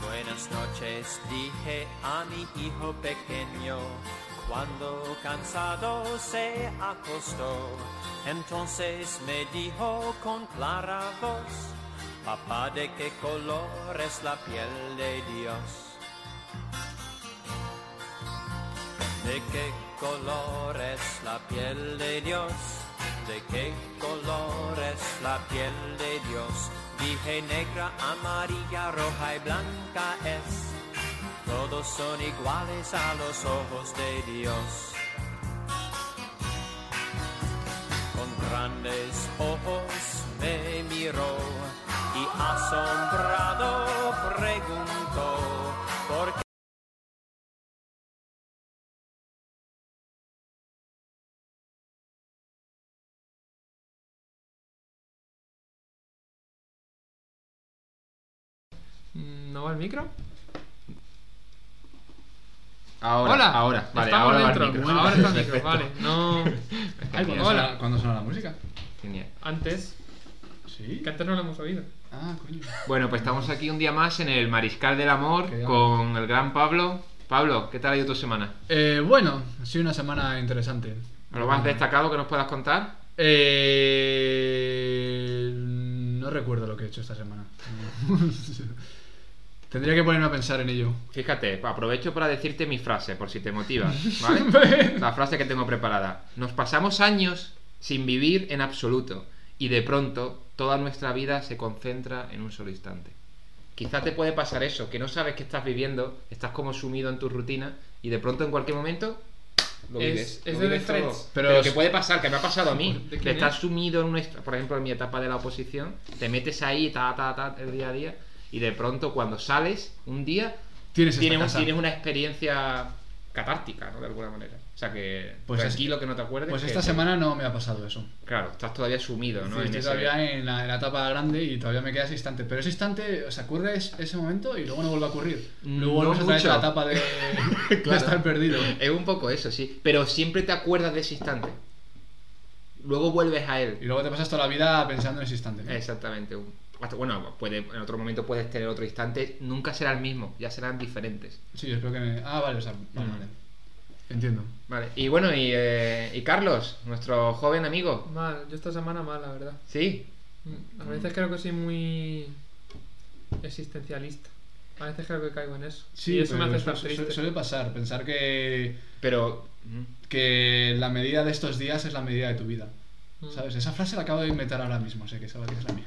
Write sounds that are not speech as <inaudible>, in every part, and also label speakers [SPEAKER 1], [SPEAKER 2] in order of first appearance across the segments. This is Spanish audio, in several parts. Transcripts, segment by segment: [SPEAKER 1] Buenas noches, dije a mi hijo pequeño, cuando cansado se acostó. Entonces me dijo con clara voz, papá, ¿de qué color es la piel de Dios? ¿De qué color es la piel de Dios? ¿De qué color es la piel de Dios? Dije negra, amarilla, roja y blanca es. Todos son iguales a los ojos de Dios. Con grandes ojos me miró y asombrado preguntó por qué.
[SPEAKER 2] Mm, ¿No va el micro?
[SPEAKER 3] Ahora,
[SPEAKER 2] Hola.
[SPEAKER 3] ahora, vale,
[SPEAKER 2] Estamos
[SPEAKER 3] ahora va el
[SPEAKER 2] dentro.
[SPEAKER 3] micro.
[SPEAKER 2] Ahora está el micro,
[SPEAKER 3] Perfecto.
[SPEAKER 2] vale.
[SPEAKER 3] <laughs>
[SPEAKER 2] No.
[SPEAKER 4] Ay, cuando
[SPEAKER 2] Hola.
[SPEAKER 4] suena, cuando suena la música.
[SPEAKER 3] Genial.
[SPEAKER 2] Antes,
[SPEAKER 4] Sí.
[SPEAKER 2] que antes no lo hemos oído.
[SPEAKER 4] Ah, coño.
[SPEAKER 3] Bueno, pues estamos aquí un día más en el Mariscal del Amor
[SPEAKER 4] Qué
[SPEAKER 3] con el gran Pablo. Pablo, ¿qué tal ha ido tu semana?
[SPEAKER 4] Eh, bueno, ha sido una semana interesante.
[SPEAKER 3] ¿Algo más destacado que nos puedas contar?
[SPEAKER 4] Eh, no recuerdo lo que he hecho esta <laughs> semana. Tendría que ponerme a pensar en ello.
[SPEAKER 3] Fíjate, aprovecho para decirte mi frase, por si te <laughs> motivas, ¿vale?
[SPEAKER 4] Ven.
[SPEAKER 3] La frase que tengo preparada. Nos pasamos años sin vivir en absoluto y de pronto toda nuestra vida se concentra en un solo instante. Quizás te puede pasar eso, que no sabes qué estás viviendo, estás como sumido en tu rutina y de pronto en cualquier momento lo
[SPEAKER 2] Es-
[SPEAKER 3] vives.
[SPEAKER 2] es
[SPEAKER 3] lo
[SPEAKER 2] de
[SPEAKER 3] vives
[SPEAKER 2] The
[SPEAKER 3] todo.
[SPEAKER 2] Threads.
[SPEAKER 3] Pero,
[SPEAKER 4] Pero
[SPEAKER 3] que
[SPEAKER 4] es-
[SPEAKER 3] puede pasar, que me ha pasado a mí.
[SPEAKER 2] ¿De
[SPEAKER 3] Que
[SPEAKER 2] quién
[SPEAKER 3] estás
[SPEAKER 2] es?
[SPEAKER 3] sumido en una, est- por ejemplo, en mi etapa de la oposición, te metes ahí, ta, ta, ta, el día a día y de pronto cuando sales un día
[SPEAKER 4] Tienes esta
[SPEAKER 3] tienes, un-
[SPEAKER 4] casa.
[SPEAKER 3] tienes una experiencia catártica, ¿no? De alguna manera. O sea que
[SPEAKER 4] Pues
[SPEAKER 3] tranquilo que no te acuerdes.
[SPEAKER 4] Pues
[SPEAKER 3] que-
[SPEAKER 4] esta semana no me ha pasado eso.
[SPEAKER 3] Claro, estás todavía sumido, ¿no?
[SPEAKER 4] Sí,
[SPEAKER 3] En
[SPEAKER 4] estoy
[SPEAKER 3] ese-
[SPEAKER 4] todavía en la, en la etapa grande y todavía me queda ese instante. Pero ese instante, o sea, ocurre es- ese momento y luego no vuelve a ocurrir.
[SPEAKER 3] No
[SPEAKER 4] Luego volvemos otra vez a la
[SPEAKER 3] mucho.
[SPEAKER 4] etapa <laughs> de, de
[SPEAKER 3] Claro.
[SPEAKER 4] estar perdido.
[SPEAKER 3] Es un poco eso, sí. Pero siempre te acuerdas de ese instante. Luego vuelves a
[SPEAKER 4] Y
[SPEAKER 3] él.
[SPEAKER 4] luego te pasas toda la vida pensando en ese instante. ¿no?
[SPEAKER 3] Exactamente. Un- hasta- Bueno, puede, en otro momento puedes tener otro instante. Nunca será el mismo, ya serán diferentes.
[SPEAKER 4] Sí, yo espero que me. Ah, vale, o sea, vale,
[SPEAKER 3] Mm.
[SPEAKER 4] vale. Entiendo.
[SPEAKER 3] Vale. Y bueno, y, eh, y Carlos, nuestro joven amigo.
[SPEAKER 2] Mal, yo esta semana mal, la verdad.
[SPEAKER 3] Sí.
[SPEAKER 2] Mm, A veces creo que soy muy existencialista. A veces creo que caigo en eso. y eso me
[SPEAKER 4] pero
[SPEAKER 2] hace
[SPEAKER 4] su-
[SPEAKER 2] estar
[SPEAKER 4] su-
[SPEAKER 2] triste.
[SPEAKER 4] Suele pasar, pensar que,
[SPEAKER 3] Pero. mm,
[SPEAKER 4] que la medida de estos días es la medida de tu vida.
[SPEAKER 2] Mm.
[SPEAKER 4] ¿Sabes? Esa frase la acabo de inventar ahora mismo, sé que sabes que es la mía.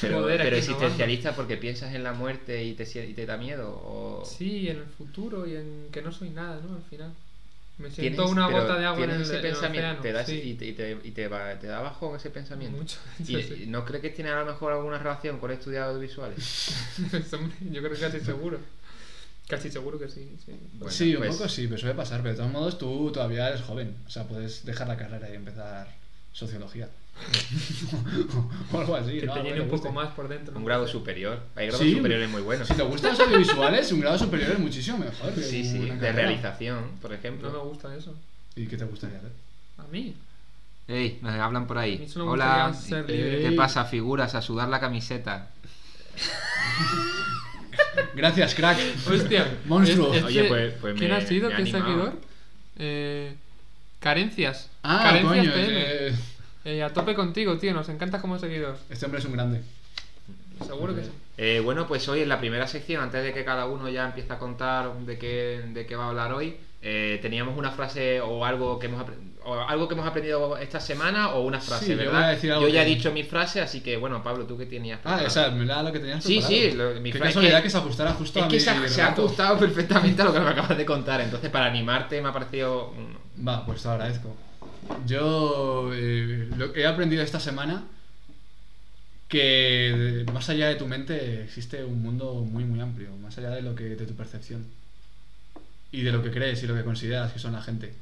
[SPEAKER 3] Pero,
[SPEAKER 2] Joder,
[SPEAKER 3] pero
[SPEAKER 2] aquí no
[SPEAKER 3] existencialista porque piensas en la muerte y te, sie- y te da miedo. O...
[SPEAKER 2] Mm. Sí, en el futuro y en que no soy nada, ¿no? Al final. Me
[SPEAKER 3] Tienes-
[SPEAKER 2] siento una
[SPEAKER 3] pero
[SPEAKER 2] gota de agua en
[SPEAKER 3] tienes
[SPEAKER 2] el,
[SPEAKER 3] ese
[SPEAKER 2] en el
[SPEAKER 3] pensamiento,
[SPEAKER 2] océano,
[SPEAKER 3] te da,
[SPEAKER 2] sí.
[SPEAKER 3] y, te, y, te, y te va- te da bajón ese pensamiento.
[SPEAKER 2] Mucho, <laughs>
[SPEAKER 3] ¿Y
[SPEAKER 2] sí, sí.
[SPEAKER 3] no crees que tiene a lo mejor alguna relación con estudios audiovisuales?
[SPEAKER 2] Hombre, Yo creo que casi seguro. Casi seguro que sí. sí.
[SPEAKER 3] Bueno,
[SPEAKER 4] sí, un
[SPEAKER 3] pues-
[SPEAKER 4] poco sí, pero suele pasar. Pero de todos modos, tú todavía eres joven. O sea, puedes dejar la carrera y empezar sociología. <laughs> o algo así.
[SPEAKER 2] que
[SPEAKER 4] ¿no?
[SPEAKER 2] te
[SPEAKER 4] Algo
[SPEAKER 2] llene un poco
[SPEAKER 4] guste.
[SPEAKER 2] más por dentro.
[SPEAKER 3] Un
[SPEAKER 2] ¿no?
[SPEAKER 3] grado
[SPEAKER 2] Sí.
[SPEAKER 3] superior. Hay grados
[SPEAKER 4] Sí.
[SPEAKER 3] superiores muy buenos.
[SPEAKER 4] Si te gustan los audiovisuales, un grado superior es muchísimo mejor. que
[SPEAKER 3] Sí, sí,
[SPEAKER 4] una
[SPEAKER 3] de
[SPEAKER 4] carrera.
[SPEAKER 3] realización, por
[SPEAKER 2] No me
[SPEAKER 3] ejemplo.
[SPEAKER 2] gusta eso.
[SPEAKER 4] ¿Y qué te gustaría hacer?
[SPEAKER 2] A mí.
[SPEAKER 3] Ey, nos hablan por
[SPEAKER 2] A mí
[SPEAKER 3] ahí. eh,
[SPEAKER 2] solo me Hola, gustaría ser
[SPEAKER 4] libre. ¿qué pasa,
[SPEAKER 3] figuras? A sudar la camiseta.
[SPEAKER 2] <laughs>
[SPEAKER 4] Gracias, crack.
[SPEAKER 2] Hostia.
[SPEAKER 4] Monstruo.
[SPEAKER 2] es- es
[SPEAKER 3] eh, Oye,
[SPEAKER 2] que-
[SPEAKER 3] pues- pues me-
[SPEAKER 2] ¿Quién ha sido?
[SPEAKER 3] me ha
[SPEAKER 2] ¿Qué
[SPEAKER 3] animado.
[SPEAKER 2] seguidor? Eh, carencias.
[SPEAKER 4] Ah,
[SPEAKER 2] carencias
[SPEAKER 4] coño.
[SPEAKER 2] PM.
[SPEAKER 4] eh,
[SPEAKER 2] Eh, a tope contigo, tío. Nos encantas como seguidor.
[SPEAKER 4] Este hombre es un grande.
[SPEAKER 2] Seguro que sí.
[SPEAKER 3] Eh, bueno, pues hoy en la primera sección, antes de que cada uno ya empiece a contar de qué, de qué va a hablar hoy, eh, teníamos una frase o algo que hemos apre- o algo que hemos aprendido esta semana o una frase,
[SPEAKER 4] Sí, yo
[SPEAKER 3] ¿verdad?
[SPEAKER 4] voy a decir algo
[SPEAKER 3] ya he
[SPEAKER 4] que-
[SPEAKER 3] dicho mi frase, así que bueno, Pablo, tú que tenías.
[SPEAKER 4] Ah,
[SPEAKER 3] preparado?
[SPEAKER 4] o sea, me la lo que tenías
[SPEAKER 3] Sí,
[SPEAKER 4] preparado.
[SPEAKER 3] sí, lo- mi
[SPEAKER 4] Qué
[SPEAKER 3] fra- es
[SPEAKER 4] casualidad
[SPEAKER 3] que-
[SPEAKER 4] que, se ajustara justo
[SPEAKER 3] es
[SPEAKER 4] a
[SPEAKER 3] que
[SPEAKER 4] mi
[SPEAKER 3] se ha, se ha
[SPEAKER 4] relato.
[SPEAKER 3] ajustado perfectamente a lo que me acabas de contar, entonces para animarte me ha parecido. un-
[SPEAKER 4] Va, pues te lo agradezco. Yo eh, lo que he aprendido esta semana que más allá de tu mente existe un mundo muy muy amplio, más allá de lo que de tu percepción y de lo que crees y lo que consideras que son la gente.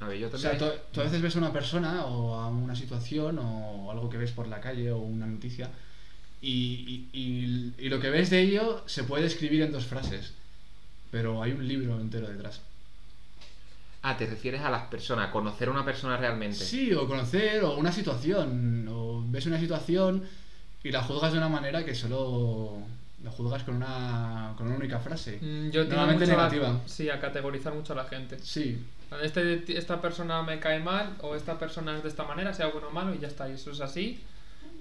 [SPEAKER 3] A ver, yo
[SPEAKER 4] O
[SPEAKER 3] también.
[SPEAKER 4] sea, tú, tú a veces ves a una persona o a una situación o algo que ves por la calle o una noticia y, y- y- y lo que ves de ello se puede escribir en dos frases, pero hay un libro entero detrás.
[SPEAKER 3] Ah, te refieres a las personas, a conocer a una persona realmente.
[SPEAKER 4] Sí, o conocer o una situación, o ves una situación y la juzgas de una manera que solo la juzgas con una, con una única frase.
[SPEAKER 2] Mm, Yo tiendo
[SPEAKER 4] Normalmente
[SPEAKER 2] mucho a-
[SPEAKER 4] negativa.
[SPEAKER 2] sí, a categorizar mucho a la gente.
[SPEAKER 4] Sí,
[SPEAKER 2] Este, esta persona me cae mal o esta persona es de esta manera, sea bueno o malo y ya está. Y eso es así.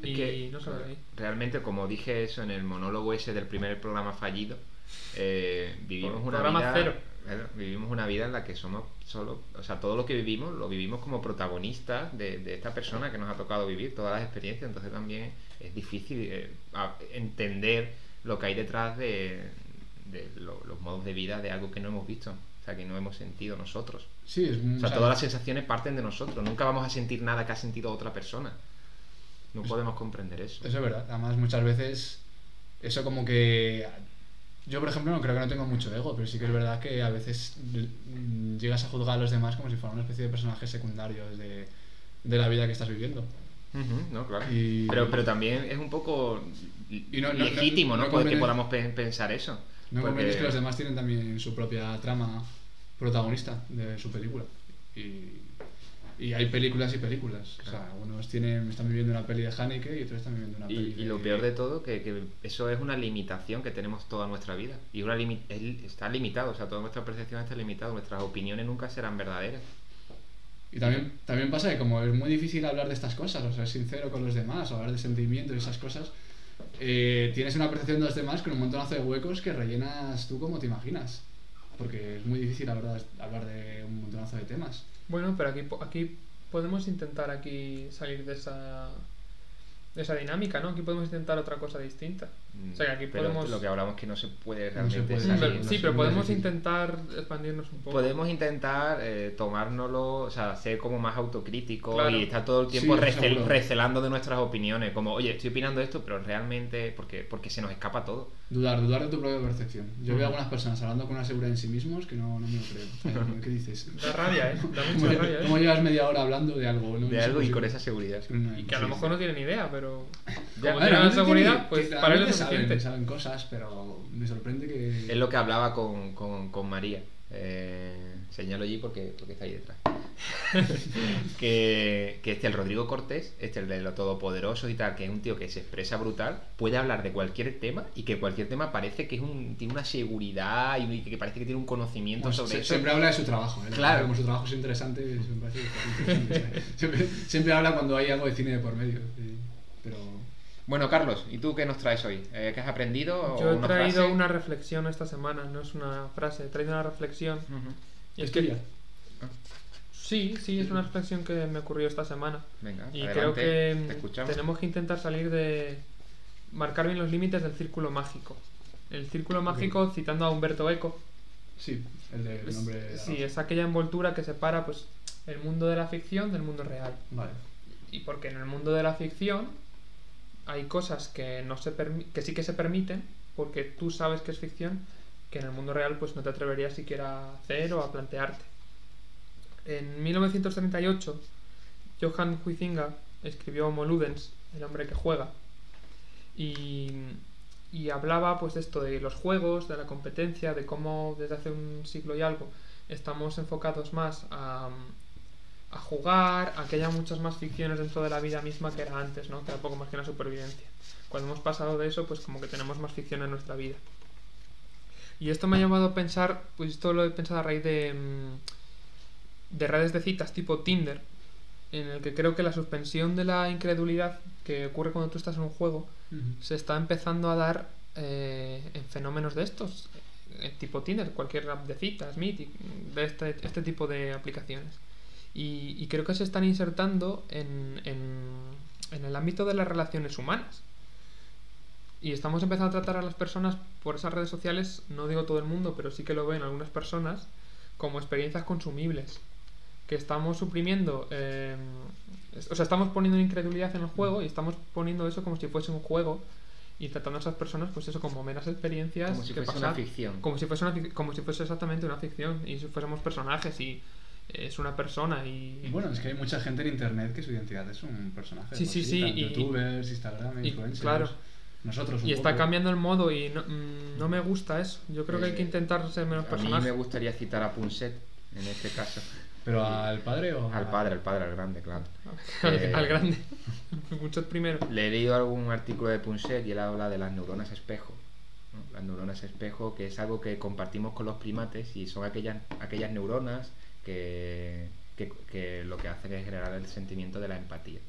[SPEAKER 3] Es
[SPEAKER 2] Y
[SPEAKER 3] que,
[SPEAKER 2] no se lo leí.
[SPEAKER 3] Realmente, como dije eso en el monólogo ese del primer programa fallido, eh, vivimos
[SPEAKER 2] Pro-
[SPEAKER 3] una
[SPEAKER 2] programa
[SPEAKER 3] vida.
[SPEAKER 2] cero.
[SPEAKER 3] bueno, vivimos una vida en la que somos solo. O sea, todo lo que vivimos lo vivimos como protagonistas de, de esta persona que nos ha tocado vivir, todas las experiencias. Entonces, también es difícil eh, a- entender lo que hay detrás de, de lo- los modos de vida de algo que no hemos visto, o sea, que no hemos sentido nosotros.
[SPEAKER 4] sí, es
[SPEAKER 3] O sea, todas las sensaciones parten de nosotros. Nunca vamos a sentir nada que ha sentido otra persona. No podemos comprender eso.
[SPEAKER 4] Eso es verdad. Además, muchas veces eso como que... Yo, por ejemplo, no creo que no tengo mucho ego, pero sí que es verdad que a veces mm, llegas a juzgar a los demás como si fueran una especie de personajes secundarios de, de la vida que estás viviendo.
[SPEAKER 3] Ujú, no, claro.
[SPEAKER 4] Y-
[SPEAKER 3] Pero, pero también es un poco
[SPEAKER 4] Y no- no-
[SPEAKER 3] legítimo, ¿no?
[SPEAKER 4] no- no
[SPEAKER 3] Poder- que
[SPEAKER 4] conviene-
[SPEAKER 3] podamos pe- pensar eso.
[SPEAKER 4] No
[SPEAKER 3] Porque-
[SPEAKER 4] comprendes que los demás tienen también su propia trama protagonista de su película. Y, y hay películas y películas. O sea, unos tienen, están viviendo una peli de Haneke y otros están viviendo una
[SPEAKER 3] y,
[SPEAKER 4] peli
[SPEAKER 3] y lo peor de todo, que, que eso es una limitación que tenemos toda nuestra vida. Y una limi- es- está limitado, o sea, toda nuestra percepción está limitada. Nuestras opiniones nunca serán verdaderas.
[SPEAKER 4] Y también, también pasa que como es muy difícil hablar de estas cosas, o ser sincero con los demás, o hablar de sentimientos y esas cosas, eh, tienes una percepción de los demás con un montonazo de huecos que rellenas tú como te imaginas. Porque es muy difícil hablar, hablar de un montonazo de temas.
[SPEAKER 2] Bueno, pero aquí, po- aquí podemos intentar aquí salir de esa, de esa dinámica, ¿no? Aquí podemos intentar otra cosa distinta. O sea, que aquí
[SPEAKER 3] Mm, Pero
[SPEAKER 2] podemos...
[SPEAKER 3] lo que hablamos es que no se puede
[SPEAKER 4] No se
[SPEAKER 3] realmente
[SPEAKER 4] puede.
[SPEAKER 2] Mm,
[SPEAKER 3] salir,
[SPEAKER 2] pero-
[SPEAKER 3] no
[SPEAKER 2] sí,
[SPEAKER 3] se
[SPEAKER 2] pero
[SPEAKER 4] muy
[SPEAKER 2] podemos
[SPEAKER 4] difícil.
[SPEAKER 2] intentar expandirnos un poco.
[SPEAKER 3] Podemos intentar eh, tomárnoslo, o sea, ser como más autocrítico
[SPEAKER 2] Claro.
[SPEAKER 3] y estar todo el tiempo
[SPEAKER 4] Sí,
[SPEAKER 3] recel-
[SPEAKER 4] seguro.
[SPEAKER 3] recelando de nuestras opiniones. Como, oye, estoy opinando esto, pero realmente, porque, porque se nos escapa todo.
[SPEAKER 4] Dudar, dudar de tu propia percepción. Yo veo algunas personas hablando con una seguridad en sí mismos que no, no me lo
[SPEAKER 2] <laughs>
[SPEAKER 4] creo. Eh, ¿Qué dices?
[SPEAKER 2] Da rabia, ¿eh?
[SPEAKER 4] <laughs>
[SPEAKER 2] Da
[SPEAKER 4] ¿Cómo,
[SPEAKER 2] mucha rabia,
[SPEAKER 4] cómo
[SPEAKER 2] ¿eh?
[SPEAKER 4] llevas media hora hablando de algo? No,
[SPEAKER 3] De
[SPEAKER 4] Es
[SPEAKER 3] algo y con
[SPEAKER 4] imposible.
[SPEAKER 3] esa seguridad.
[SPEAKER 4] Es una-
[SPEAKER 2] Que a lo
[SPEAKER 4] sí,
[SPEAKER 2] mejor
[SPEAKER 4] sí.
[SPEAKER 2] no tienen ni idea, pero... Como
[SPEAKER 3] Ya,
[SPEAKER 4] Bueno,
[SPEAKER 2] tienen la
[SPEAKER 4] realmente
[SPEAKER 2] seguridad,
[SPEAKER 4] que-
[SPEAKER 2] pues
[SPEAKER 4] que
[SPEAKER 2] para ellos es
[SPEAKER 4] realmente
[SPEAKER 2] suficiente.
[SPEAKER 4] saben, saben cosas, pero me sorprende que...
[SPEAKER 3] Es lo que hablaba con, con- con María. Eh, señalo allí porque, porque está ahí <laughs> detrás. que, que este, el Rodrigo Cortés, este, el de los todopoderosos y tal, que es un tío que se expresa brutal, puede hablar de cualquier tema y que cualquier tema parece que es un, tiene una seguridad y que parece que tiene un conocimiento
[SPEAKER 4] Bueno,
[SPEAKER 3] sobre
[SPEAKER 4] se-
[SPEAKER 3] eso.
[SPEAKER 4] siempre habla de su trabajo, ¿eh?
[SPEAKER 3] Claro.
[SPEAKER 4] Como su trabajo es interesante, me parece que es interesante, ¿sabes? siempre, siempre habla cuando hay algo de cine de por medio. eh, Pero
[SPEAKER 3] Bueno, Carlos, ¿y tú qué nos traes hoy? Eh, ¿Qué has aprendido?
[SPEAKER 2] Yo he
[SPEAKER 3] ¿Una
[SPEAKER 2] traído
[SPEAKER 3] frase?
[SPEAKER 2] una reflexión esta semana, no es una frase, he traído una reflexión.
[SPEAKER 3] Ujú.
[SPEAKER 2] Y
[SPEAKER 4] es que ya.
[SPEAKER 2] Sí, sí, es una reflexión que me ocurrió esta semana.
[SPEAKER 3] Venga,
[SPEAKER 2] Y
[SPEAKER 3] adelante,
[SPEAKER 2] creo que
[SPEAKER 3] te
[SPEAKER 2] mm,
[SPEAKER 3] escuchamos.
[SPEAKER 2] tenemos que intentar salir de. marcar bien los límites del círculo mágico. El círculo mágico, citando a Humberto Eco,
[SPEAKER 4] Sí, el del
[SPEAKER 2] es,
[SPEAKER 4] nombre... de la
[SPEAKER 2] sí,
[SPEAKER 4] rosa.
[SPEAKER 2] es aquella envoltura que separa pues, el mundo de la ficción del mundo real.
[SPEAKER 4] Vale.
[SPEAKER 2] Y porque en el mundo de la ficción hay cosas que, no se permi- que sí que se permiten, porque tú sabes que es ficción, que en el mundo real pues no te atreverías siquiera a hacer o a plantearte. En 1938, Johan Huizinga escribió Homo Ludens, el hombre que juega, y, y hablaba pues de esto de los juegos, de la competencia, de cómo desde hace un siglo y algo estamos enfocados más a, a jugar, a que haya muchas más ficciones dentro de la vida misma que era antes, ¿no? Que era poco más que una supervivencia. Cuando hemos pasado de eso, pues como que tenemos más ficción en nuestra vida. Y esto me ha llevado a pensar, pues esto lo he pensado a raíz de, mm, de redes de citas tipo Tinder, en el que creo que la suspensión de la incredulidad que ocurre cuando tú estás en un juego se está empezando a dar eh, en fenómenos de estos, eh, tipo Tinder, cualquier app de citas, Meet, y, mm, de este, este tipo de aplicaciones. Y, y creo que se están insertando en, en- en el ámbito de las relaciones humanas. Y estamos empezando a tratar a las personas por esas redes sociales, no digo todo el mundo, pero sí que lo ven algunas personas, como experiencias consumibles. Que estamos suprimiendo, eh, es- o sea, estamos poniendo incredulidad en el juego y estamos poniendo eso como si fuese un juego y tratando a esas personas, pues eso, como meras experiencias
[SPEAKER 3] Como si
[SPEAKER 2] que
[SPEAKER 3] fuese una
[SPEAKER 2] pasan-
[SPEAKER 3] ficción.
[SPEAKER 2] como si fuese una fic- como si fuese exactamente una ficción y si fuésemos personajes y eh, es una persona y
[SPEAKER 4] Y bueno, es que hay mucha gente en internet que su identidad es un personaje.
[SPEAKER 2] Sí,
[SPEAKER 4] ¿no?
[SPEAKER 2] sí, sí,
[SPEAKER 4] tanto
[SPEAKER 2] y-
[SPEAKER 4] youtubers, Instagram,
[SPEAKER 2] y,
[SPEAKER 4] influencers.
[SPEAKER 2] claro.
[SPEAKER 4] Nosotros un
[SPEAKER 2] y está
[SPEAKER 4] poco.
[SPEAKER 2] cambiando el modo y no, mm, no me gusta eso yo creo que hay que
[SPEAKER 3] Eh,
[SPEAKER 2] intentar ser menos
[SPEAKER 3] A mí me
[SPEAKER 2] personajes
[SPEAKER 3] gustaría citar a Punset en este caso.
[SPEAKER 4] ¿Pero al padre o
[SPEAKER 3] Al padre, al padre, al grande, claro.
[SPEAKER 2] Al,
[SPEAKER 3] Eh,
[SPEAKER 2] <laughs> al grande. Muchos primeros.
[SPEAKER 3] Le he leído algún artículo de Punset y él habla de las neuronas espejo. ¿no? Las neuronas espejo, que es algo que compartimos con los primates y son aquellas, aquellas neuronas que, que- que lo que hacen es generar el sentimiento de la empatía.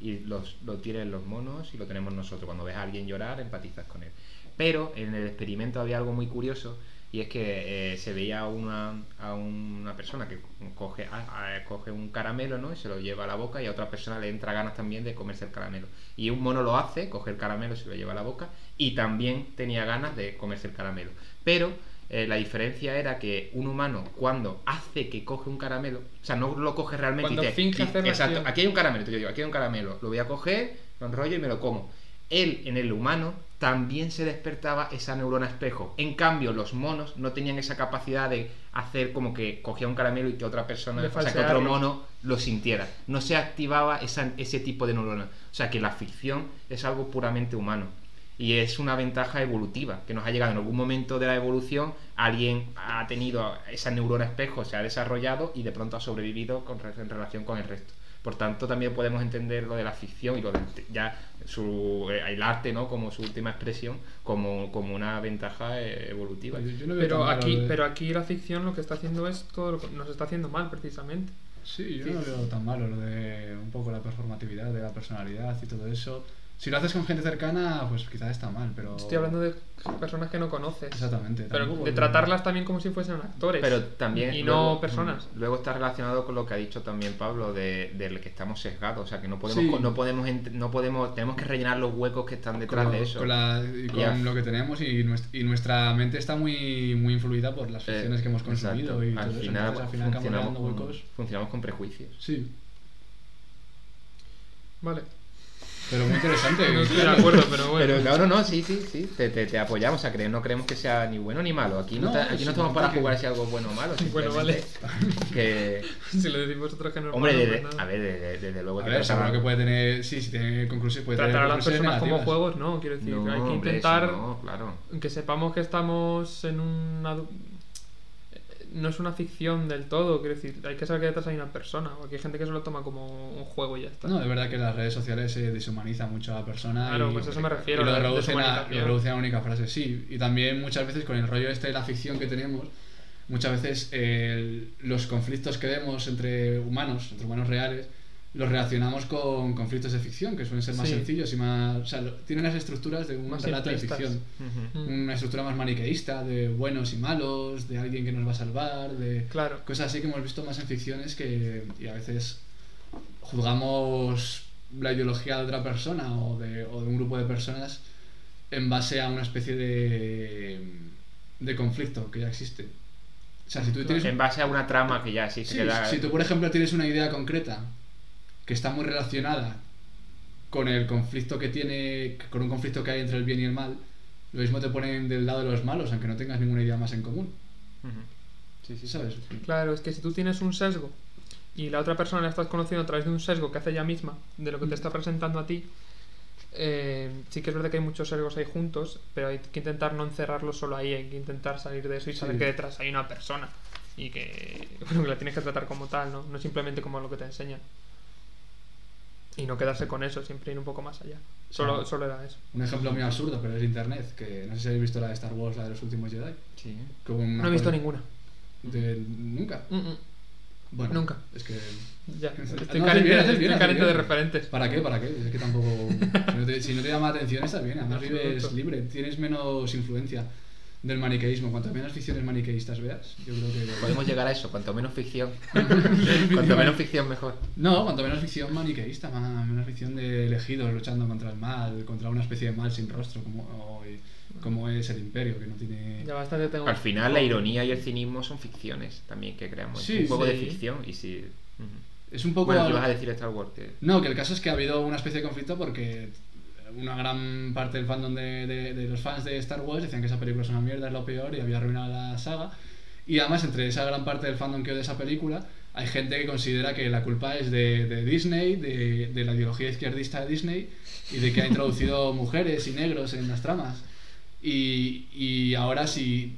[SPEAKER 3] Y los, lo tienen los monos y lo tenemos nosotros. Cuando ves a alguien llorar, empatizas con él. Pero en el experimento había algo muy curioso y es que eh, se veía a una, a una persona que coge, a- a- coge un caramelo ¿no? y se lo lleva a la boca y a otra persona le entra ganas también de comerse el caramelo. Y un mono lo hace, coge el caramelo, se lo lleva a la boca y también tenía ganas de comerse el caramelo. Pero eh, la diferencia era que un humano cuando hace que coge un caramelo, o sea, no lo coge realmente
[SPEAKER 2] Cuando
[SPEAKER 3] y dice,
[SPEAKER 2] finge
[SPEAKER 3] y-
[SPEAKER 2] hacer la
[SPEAKER 3] exacto,
[SPEAKER 2] acción.
[SPEAKER 3] aquí hay un caramelo, te digo, aquí hay un caramelo, lo voy a coger, lo enrollo y me lo como. Él en el humano también se despertaba esa neurona espejo. En cambio, los monos no tenían esa capacidad de hacer como que cogía un caramelo y que otra persona,
[SPEAKER 2] De
[SPEAKER 3] o sea, que otro
[SPEAKER 2] falsearlo.
[SPEAKER 3] mono lo sintiera. No se activaba esa- ese tipo de neurona. O sea, que la ficción es algo puramente humano. Y es una ventaja evolutiva que nos ha llegado en algún momento de la evolución. Alguien ha tenido esa neurona espejo, se ha desarrollado y de pronto ha sobrevivido con, re- en relación con el resto. Por tanto, también podemos entender lo de la ficción y lo del te- ya su, eh, el arte, ¿no? Como su última expresión, como, como una ventaja eh, evolutiva.
[SPEAKER 4] Yo- yo no veo
[SPEAKER 2] Pero
[SPEAKER 4] tan malo
[SPEAKER 2] aquí,
[SPEAKER 4] de-
[SPEAKER 2] pero aquí la ficción lo que está haciendo es todo lo que nos está haciendo mal, precisamente.
[SPEAKER 4] Sí, yo
[SPEAKER 2] Sí.
[SPEAKER 4] no veo tan malo lo de un poco la performatividad de la personalidad y todo eso. Si lo haces con gente cercana, pues quizás está mal, pero...
[SPEAKER 3] Oh.
[SPEAKER 2] Estoy hablando de personas que no conoces.
[SPEAKER 4] Exactamente.
[SPEAKER 2] Pero
[SPEAKER 4] tampoco
[SPEAKER 2] de
[SPEAKER 4] lo-
[SPEAKER 2] tratarlas también como si fuesen actores.
[SPEAKER 3] Pero también.
[SPEAKER 2] Pues, Y
[SPEAKER 3] luego- mm,
[SPEAKER 2] no personas.
[SPEAKER 3] Luego está relacionado con lo que ha dicho también Pablo, de, del que estamos sesgados. O sea, que no podemos.
[SPEAKER 4] Sí.
[SPEAKER 3] co- No podemos. ent- No podemos tenemos que rellenar los huecos que están detrás
[SPEAKER 4] con,
[SPEAKER 3] de
[SPEAKER 4] lo-
[SPEAKER 3] eso. Eh,
[SPEAKER 4] Con, la- y con
[SPEAKER 3] Ya.
[SPEAKER 4] lo que tenemos y nuestra, y nuestra mente está muy, muy influida por las
[SPEAKER 3] Eh,
[SPEAKER 4] ficciones que hemos consumido
[SPEAKER 3] exacto.
[SPEAKER 4] y todo
[SPEAKER 3] al, final,
[SPEAKER 4] eso. Entonces, al final acabamos
[SPEAKER 3] funcionamos,
[SPEAKER 4] llenando
[SPEAKER 3] con,
[SPEAKER 4] huecos.
[SPEAKER 3] funcionamos con prejuicios.
[SPEAKER 4] Sí,
[SPEAKER 3] Mm.
[SPEAKER 2] Vale.
[SPEAKER 4] pero
[SPEAKER 2] <laughs>
[SPEAKER 4] muy interesante.
[SPEAKER 2] No estoy de acuerdo, pero bueno.
[SPEAKER 3] Pero no, no, no, sí, sí, sí. Te, te, te apoyamos. O sea, cre- no creemos que sea ni bueno ni malo. Aquí no,
[SPEAKER 4] No,
[SPEAKER 3] ta- aquí no estamos
[SPEAKER 4] simplemente
[SPEAKER 3] para
[SPEAKER 4] que-
[SPEAKER 3] jugar si algo es bueno o malo.
[SPEAKER 2] Bueno,
[SPEAKER 3] simplemente Que,
[SPEAKER 2] <laughs> <laughs> si lo decís vosotros que no es
[SPEAKER 3] hombre,
[SPEAKER 2] malo,
[SPEAKER 3] desde-
[SPEAKER 2] pues nada.
[SPEAKER 3] a ver, desde, desde luego.
[SPEAKER 4] a
[SPEAKER 3] que
[SPEAKER 4] ver,
[SPEAKER 3] tratar-
[SPEAKER 4] seguro que puede tener... Sí, si tiene conclusiones, puede
[SPEAKER 2] Tratar a
[SPEAKER 4] tener
[SPEAKER 2] las
[SPEAKER 4] conclusiones
[SPEAKER 2] personas como
[SPEAKER 4] negativas.
[SPEAKER 2] juegos, no. Quiero decir,
[SPEAKER 3] No,
[SPEAKER 2] hay que
[SPEAKER 3] hombre, eso
[SPEAKER 2] intentar
[SPEAKER 3] no, claro.
[SPEAKER 2] que sepamos que estamos en una... No es una ficción del todo, quiero decir, hay que saber que detrás hay una persona, porque hay gente que se lo toma como un juego y ya está.
[SPEAKER 4] No, de verdad que las redes sociales se deshumanizan mucho a la persona.
[SPEAKER 2] Claro,
[SPEAKER 4] y,
[SPEAKER 2] pues a eso me refiero,
[SPEAKER 4] y
[SPEAKER 2] la
[SPEAKER 4] lo reducen, a,
[SPEAKER 2] deshumanización.
[SPEAKER 4] lo reducen a una única frase, sí. Y también muchas veces con el rollo este de la ficción que tenemos, muchas veces eh, los conflictos que vemos entre humanos, entre humanos reales, los relacionamos con conflictos de ficción, que suelen ser más
[SPEAKER 2] Sí.
[SPEAKER 4] sencillos y más... O sea, lo- tienen las estructuras de un
[SPEAKER 2] Más
[SPEAKER 4] relato de
[SPEAKER 2] simplistas.
[SPEAKER 4] ficción.
[SPEAKER 3] Ujú.
[SPEAKER 2] Mm,
[SPEAKER 4] Una estructura más maniqueísta, de buenos y malos, de alguien que nos va a salvar, de
[SPEAKER 2] Claro.
[SPEAKER 4] cosas así que hemos visto más en ficciones que y a veces juzgamos la ideología de otra persona o de, o de un grupo de personas en base a una especie de, de conflicto que ya existe. O sea, si tú tienes...
[SPEAKER 3] En base a una trama que ya existe.
[SPEAKER 4] Sí,
[SPEAKER 3] que da-
[SPEAKER 4] si tú, por ejemplo, tienes una idea concreta que está muy relacionada con el conflicto que tiene, con un conflicto que hay entre el bien y el mal, lo mismo te ponen del lado de los malos, aunque no tengas ninguna idea más en común.
[SPEAKER 3] Ujú. Sí, sí, sí.
[SPEAKER 4] ¿Sabes?
[SPEAKER 2] Claro, es que si tú tienes un sesgo y la otra persona la estás conociendo a través de un sesgo que hace ella misma, de lo que
[SPEAKER 4] Mm.
[SPEAKER 2] te está presentando a ti, eh, sí que es verdad que hay muchos sesgos ahí juntos, pero hay que intentar no encerrarlo solo ahí, hay que intentar salir de eso y saber
[SPEAKER 4] Sí.
[SPEAKER 2] que detrás hay una persona y que, <laughs> bueno, que la tienes que tratar como tal, ¿no? No simplemente como lo que te enseñan. Y no quedarse con eso, siempre ir un poco más allá. Solo,
[SPEAKER 4] Sí.
[SPEAKER 2] solo era eso.
[SPEAKER 4] Un ejemplo muy absurdo, pero es Internet, que no sé si habéis visto la de Star Wars, la de los últimos Jedi.
[SPEAKER 3] Sí.
[SPEAKER 4] que hubo una
[SPEAKER 2] No he visto
[SPEAKER 4] cosa
[SPEAKER 2] ninguna.
[SPEAKER 4] de- Nunca.
[SPEAKER 2] Mm, mm.
[SPEAKER 4] Bueno,
[SPEAKER 2] Nunca.
[SPEAKER 4] Es que... <laughs>
[SPEAKER 2] Ya,
[SPEAKER 4] No,
[SPEAKER 2] estoy
[SPEAKER 4] haces
[SPEAKER 2] carente,
[SPEAKER 4] bien,
[SPEAKER 2] <laughs>
[SPEAKER 4] haces
[SPEAKER 2] estoy
[SPEAKER 4] bien, haces
[SPEAKER 2] carente de
[SPEAKER 4] bien.
[SPEAKER 2] referentes.
[SPEAKER 4] ¿Para qué? ¿Para qué? Es que tampoco... Si no te, si no te llama la atención está bien, además
[SPEAKER 2] Absoluto.
[SPEAKER 4] vives libre, tienes menos influencia del maniqueísmo. Cuanto menos ficciones maniqueístas veas, yo creo que...
[SPEAKER 3] Podemos llegar a eso, cuanto menos ficción. <laughs> cuanto menos ficción mejor.
[SPEAKER 4] No, cuanto menos ficción maniqueísta, más, menos ficción de elegidos luchando contra el mal, contra una especie de mal sin rostro, como, o- y- como es el imperio, que no tiene...
[SPEAKER 2] Ya bastante tengo.
[SPEAKER 3] Al final la ironía y el cinismo son ficciones también que creamos.
[SPEAKER 4] Sí,
[SPEAKER 3] un poco de
[SPEAKER 2] sí.
[SPEAKER 3] ficción y si... Ujú.
[SPEAKER 4] Es un poco...
[SPEAKER 3] Bueno,
[SPEAKER 4] al-
[SPEAKER 3] ¿qué vas a decir Star Wars? Que-
[SPEAKER 4] No, que el caso es que ha habido una especie de conflicto porque una gran parte del fandom de, de- de los fans de Star Wars decían que esa película es una mierda, es lo peor y había arruinado la saga. Y además, entre esa gran parte del fandom que odia esa película, hay gente que considera que la culpa es de, de Disney, de, de la ideología izquierdista de Disney y de que ha introducido mujeres y negros en las tramas. Y, y ahora, si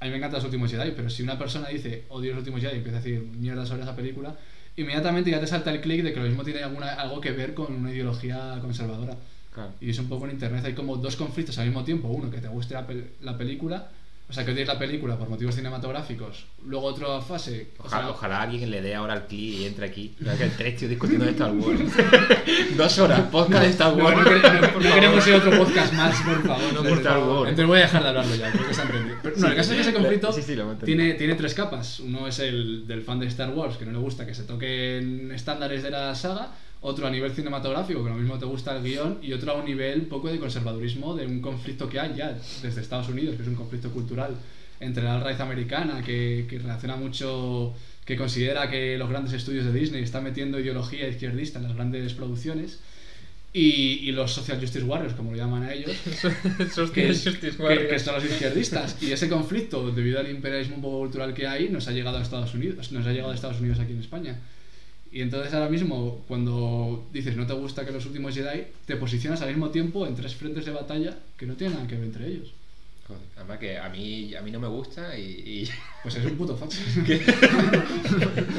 [SPEAKER 4] a mí me encantan los últimos Jedi, pero si una persona dice odio los últimos Jedi y empieza a decir mierda sobre esa película, inmediatamente ya te salta el clic de que lo mismo tiene alguna, algo que ver con una ideología conservadora.
[SPEAKER 3] Claro.
[SPEAKER 4] Y es un poco en internet, hay como dos conflictos al mismo tiempo. Uno, que te guste la, pel- la película, o sea, que odies la película por motivos cinematográficos. Luego otra fase. o
[SPEAKER 3] Ojalá,
[SPEAKER 4] sea,
[SPEAKER 3] ojalá alguien le dé ahora al clic y entre aquí. Lo que el tres tío discutiendo de Star Wars.
[SPEAKER 4] <laughs>
[SPEAKER 3] Dos horas, podcast de Star
[SPEAKER 4] No,
[SPEAKER 3] Wars.
[SPEAKER 4] Ah, no quere- no- no queremos ir a otro podcast más, por favor.
[SPEAKER 3] No,
[SPEAKER 4] Desde
[SPEAKER 3] por favor.
[SPEAKER 4] luego. Entonces voy a dejar de hablarlo ya, creo que se ha entendido. Pero, no, el caso es que ese conflicto
[SPEAKER 3] Sí, sí, lo hemos entendido.
[SPEAKER 4] tiene, tiene tres capas. Uno es el del fan de Star Wars, que no le gusta que se toquen estándares de la saga. Otro a nivel cinematográfico, que lo mismo te gusta el guión. Y otro a un nivel poco de conservadurismo de un conflicto que hay ya desde Estados Unidos, que es un conflicto cultural entre la raíz americana, que, que relaciona mucho que considera que los grandes estudios de Disney están metiendo ideología izquierdista en las grandes producciones y, y los Social Justice Warriors, como lo llaman a ellos,
[SPEAKER 2] Esos <laughs>
[SPEAKER 4] que,
[SPEAKER 2] tíos Justice
[SPEAKER 4] que-
[SPEAKER 2] Warriors.
[SPEAKER 4] que son los izquierdistas. Y ese conflicto, debido al imperialismo un poco cultural que hay, nos ha llegado a Estados Unidos, nos ha llegado a Estados Unidos aquí en España. Y entonces ahora mismo, cuando dices no te gusta que los últimos Jedi, te posicionas al mismo tiempo en tres frentes de batalla que no tienen nada que ver entre ellos.
[SPEAKER 3] Joder, Además que a mí, a mí no me gusta y,
[SPEAKER 4] Pues es un puto
[SPEAKER 3] <laughs>
[SPEAKER 4] facho.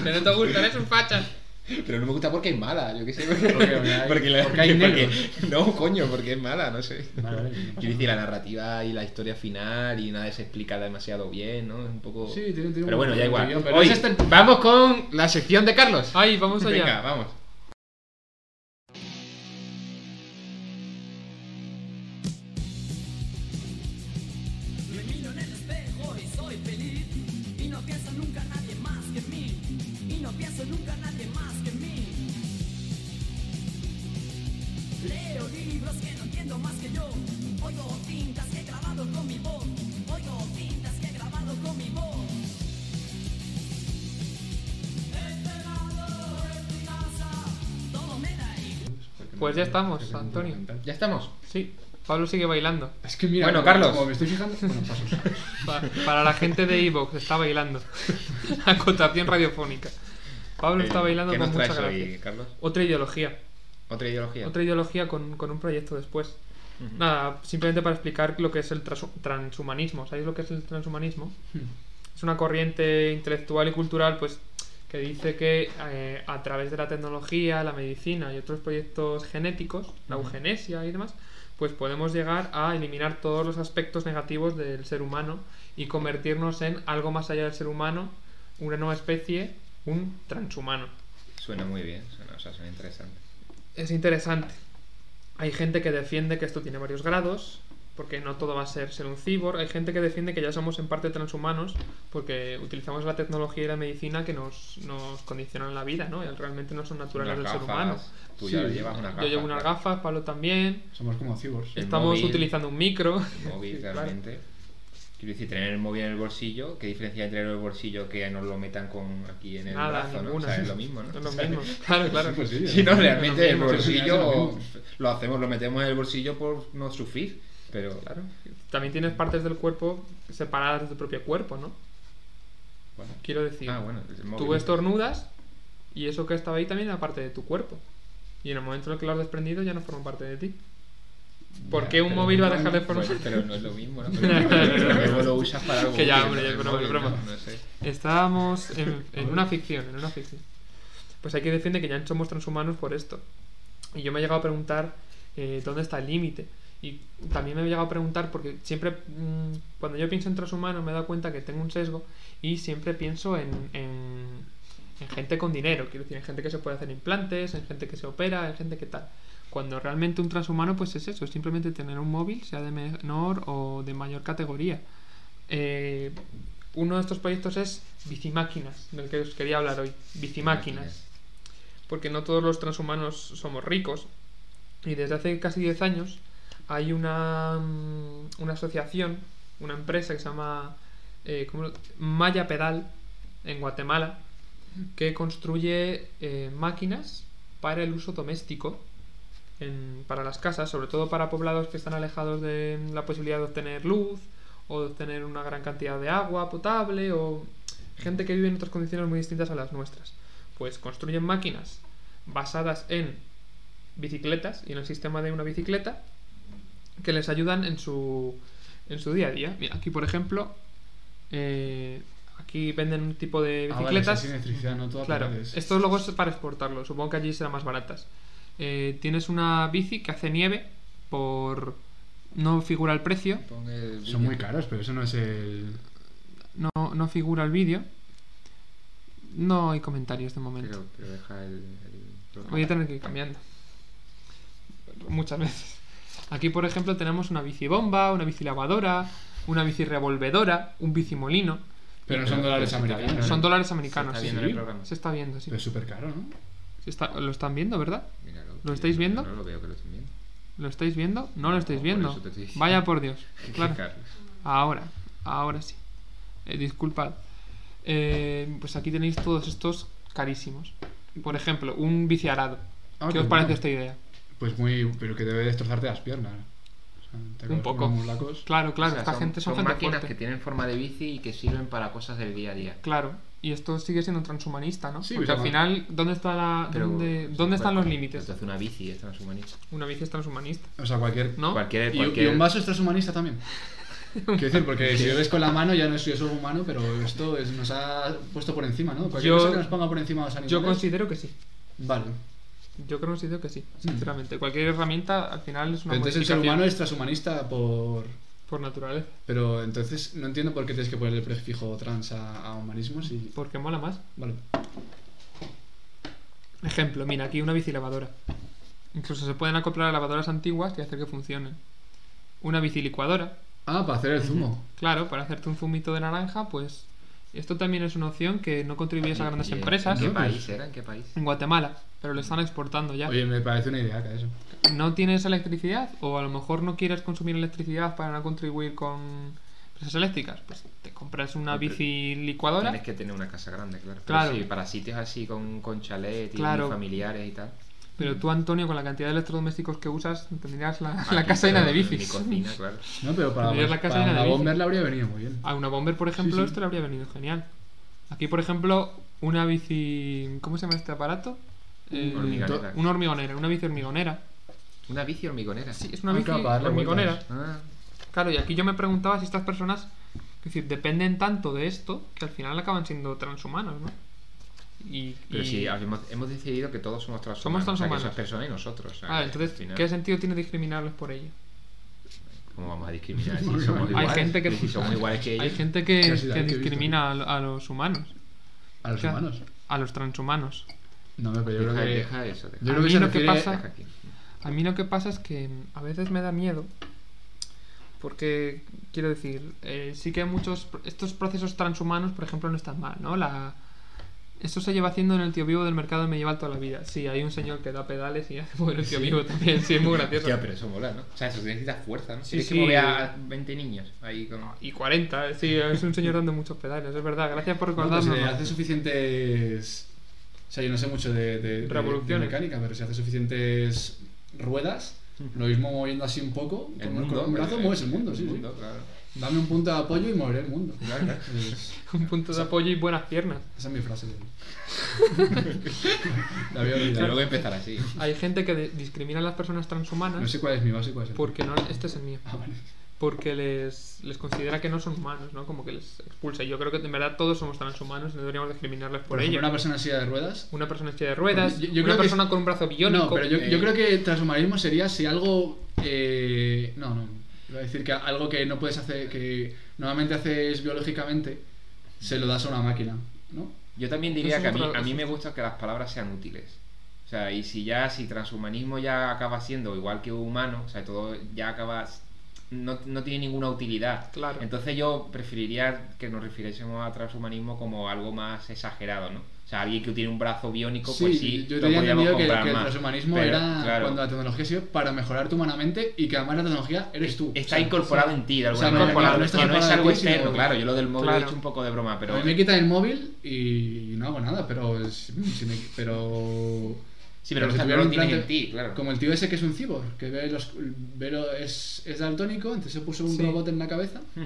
[SPEAKER 2] Que no te gustan, es un facha.
[SPEAKER 3] y- Pero no me gusta porque es mala, yo qué
[SPEAKER 4] <laughs>
[SPEAKER 3] sé.
[SPEAKER 4] Porque hay-
[SPEAKER 3] la-
[SPEAKER 4] porque hay
[SPEAKER 3] porque-
[SPEAKER 4] negros.
[SPEAKER 3] No, coño, porque es mala, no sé.
[SPEAKER 4] <laughs> Vale, vale, no pasa
[SPEAKER 3] Quiero decir, la narrativa y la historia final y nada se explica demasiado bien, ¿no? Es un poco...
[SPEAKER 4] Sí, tiene- tiene un
[SPEAKER 3] pero bueno, ya igual.
[SPEAKER 4] guión, pero este-
[SPEAKER 3] Hoy
[SPEAKER 4] ese está el-
[SPEAKER 3] vamos con la sección de Carlos.
[SPEAKER 2] Ay, vamos allá.
[SPEAKER 3] Venga, vamos.
[SPEAKER 5] Me miro en el espejo y soy feliz Y no pienso nunca en nadie más que en mí Y no pienso nunca en nadie más que en mí Leo libros que no entiendo más que yo Oigo tintas que he grabado con mi voz Oigo tintas que he grabado con mi voz Este lado es mi casa Todo me da igual
[SPEAKER 2] Pues ya estamos, Antonio.
[SPEAKER 3] Ya estamos.
[SPEAKER 2] Sí, Pablo sigue bailando.
[SPEAKER 4] Es que mira,
[SPEAKER 3] Bueno,
[SPEAKER 4] como-
[SPEAKER 3] Carlos.
[SPEAKER 4] como me estoy fijando, bueno, paso.
[SPEAKER 2] Pa- para la gente de Evox, está bailando. <laughs> Acotación radiofónica. Pablo está
[SPEAKER 3] Eh,
[SPEAKER 2] bailando
[SPEAKER 3] ¿Qué
[SPEAKER 2] con
[SPEAKER 3] nos
[SPEAKER 2] mucha
[SPEAKER 3] traes hoy,
[SPEAKER 2] gracia.
[SPEAKER 3] Carlos?
[SPEAKER 2] Otra ideología.
[SPEAKER 3] ¿Otra ideología?
[SPEAKER 2] Otra ideología con, con un proyecto después. Nada, simplemente para explicar lo que es el tras- transhumanismo. ¿Sabéis lo que es el transhumanismo? Es una corriente intelectual y cultural pues que dice que eh, a través de la tecnología, la medicina y otros proyectos genéticos, la eugenesia y demás, pues podemos llegar a eliminar todos los aspectos negativos del ser humano y convertirnos en algo más allá del ser humano, una nueva especie, un transhumano.
[SPEAKER 3] Suena muy bien, suena, o sea, suena interesante.
[SPEAKER 2] Es interesante. Hay gente que defiende que esto tiene varios grados, porque no todo va a ser ser un cibor. Hay gente que defiende que ya somos en parte transhumanos, porque utilizamos la tecnología y la medicina que nos, nos condicionan la vida, ¿no? Y realmente no son naturales del
[SPEAKER 3] Unas
[SPEAKER 2] ser humano.
[SPEAKER 3] Tú
[SPEAKER 4] Sí.
[SPEAKER 3] ya llevas unas gafas.
[SPEAKER 2] Yo llevo unas
[SPEAKER 3] claro.
[SPEAKER 2] gafas, Pablo también.
[SPEAKER 4] <laughs> Somos como cyborgs.
[SPEAKER 3] El
[SPEAKER 2] Estamos
[SPEAKER 3] móvil.
[SPEAKER 2] utilizando un micro.
[SPEAKER 3] El móvil
[SPEAKER 2] Sí, claro.
[SPEAKER 3] realmente. Quiero decir, tener el móvil en el bolsillo, ¿qué diferencia hay entre tener el bolsillo que nos lo metan con aquí en el
[SPEAKER 2] <laughs> Nada,
[SPEAKER 3] brazo? ¿no? O
[SPEAKER 2] ninguna.
[SPEAKER 3] sea, es lo mismo,
[SPEAKER 2] <laughs>
[SPEAKER 3] ¿no?
[SPEAKER 2] Es lo
[SPEAKER 3] O sea, <laughs>
[SPEAKER 2] mismo. Claro, claro.
[SPEAKER 4] Pues sí,
[SPEAKER 3] Si no,
[SPEAKER 4] ¿no?
[SPEAKER 3] realmente el
[SPEAKER 2] mismo.
[SPEAKER 3] bolsillo
[SPEAKER 4] Sí, sí,
[SPEAKER 3] lo hacemos, lo metemos en el bolsillo por no sufrir, pero
[SPEAKER 2] Claro. También tienes partes del cuerpo separadas de tu propio cuerpo, ¿no?
[SPEAKER 3] bueno.
[SPEAKER 2] Quiero decir,
[SPEAKER 3] Ah, bueno, el móvil.
[SPEAKER 2] Tú estornudas y eso que estaba ahí también era parte de tu cuerpo. Y en el momento en el que lo has desprendido ya no forma parte de ti. ¿Por
[SPEAKER 3] Ya,
[SPEAKER 2] qué un
[SPEAKER 3] pero
[SPEAKER 2] móvil va a
[SPEAKER 3] no,
[SPEAKER 2] dejar de
[SPEAKER 3] no,
[SPEAKER 2] formar?
[SPEAKER 3] bueno, Pero no es lo
[SPEAKER 2] <laughs>
[SPEAKER 3] mismo, ¿no? Pero luego lo usas para algo.
[SPEAKER 2] Que ya,
[SPEAKER 3] útil,
[SPEAKER 2] hombre,
[SPEAKER 3] ¿no?
[SPEAKER 2] ya es
[SPEAKER 3] El
[SPEAKER 2] broma, es
[SPEAKER 3] móvil,
[SPEAKER 2] broma.
[SPEAKER 3] No, No sé.
[SPEAKER 2] Estábamos en, en una ficción, en una ficción. Pues hay que defiende que ya somos transhumanos por esto. Y yo me he llegado a preguntar eh, dónde está el límite. Y también me he llegado a preguntar, porque siempre, mm, cuando yo pienso en transhumanos, me he dado cuenta que tengo un sesgo y siempre pienso en, en- en gente con dinero. Quiero decir, en gente que se puede hacer implantes, en gente que se opera, en gente que tal. Cuando realmente un transhumano, pues es eso, es simplemente tener un móvil, sea de menor o de mayor categoría. Eh, uno de estos proyectos es Bicimáquinas, del que os quería hablar hoy. Bicimáquinas. Porque no todos los transhumanos somos ricos. Y desde hace casi 10 años hay una, mm, una asociación, una empresa que se llama eh, ¿cómo lo- Maya Pedal en Guatemala, que construye eh, máquinas para el uso doméstico en- para las casas, sobre todo para poblados que están alejados de la posibilidad de obtener luz o de obtener una gran cantidad de agua potable o gente que vive en otras condiciones muy distintas a las nuestras. Pues construyen máquinas basadas en bicicletas y en el sistema de una bicicleta que les ayudan en su, en su día a día. Mira, aquí por ejemplo eh, aquí venden un tipo de
[SPEAKER 4] Ah, vale, o sea,
[SPEAKER 2] bicicletas.
[SPEAKER 4] sin electricidad, no todas
[SPEAKER 2] Claro,
[SPEAKER 4] pedales.
[SPEAKER 2] estos luego es para exportarlo, supongo que allí serán más baratas. Eh, tienes una bici que hace nieve por... no figura el precio,
[SPEAKER 3] Pon el vídeo.
[SPEAKER 4] Son muy caros, pero eso no es el.
[SPEAKER 2] no, no figura el vídeo. No hay comentarios de momento.
[SPEAKER 3] Pero, pero deja el. el-
[SPEAKER 2] Voy a tener que ir cambiando. Muchas veces. Aquí, por ejemplo, tenemos una bici bomba, una bici lavadora, una bici revolvedora, un bici molino.
[SPEAKER 4] Pero no son dólares
[SPEAKER 3] pero sí, está bien,
[SPEAKER 4] americanos.
[SPEAKER 2] Son
[SPEAKER 4] ¿no?
[SPEAKER 2] dólares
[SPEAKER 3] Se
[SPEAKER 2] americanos.
[SPEAKER 3] está
[SPEAKER 2] sí.
[SPEAKER 3] viendo en el programa. Pues-
[SPEAKER 2] Se está viendo, sí.
[SPEAKER 4] Pero es súper caro, ¿no?
[SPEAKER 2] Se está- lo están viendo, ¿verdad?
[SPEAKER 3] Míralo.
[SPEAKER 2] ¿Lo estáis viendo?
[SPEAKER 3] No lo veo que lo estoy viendo.
[SPEAKER 2] ¿Lo estáis viendo? No lo estáis
[SPEAKER 3] por
[SPEAKER 2] viendo.
[SPEAKER 3] eso te estoy diciendo.
[SPEAKER 2] Vaya por Dios.
[SPEAKER 3] Qué
[SPEAKER 2] Claro.
[SPEAKER 3] caro.
[SPEAKER 2] Ahora, ahora sí. Eh, disculpad. Eh, pues aquí tenéis todos estos carísimos. Por ejemplo, un biciarado.
[SPEAKER 4] Ah,
[SPEAKER 2] ¿Qué
[SPEAKER 4] qué
[SPEAKER 2] os parece este
[SPEAKER 4] bueno.
[SPEAKER 2] esta idea?
[SPEAKER 4] Pues muy. Pero que debe destrozarte las piernas. O sea, te
[SPEAKER 2] Un
[SPEAKER 4] acabas
[SPEAKER 2] poco.
[SPEAKER 4] con unos lacos.
[SPEAKER 2] Claro, claro.
[SPEAKER 3] O sea,
[SPEAKER 2] esta gente son, gente
[SPEAKER 3] máquinas
[SPEAKER 2] fuerte.
[SPEAKER 3] que tienen forma de bici y que sirven para cosas del día a día.
[SPEAKER 2] Claro. Y esto sigue siendo transhumanista, ¿no?
[SPEAKER 4] Sí,
[SPEAKER 2] Porque
[SPEAKER 4] pero
[SPEAKER 2] al
[SPEAKER 4] ma-
[SPEAKER 2] final, ¿dónde, está la,
[SPEAKER 3] Pero-
[SPEAKER 2] dónde, dónde están los límites?
[SPEAKER 3] Esto hace una bici, esta no es humanista.
[SPEAKER 2] Una bici es transhumanista,
[SPEAKER 4] O sea, cualquier.
[SPEAKER 2] ¿no?
[SPEAKER 3] Cualquier,
[SPEAKER 4] Y-
[SPEAKER 3] Eh, cualquier...
[SPEAKER 4] Y, un vaso es
[SPEAKER 2] <laughs>
[SPEAKER 4] transhumanista también. Quiero decir, porque si bebes con la mano ya no es eso humano, pero esto es- nos ha puesto por encima, ¿no? Cualquier
[SPEAKER 2] Yo-
[SPEAKER 4] cosa que nos ponga por encima de los animales.
[SPEAKER 2] Yo considero que sí.
[SPEAKER 4] Vale.
[SPEAKER 2] Yo considero que sí, sinceramente. Cualquier herramienta al final es una
[SPEAKER 4] Entonces el ser
[SPEAKER 2] modificación
[SPEAKER 4] humano es transhumanista por.
[SPEAKER 2] por naturaleza.
[SPEAKER 4] Pero entonces no entiendo por qué tienes que poner el prefijo trans a, a humanismo si.
[SPEAKER 2] Porque mola más.
[SPEAKER 4] Vale.
[SPEAKER 2] Ejemplo, mira, aquí una bici lavadora. Incluso se pueden acoplar a lavadoras antiguas y hacer que funcionen. Una bici licuadora,
[SPEAKER 4] Ah, para hacer el zumo.
[SPEAKER 2] claro, para hacerte un zumito de naranja, pues esto también es una opción que no contribuyes a grandes
[SPEAKER 3] ¿Y en-
[SPEAKER 2] empresas
[SPEAKER 3] ¿En qué
[SPEAKER 4] ¿no?
[SPEAKER 3] país era? ¿En qué país?
[SPEAKER 2] en Guatemala, pero lo están exportando ya.
[SPEAKER 4] Oye, me parece una idea, que eso.
[SPEAKER 2] ¿No tienes electricidad o a lo mejor no quieres consumir electricidad para no contribuir con empresas eléctricas? Pues te compras una
[SPEAKER 3] Hombre,
[SPEAKER 2] bici licuadora.
[SPEAKER 3] Tienes que tener una casa grande, claro. Pero
[SPEAKER 2] Claro.
[SPEAKER 3] sí, para sitios así con, con chalet y
[SPEAKER 2] Claro.
[SPEAKER 3] familiares y tal.
[SPEAKER 2] Pero tú, Antonio, con la cantidad de electrodomésticos que usas, tendrías la, la
[SPEAKER 3] Aquí,
[SPEAKER 2] casa llena de
[SPEAKER 3] pero en
[SPEAKER 2] bicis.
[SPEAKER 3] Mi cocina, claro.
[SPEAKER 4] No, pero para,
[SPEAKER 2] Tendrías la casa
[SPEAKER 4] para
[SPEAKER 2] llena de
[SPEAKER 4] la
[SPEAKER 2] bicis.
[SPEAKER 4] bomber la habría venido muy bien.
[SPEAKER 2] A una bomber, por ejemplo,
[SPEAKER 4] sí.
[SPEAKER 2] esto le habría venido genial. Aquí, por ejemplo, una bici. ¿Cómo se llama este aparato? Eh,
[SPEAKER 3] Hormigonera.
[SPEAKER 2] una hormigonera, una bici hormigonera.
[SPEAKER 3] Una bici hormigonera.
[SPEAKER 2] Sí, es una
[SPEAKER 4] Ah,
[SPEAKER 2] bici
[SPEAKER 4] claro, para darle
[SPEAKER 2] hormigonera.
[SPEAKER 4] vueltas.
[SPEAKER 3] Ah,
[SPEAKER 2] Claro, y aquí yo me preguntaba si estas personas, es decir, dependen tanto de esto que al final acaban siendo transhumanos, ¿no? Y, Ah,
[SPEAKER 3] pero
[SPEAKER 2] y-
[SPEAKER 3] sí, hemos, hemos decidido que todos somos
[SPEAKER 2] Somos
[SPEAKER 3] transhumanos.
[SPEAKER 2] transhumanos.
[SPEAKER 3] O sea, que esas personas y nosotros. o sea,
[SPEAKER 2] Ah,
[SPEAKER 3] que
[SPEAKER 2] entonces,
[SPEAKER 3] al final,
[SPEAKER 2] ¿qué sentido tiene discriminarlos por ello?
[SPEAKER 3] ¿Cómo vamos a discriminar si somos
[SPEAKER 2] Hay
[SPEAKER 3] iguales?
[SPEAKER 2] gente que-
[SPEAKER 3] <laughs> Si somos iguales que ellos.
[SPEAKER 2] Hay gente que,
[SPEAKER 4] Casi la
[SPEAKER 2] que
[SPEAKER 4] que he visto.
[SPEAKER 2] discrimina a, lo- a los humanos,
[SPEAKER 4] A los
[SPEAKER 2] Claro.
[SPEAKER 4] humanos.
[SPEAKER 2] a los transhumanos.
[SPEAKER 4] No, pero yo
[SPEAKER 3] Deja,
[SPEAKER 4] creo que.
[SPEAKER 3] deja eso. Deja.
[SPEAKER 4] Yo
[SPEAKER 2] A
[SPEAKER 4] creo que
[SPEAKER 2] mí
[SPEAKER 4] se
[SPEAKER 2] lo que
[SPEAKER 4] refiere-
[SPEAKER 2] pasa
[SPEAKER 3] Deja aquí.
[SPEAKER 2] A mí lo que pasa es que mm, a veces me da miedo, porque quiero decir, eh, sí que hay muchos. pr- Estos procesos transhumanos, por ejemplo, no están mal, ¿no? La, eso se lleva haciendo en el tío vivo del mercado medieval toda la vida. Sí, hay un señor que da pedales y <laughs> hace mover el tío vivo también, sí, es muy gracioso.
[SPEAKER 3] Ya, pero eso mola, ¿no? O sea, eso necesitas fuerza, ¿no?
[SPEAKER 2] Sí,
[SPEAKER 3] Tienes
[SPEAKER 2] sí.
[SPEAKER 3] que mover a 20 niños ahí con...
[SPEAKER 2] Y 40, sí, es un señor dando muchos pedales, es verdad. Gracias por
[SPEAKER 4] No, pero
[SPEAKER 2] recordarnos.
[SPEAKER 4] si hace suficientes. O sea, yo no sé mucho de, de- de-
[SPEAKER 2] Revoluciones.
[SPEAKER 4] de mecánica, pero si hace suficientes ruedas, lo mismo moviendo así un poco, con, un- con un brazo
[SPEAKER 3] pero-
[SPEAKER 4] mueves el mundo, sí, sí.
[SPEAKER 3] mundo, claro.
[SPEAKER 4] Dame un punto de apoyo y moveré el mundo.
[SPEAKER 3] Claro, claro.
[SPEAKER 4] <laughs> Es-
[SPEAKER 2] Un punto de apoyo y buenas piernas.
[SPEAKER 4] esa es
[SPEAKER 3] <laughs>
[SPEAKER 4] mi frase. La había
[SPEAKER 3] Y luego
[SPEAKER 4] olvidado.
[SPEAKER 3] empezar así.
[SPEAKER 2] Hay gente que de- discrimina a las personas transhumanas
[SPEAKER 4] No sé cuál es mi base y cuál es el
[SPEAKER 2] porque no. Este es el mío.
[SPEAKER 4] Ah, vale.
[SPEAKER 2] porque les, les considera que no son humanos, ¿no? Como que les expulsa. Y Yo creo que en verdad todos somos transhumanos y no deberíamos discriminarles por,
[SPEAKER 4] Por ejemplo,
[SPEAKER 2] ello.
[SPEAKER 4] una
[SPEAKER 2] Una,
[SPEAKER 4] persona en silla de ruedas
[SPEAKER 2] persona en silla de ruedas,
[SPEAKER 4] Yo- yo creo
[SPEAKER 2] una
[SPEAKER 4] que
[SPEAKER 2] persona
[SPEAKER 4] es-
[SPEAKER 2] con un brazo biónico.
[SPEAKER 4] No, pero yo, yo
[SPEAKER 3] eh.
[SPEAKER 4] creo que transhumanismo sería si algo. eh, no, no. Iba a decir que algo que no puedes hacer, que normalmente haces biológicamente, se lo das a una máquina, ¿no?
[SPEAKER 3] Yo también diría
[SPEAKER 2] Eso
[SPEAKER 3] que a
[SPEAKER 2] es
[SPEAKER 3] mí,
[SPEAKER 2] otra-
[SPEAKER 3] a mí me gusta que las palabras sean útiles. O sea, y si ya, si transhumanismo ya acaba siendo igual que humano, o sea, todo ya acaba. No, no tiene ninguna utilidad.
[SPEAKER 2] Claro.
[SPEAKER 3] Entonces yo preferiría que nos refiriésemos a transhumanismo como algo más exagerado, ¿no? O sea, alguien que tiene un brazo biónico, pues sí,
[SPEAKER 4] yo
[SPEAKER 3] lo
[SPEAKER 4] tenía
[SPEAKER 3] podríamos
[SPEAKER 4] entendido que,
[SPEAKER 3] comprar
[SPEAKER 4] que el
[SPEAKER 3] más.
[SPEAKER 4] transhumanismo
[SPEAKER 3] Pero,
[SPEAKER 4] era
[SPEAKER 3] claro,
[SPEAKER 4] cuando la tecnología sirve para mejorarte humanamente y que además la tecnología eres tú.
[SPEAKER 3] Está
[SPEAKER 4] O sea,
[SPEAKER 3] incorporado
[SPEAKER 4] o sea,
[SPEAKER 3] en ti, de
[SPEAKER 4] o
[SPEAKER 3] alguna
[SPEAKER 4] sea,
[SPEAKER 3] manera.
[SPEAKER 4] incorporado,
[SPEAKER 3] que
[SPEAKER 4] no
[SPEAKER 3] no
[SPEAKER 4] está
[SPEAKER 3] es
[SPEAKER 4] incorporado
[SPEAKER 3] algo
[SPEAKER 4] en ti, sino-
[SPEAKER 3] externo, claro. Yo lo del móvil
[SPEAKER 2] Claro.
[SPEAKER 3] lo he hecho un poco de broma, pero.
[SPEAKER 4] A mí me quitan el móvil y no hago nada, pero. si- si me- pero
[SPEAKER 3] Sí, pero
[SPEAKER 4] Como
[SPEAKER 3] no está-
[SPEAKER 4] si
[SPEAKER 3] no
[SPEAKER 4] tuviera
[SPEAKER 3] lo
[SPEAKER 4] un
[SPEAKER 3] tienes
[SPEAKER 4] plan
[SPEAKER 3] en
[SPEAKER 4] de-
[SPEAKER 3] ti, claro.
[SPEAKER 4] Como el tío ese que es un cyborg, que ve los, ve lo- es, es daltónico, entonces se puso un
[SPEAKER 2] Sí.
[SPEAKER 4] robot en la cabeza
[SPEAKER 3] Ujú.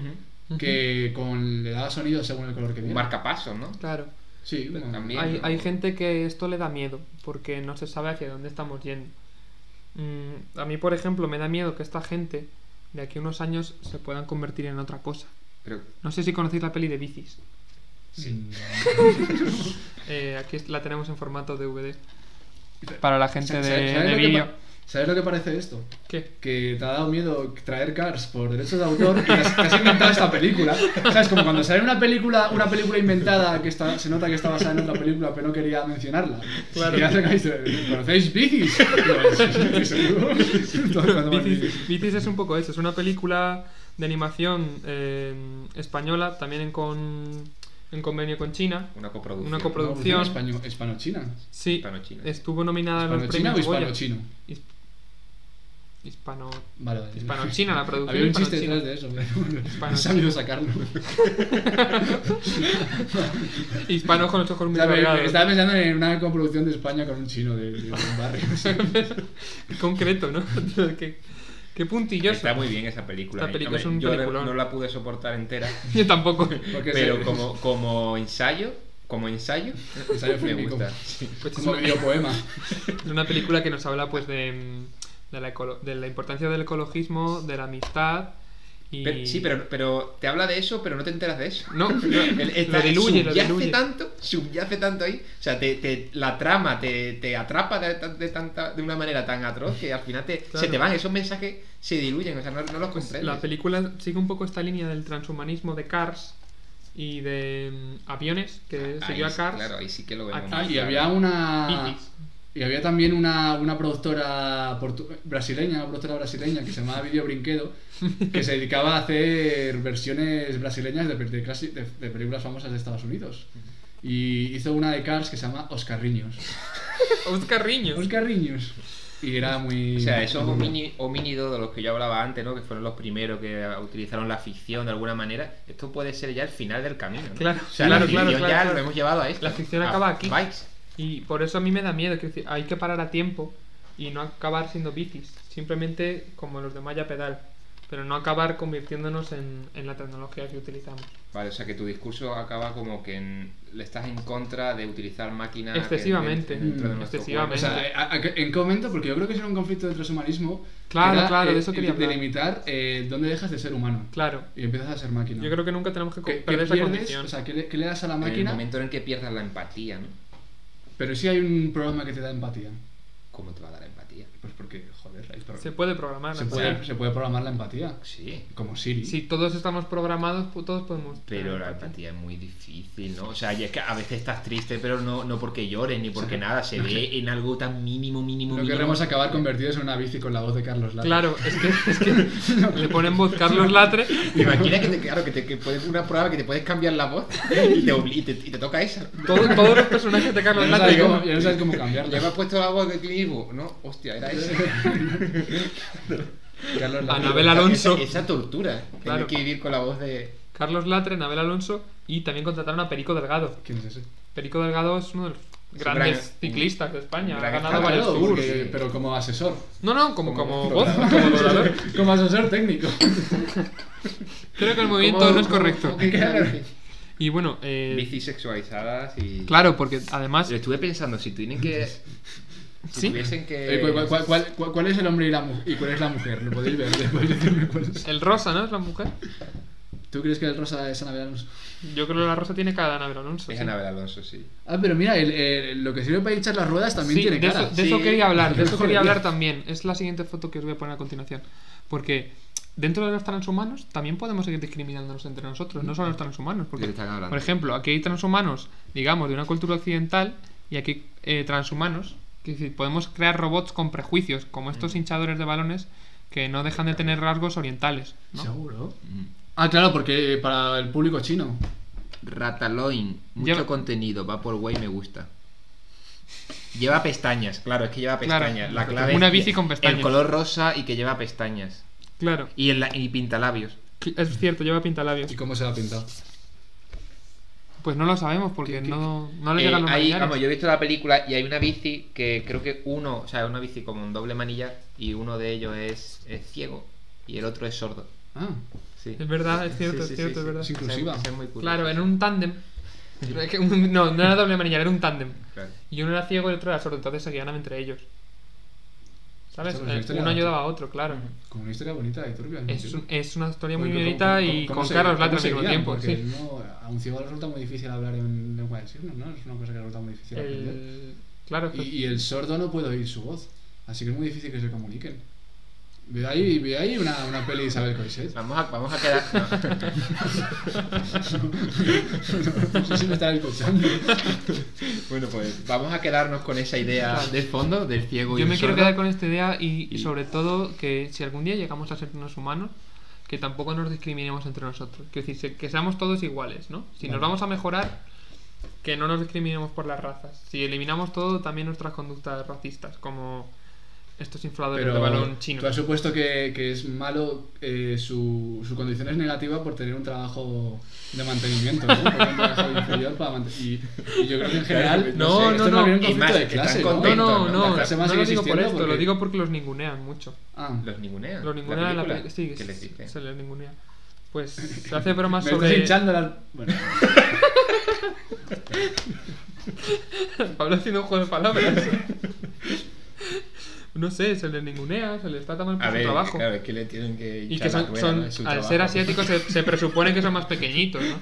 [SPEAKER 2] Ujú.
[SPEAKER 4] que con, le daba sonido según el color que
[SPEAKER 3] Un
[SPEAKER 4] viera.
[SPEAKER 3] marcapasos, ¿no?
[SPEAKER 2] Claro.
[SPEAKER 4] Sí, bueno,
[SPEAKER 3] también.
[SPEAKER 2] Hay,
[SPEAKER 3] ¿no?
[SPEAKER 2] hay gente que esto le da miedo porque no se sabe hacia dónde estamos yendo. Mm, a mí, por ejemplo, me da miedo que esta gente de aquí a unos años se puedan convertir en otra cosa.
[SPEAKER 3] Pero
[SPEAKER 2] No sé si conocéis la peli de bicis.
[SPEAKER 4] <laughs> Sí.
[SPEAKER 2] Eh, aquí la tenemos en formato DVD. Para la gente de,
[SPEAKER 4] ¿Sabes- sabes
[SPEAKER 2] de
[SPEAKER 4] lo que
[SPEAKER 2] vídeo.
[SPEAKER 4] pa- ¿Sabes lo que parece esto?
[SPEAKER 2] ¿Qué?
[SPEAKER 4] Que te ha dado miedo traer Cars por derechos de autor y te has, te has inventado esta película. ¿Sabes? Como cuando sale una película, una película inventada que está, se nota que está basada en otra película, pero no quería mencionarla.
[SPEAKER 2] Claro.
[SPEAKER 4] Y hace que dice, ¿conocéis bicis? Y yo, "Sí, sí, sí, seguro".
[SPEAKER 3] <laughs>
[SPEAKER 4] <laughs> Todo el rato más bicis.
[SPEAKER 2] Bicis, Bicis es un poco eso. Es una película de animación eh, española, también en, con, en convenio con China.
[SPEAKER 3] una coproducción.
[SPEAKER 2] Una coprodu-
[SPEAKER 4] Producción hispano- hispano-china.
[SPEAKER 2] Sí,
[SPEAKER 3] Hispano-china.
[SPEAKER 2] estuvo nominada en Ah, los
[SPEAKER 4] ¿Hispano-china
[SPEAKER 2] premios
[SPEAKER 4] o
[SPEAKER 2] Goya.
[SPEAKER 4] hispano-chino?
[SPEAKER 2] His- Hispano...
[SPEAKER 4] Vale, vale.
[SPEAKER 2] Hispano-china,
[SPEAKER 4] <laughs>
[SPEAKER 2] la producción
[SPEAKER 4] Había un chiste
[SPEAKER 2] hispano-china.
[SPEAKER 4] detrás de eso, pero no he
[SPEAKER 2] <laughs>
[SPEAKER 4] sabido sacarlo.
[SPEAKER 2] Hispano con los ojos muy
[SPEAKER 4] Estaba,
[SPEAKER 2] alargados.
[SPEAKER 4] estaba pensando en una coproducción de España con un chino de, de un barrio.
[SPEAKER 2] <laughs> Concreto, ¿no? <laughs> qué, qué puntilloso.
[SPEAKER 3] Está muy bien esa película.
[SPEAKER 2] Esta
[SPEAKER 3] ¿eh?
[SPEAKER 2] película es un
[SPEAKER 3] yo no,
[SPEAKER 2] peliculón.
[SPEAKER 3] no la pude soportar entera,
[SPEAKER 2] <laughs> <laughs> Yo
[SPEAKER 3] <laughs>
[SPEAKER 2] tampoco.
[SPEAKER 4] Porque
[SPEAKER 3] pero
[SPEAKER 4] se-
[SPEAKER 3] como, como ensayo, como ensayo,
[SPEAKER 4] Ensayo
[SPEAKER 3] me
[SPEAKER 4] fílmico.
[SPEAKER 3] gusta. Sí.
[SPEAKER 2] Pues es
[SPEAKER 4] como
[SPEAKER 2] una,
[SPEAKER 4] medio poema.
[SPEAKER 2] es una película que nos habla pues de, mm, de la, ecolo- de la importancia del ecologismo, de la amistad y...
[SPEAKER 3] Pero, sí, pero, pero te habla de eso, pero <laughs> no te enteras de
[SPEAKER 2] <laughs>
[SPEAKER 3] eso.
[SPEAKER 2] No,
[SPEAKER 3] El- el- está-
[SPEAKER 2] diluye, lo
[SPEAKER 3] subyace
[SPEAKER 2] diluye.
[SPEAKER 3] tanto, subyace tanto ahí. O sea, te, te- la trama te, te atrapa de, tan- de tanta, de una manera tan atroz que al final te,
[SPEAKER 2] Claro.
[SPEAKER 3] se te van, esos mensajes se diluyen, o sea, no, no los comprendes.
[SPEAKER 2] Pues, La película sigue un poco esta línea del transhumanismo de Cars y de mm, aviones, que
[SPEAKER 3] Ah, Ahí
[SPEAKER 2] siguió a
[SPEAKER 3] sí,
[SPEAKER 2] Cars.
[SPEAKER 3] Claro, ahí sí que lo vemos.
[SPEAKER 2] Ah,
[SPEAKER 4] Ah,
[SPEAKER 3] más
[SPEAKER 4] y
[SPEAKER 3] claro.
[SPEAKER 4] había una.
[SPEAKER 2] Bicis.
[SPEAKER 4] Y había también una, una productora portu- brasileña, una productora brasileña que se llamaba Video Brinquedo, que se dedicaba a hacer versiones brasileñas de, pe- de clasi- de- de películas famosas de Estados Unidos. Y hizo una de Cars que se llama Oscarriños.
[SPEAKER 2] Oscar Riño.
[SPEAKER 4] Oscarriños. Y era muy.
[SPEAKER 3] O sea, esos
[SPEAKER 4] muy buena.
[SPEAKER 3] homini- homínidos de los que yo hablaba antes, ¿no? Que fueron los primeros que utilizaron la ficción de alguna manera. Esto puede ser ya el final del camino, ¿no?
[SPEAKER 2] Claro,
[SPEAKER 3] o sea,
[SPEAKER 2] claro,
[SPEAKER 3] la
[SPEAKER 2] claro,
[SPEAKER 3] ficción
[SPEAKER 2] claro,
[SPEAKER 3] ya
[SPEAKER 2] claro.
[SPEAKER 3] lo hemos llevado a esto. Ah,
[SPEAKER 2] La ficción
[SPEAKER 3] A
[SPEAKER 2] acaba aquí.
[SPEAKER 3] Vice.
[SPEAKER 2] Y por eso a mí me da miedo, quiero decir, hay que parar a tiempo y no acabar siendo bicis, simplemente como los de Maya Pedal, pero no acabar convirtiéndonos en, en la tecnología que utilizamos.
[SPEAKER 3] Vale, o sea que tu discurso acaba como que en- le estás en contra de utilizar máquinas. que-
[SPEAKER 2] Excesivamente, Mm,
[SPEAKER 3] dentro de nuestro
[SPEAKER 2] excesivamente.
[SPEAKER 4] O
[SPEAKER 3] cuerpo.
[SPEAKER 4] sea, a- a- en qué momento, porque yo creo que eso era un conflicto de transhumanismo.
[SPEAKER 2] Claro,
[SPEAKER 4] que era,
[SPEAKER 2] claro, de
[SPEAKER 4] eh,
[SPEAKER 2] eso quería hablar.
[SPEAKER 4] Delimitar eh, dónde dejas de ser humano
[SPEAKER 2] Claro,
[SPEAKER 4] y empiezas a ser máquina.
[SPEAKER 2] yo creo que nunca tenemos que co-
[SPEAKER 4] ¿Qué- qué
[SPEAKER 2] perder esa
[SPEAKER 4] pierdes?
[SPEAKER 2] condición.
[SPEAKER 4] O sea, ¿qué le, qué le das a la
[SPEAKER 3] En el
[SPEAKER 4] máquina?
[SPEAKER 3] momento en el que pierdas la empatía, ¿no?
[SPEAKER 4] Pero sí hay un programa que te da empatía.
[SPEAKER 3] ¿Cómo te va a dar empatía?
[SPEAKER 4] Pues porque, joder, hay pro-
[SPEAKER 2] se puede programar.
[SPEAKER 4] se
[SPEAKER 2] ¿no?
[SPEAKER 4] puede,
[SPEAKER 2] Sí.
[SPEAKER 4] se puede programar la empatía.
[SPEAKER 3] Sí.
[SPEAKER 4] Como Siri.
[SPEAKER 2] Si todos estamos programados, pues todos podemos... tener
[SPEAKER 3] Pero la
[SPEAKER 2] empatía.
[SPEAKER 3] empatía es muy difícil, ¿no? O sea, y es que a veces estás triste, pero no, no porque llores ni porque
[SPEAKER 4] O sea,
[SPEAKER 3] nada, se ve en algo tan mínimo, mínimo,
[SPEAKER 4] No
[SPEAKER 3] mínimo.
[SPEAKER 4] queremos acabar convertidos en una bici con la voz de Carlos Lara.
[SPEAKER 2] Claro, es que, es que le ponen voz Carlos Latre.
[SPEAKER 3] ¿Te imaginas que te, claro, que te que puedes- una prueba que te puedes cambiar la voz y te, obli- y te, y te toca esa?
[SPEAKER 2] todo- todos los personajes de Carlos
[SPEAKER 4] Ya no sabes
[SPEAKER 2] Latre.
[SPEAKER 4] cómo, ya no sabes cómo cambiarla.
[SPEAKER 3] Ya me has puesto la voz de Clint Eastwood, ¿no? Hostia, era esa.
[SPEAKER 4] Carlos Lara.
[SPEAKER 2] Anabel Alonso.
[SPEAKER 3] Esa, esa tortura,
[SPEAKER 2] Claro.
[SPEAKER 3] tener que vivir con la voz de...
[SPEAKER 2] Carlos Latre, Nabel Alonso y también contrataron a Perico Delgado.
[SPEAKER 4] ¿Quién es ese?
[SPEAKER 2] Perico Delgado es uno de los
[SPEAKER 3] un
[SPEAKER 2] grandes
[SPEAKER 3] gran-
[SPEAKER 2] ciclistas de España.
[SPEAKER 3] un
[SPEAKER 2] Ha
[SPEAKER 3] gran
[SPEAKER 2] ganado
[SPEAKER 4] Ah,
[SPEAKER 2] varios
[SPEAKER 3] estratega.
[SPEAKER 4] claro,
[SPEAKER 2] tours.
[SPEAKER 4] porque- pero como asesor.
[SPEAKER 2] No, no, como, como voz,
[SPEAKER 4] Programa. <laughs>
[SPEAKER 2] como
[SPEAKER 3] <laughs>
[SPEAKER 2] doblador.
[SPEAKER 4] como asesor técnico.
[SPEAKER 2] Creo que el movimiento no es correcto. Y bueno, eh,
[SPEAKER 3] Bicis sexualizadas y...
[SPEAKER 2] claro, porque además.
[SPEAKER 3] Yo estuve pensando, si tienen que... Si
[SPEAKER 2] Sí.
[SPEAKER 3] tuviesen que...
[SPEAKER 4] Eh, ¿cu- cu- cuál, cuál- cuál- cuál es el hombre y, la mu- y cuál es la mujer? Lo podéis <laughs> ver. Después decirme cuál es.
[SPEAKER 2] El rosa, ¿no? Es la mujer.
[SPEAKER 4] ¿Tú crees que el rosa es Anabel Alonso?
[SPEAKER 2] Yo creo que la rosa tiene cara de Anabel Alonso.
[SPEAKER 3] Es
[SPEAKER 2] sí.
[SPEAKER 3] Anabel Alonso, sí.
[SPEAKER 4] Ah, pero mira, el- el- lo que sirve para hinchar las ruedas también
[SPEAKER 2] Sí,
[SPEAKER 4] tiene
[SPEAKER 2] de,
[SPEAKER 4] cara.
[SPEAKER 2] eso, de
[SPEAKER 3] Sí.
[SPEAKER 2] eso quería hablar, de eso
[SPEAKER 4] Joder,
[SPEAKER 2] quería hablar
[SPEAKER 4] tío.
[SPEAKER 2] también. Es la siguiente foto que os voy a poner a continuación. Porque dentro de los transhumanos también podemos seguir discriminándonos entre nosotros, no solo los transhumanos. Porque,
[SPEAKER 3] ¿De qué están hablando?
[SPEAKER 2] por ejemplo, aquí hay transhumanos, digamos, de una cultura occidental y aquí eh, transhumanos. Que es decir, podemos crear robots con prejuicios, como estos hinchadores de balones que no dejan de tener rasgos orientales. ¿no?
[SPEAKER 4] ¿Seguro? Ah, claro, porque para el público chino.
[SPEAKER 3] Rataloin, mucho
[SPEAKER 2] Lleva-
[SPEAKER 3] contenido, va por güey, me gusta. Lleva pestañas, claro, es que lleva
[SPEAKER 2] Claro,
[SPEAKER 3] pestañas. la clave
[SPEAKER 2] una
[SPEAKER 3] es
[SPEAKER 2] bici
[SPEAKER 3] que-
[SPEAKER 2] con pestañas.
[SPEAKER 3] El color rosa y que lleva pestañas.
[SPEAKER 2] Claro,
[SPEAKER 3] Y, en la- y pintalabios.
[SPEAKER 2] es cierto, lleva pintalabios.
[SPEAKER 4] ¿Y cómo se va pintado?
[SPEAKER 2] Pues no lo sabemos porque
[SPEAKER 4] ¿Qué- qué-
[SPEAKER 2] no, no le
[SPEAKER 3] Eh,
[SPEAKER 2] llegan los
[SPEAKER 3] hay-
[SPEAKER 2] maquillares.
[SPEAKER 3] vamos, yo he visto la película y hay una bici que creo que uno, o sea, una bici como un doble manilla y uno de ellos es, es ciego y el otro es sordo.
[SPEAKER 4] Ah,
[SPEAKER 3] Sí.
[SPEAKER 2] Es verdad, es cierto,
[SPEAKER 3] Sí,
[SPEAKER 2] es
[SPEAKER 3] sí,
[SPEAKER 2] cierto,
[SPEAKER 3] sí,
[SPEAKER 2] es
[SPEAKER 3] sí.
[SPEAKER 2] verdad.
[SPEAKER 4] Es inclusiva.
[SPEAKER 3] Esa es muy curiosa.
[SPEAKER 2] Claro, en un tándem. Es que un- No, no era doble manilla, era un tándem.
[SPEAKER 3] Claro.
[SPEAKER 2] Y uno era ciego y el otro era sordo, entonces se guiaban entre ellos. ¿Sabes?
[SPEAKER 4] Esto es una
[SPEAKER 2] Eh,
[SPEAKER 4] pues, historia
[SPEAKER 2] uno ayudaba a
[SPEAKER 4] bonita.
[SPEAKER 2] otro, claro.
[SPEAKER 4] Con una historia bonita y turbia. al mismo
[SPEAKER 2] Es, un-
[SPEAKER 4] tiempo.
[SPEAKER 2] es una historia muy
[SPEAKER 4] Porque
[SPEAKER 2] bonita
[SPEAKER 4] ¿cómo-
[SPEAKER 2] y
[SPEAKER 4] cómo-
[SPEAKER 2] con
[SPEAKER 4] cómo se-
[SPEAKER 2] caros
[SPEAKER 4] cómo
[SPEAKER 2] latas
[SPEAKER 4] se
[SPEAKER 2] al mismo
[SPEAKER 4] guían?
[SPEAKER 2] tiempo.
[SPEAKER 4] Porque
[SPEAKER 2] Sí.
[SPEAKER 4] no- a un ciego le resulta muy difícil hablar en lengua de signos, ¿no? Es una cosa que le resulta muy difícil aprender.
[SPEAKER 2] El- Claro,
[SPEAKER 4] Y, y el sordo no puede oír su voz, así que es muy difícil que se comuniquen. Ve ahí, ve ahí una, una peli de Isabel Coixet.
[SPEAKER 6] Vamos a, vamos a quedar. no.
[SPEAKER 4] <laughs> No sé si me estará escuchando.
[SPEAKER 6] Bueno, pues vamos a quedarnos con esa idea de fondo del ciego y
[SPEAKER 2] Yo
[SPEAKER 6] el
[SPEAKER 2] me quiero
[SPEAKER 6] sordo.
[SPEAKER 2] quedar con esta idea y, y
[SPEAKER 6] Y-
[SPEAKER 2] sobre todo que si algún día llegamos a ser unos humanos, que tampoco nos discriminemos entre nosotros. Quiero decir, se- que seamos todos iguales, ¿no? Si nos
[SPEAKER 4] Vale.
[SPEAKER 2] vamos a mejorar, que no nos discriminemos por las razas. Si eliminamos todo, también nuestras conductas racistas, como estos infladores de balón chino.
[SPEAKER 4] tú has supuesto que, que es malo, eh, su, su condición es negativa por tener un trabajo de mantenimiento, ¿no? Por un trabajo inferior para mantener. Y, y yo creo
[SPEAKER 2] <laughs>
[SPEAKER 4] que en general.
[SPEAKER 2] No,
[SPEAKER 4] sé,
[SPEAKER 2] no,
[SPEAKER 4] esto es
[SPEAKER 2] no.
[SPEAKER 4] más bien un
[SPEAKER 2] Y
[SPEAKER 4] conflicto de
[SPEAKER 6] más, que están
[SPEAKER 4] clase.
[SPEAKER 2] No,
[SPEAKER 6] contentos,
[SPEAKER 2] no,
[SPEAKER 6] ¿no?
[SPEAKER 2] no,
[SPEAKER 4] La
[SPEAKER 2] no,
[SPEAKER 4] clase más
[SPEAKER 2] lo digo por
[SPEAKER 4] existiendo
[SPEAKER 2] esto, lo
[SPEAKER 4] porque-
[SPEAKER 2] digo porque los ningunean mucho.
[SPEAKER 4] Ah.
[SPEAKER 6] Los
[SPEAKER 2] <laughs>
[SPEAKER 6] ningunea.
[SPEAKER 2] Los ningunean en la
[SPEAKER 6] película
[SPEAKER 2] pe- sí,
[SPEAKER 6] que les dice.
[SPEAKER 2] se les ningunea. Pues se hace bromas
[SPEAKER 4] <laughs> Me
[SPEAKER 2] sobre...
[SPEAKER 4] estás
[SPEAKER 2] <laughs>
[SPEAKER 4] hinchando la... Bueno,
[SPEAKER 2] Pablo haciendo un juego de palabras. no sé, se les ningunea, se les trata mal por
[SPEAKER 6] A
[SPEAKER 2] su
[SPEAKER 6] ver,
[SPEAKER 2] trabajo.
[SPEAKER 6] claro, es que le tienen que
[SPEAKER 2] y
[SPEAKER 6] hinchar
[SPEAKER 2] que
[SPEAKER 6] las
[SPEAKER 2] son,
[SPEAKER 6] ruedas,
[SPEAKER 2] son-
[SPEAKER 6] ¿no? Es su
[SPEAKER 2] al
[SPEAKER 6] trabajo.
[SPEAKER 2] ser asiáticos se, se presupone que son más pequeñitos, ¿no?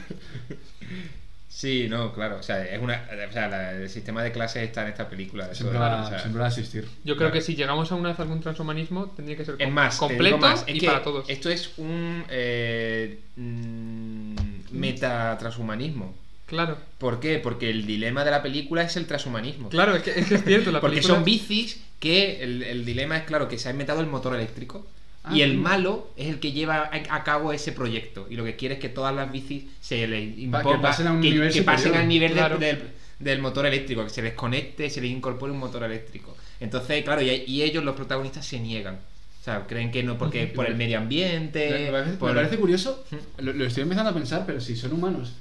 [SPEAKER 6] Sí, no, claro. O sea, es una, o sea la- el sistema de clases está en esta película. eso
[SPEAKER 4] siempre,
[SPEAKER 6] es
[SPEAKER 4] va,
[SPEAKER 6] verdad, o sea,
[SPEAKER 4] siempre va a existir.
[SPEAKER 2] Yo creo que si llegamos a una vez a algún transhumanismo tendría que ser
[SPEAKER 6] Es
[SPEAKER 2] com-
[SPEAKER 6] más, te digo
[SPEAKER 2] completo
[SPEAKER 6] más, es
[SPEAKER 2] y
[SPEAKER 6] que
[SPEAKER 2] para todos.
[SPEAKER 6] Esto es un eh, mm, metatranshumanismo.
[SPEAKER 2] Claro,
[SPEAKER 6] ¿Por qué? Porque el dilema de la película es el transhumanismo.
[SPEAKER 2] claro, es que es, que es cierto. La
[SPEAKER 6] Porque
[SPEAKER 2] película-
[SPEAKER 6] son bicis que el, el dilema es claro que se ha inventado el motor eléctrico
[SPEAKER 4] Ah,
[SPEAKER 6] y el
[SPEAKER 4] sí.
[SPEAKER 6] malo es el que lleva a, a cabo ese proyecto y lo que quiere es que todas las bicis se les imponga,
[SPEAKER 4] pasen a un nivel
[SPEAKER 6] que pasen
[SPEAKER 4] superior.
[SPEAKER 6] al nivel de-
[SPEAKER 2] Claro.
[SPEAKER 6] del, del motor eléctrico, que se les conecte, se les incorpore un motor eléctrico. Entonces, claro, y, y ellos los protagonistas se niegan. O sea, creen que
[SPEAKER 4] <laughs>
[SPEAKER 6] no, porque por el medio ambiente,
[SPEAKER 4] Me parece, me
[SPEAKER 6] Eh, por-
[SPEAKER 4] parece curioso, lo, lo estoy empezando a pensar, pero si son humanos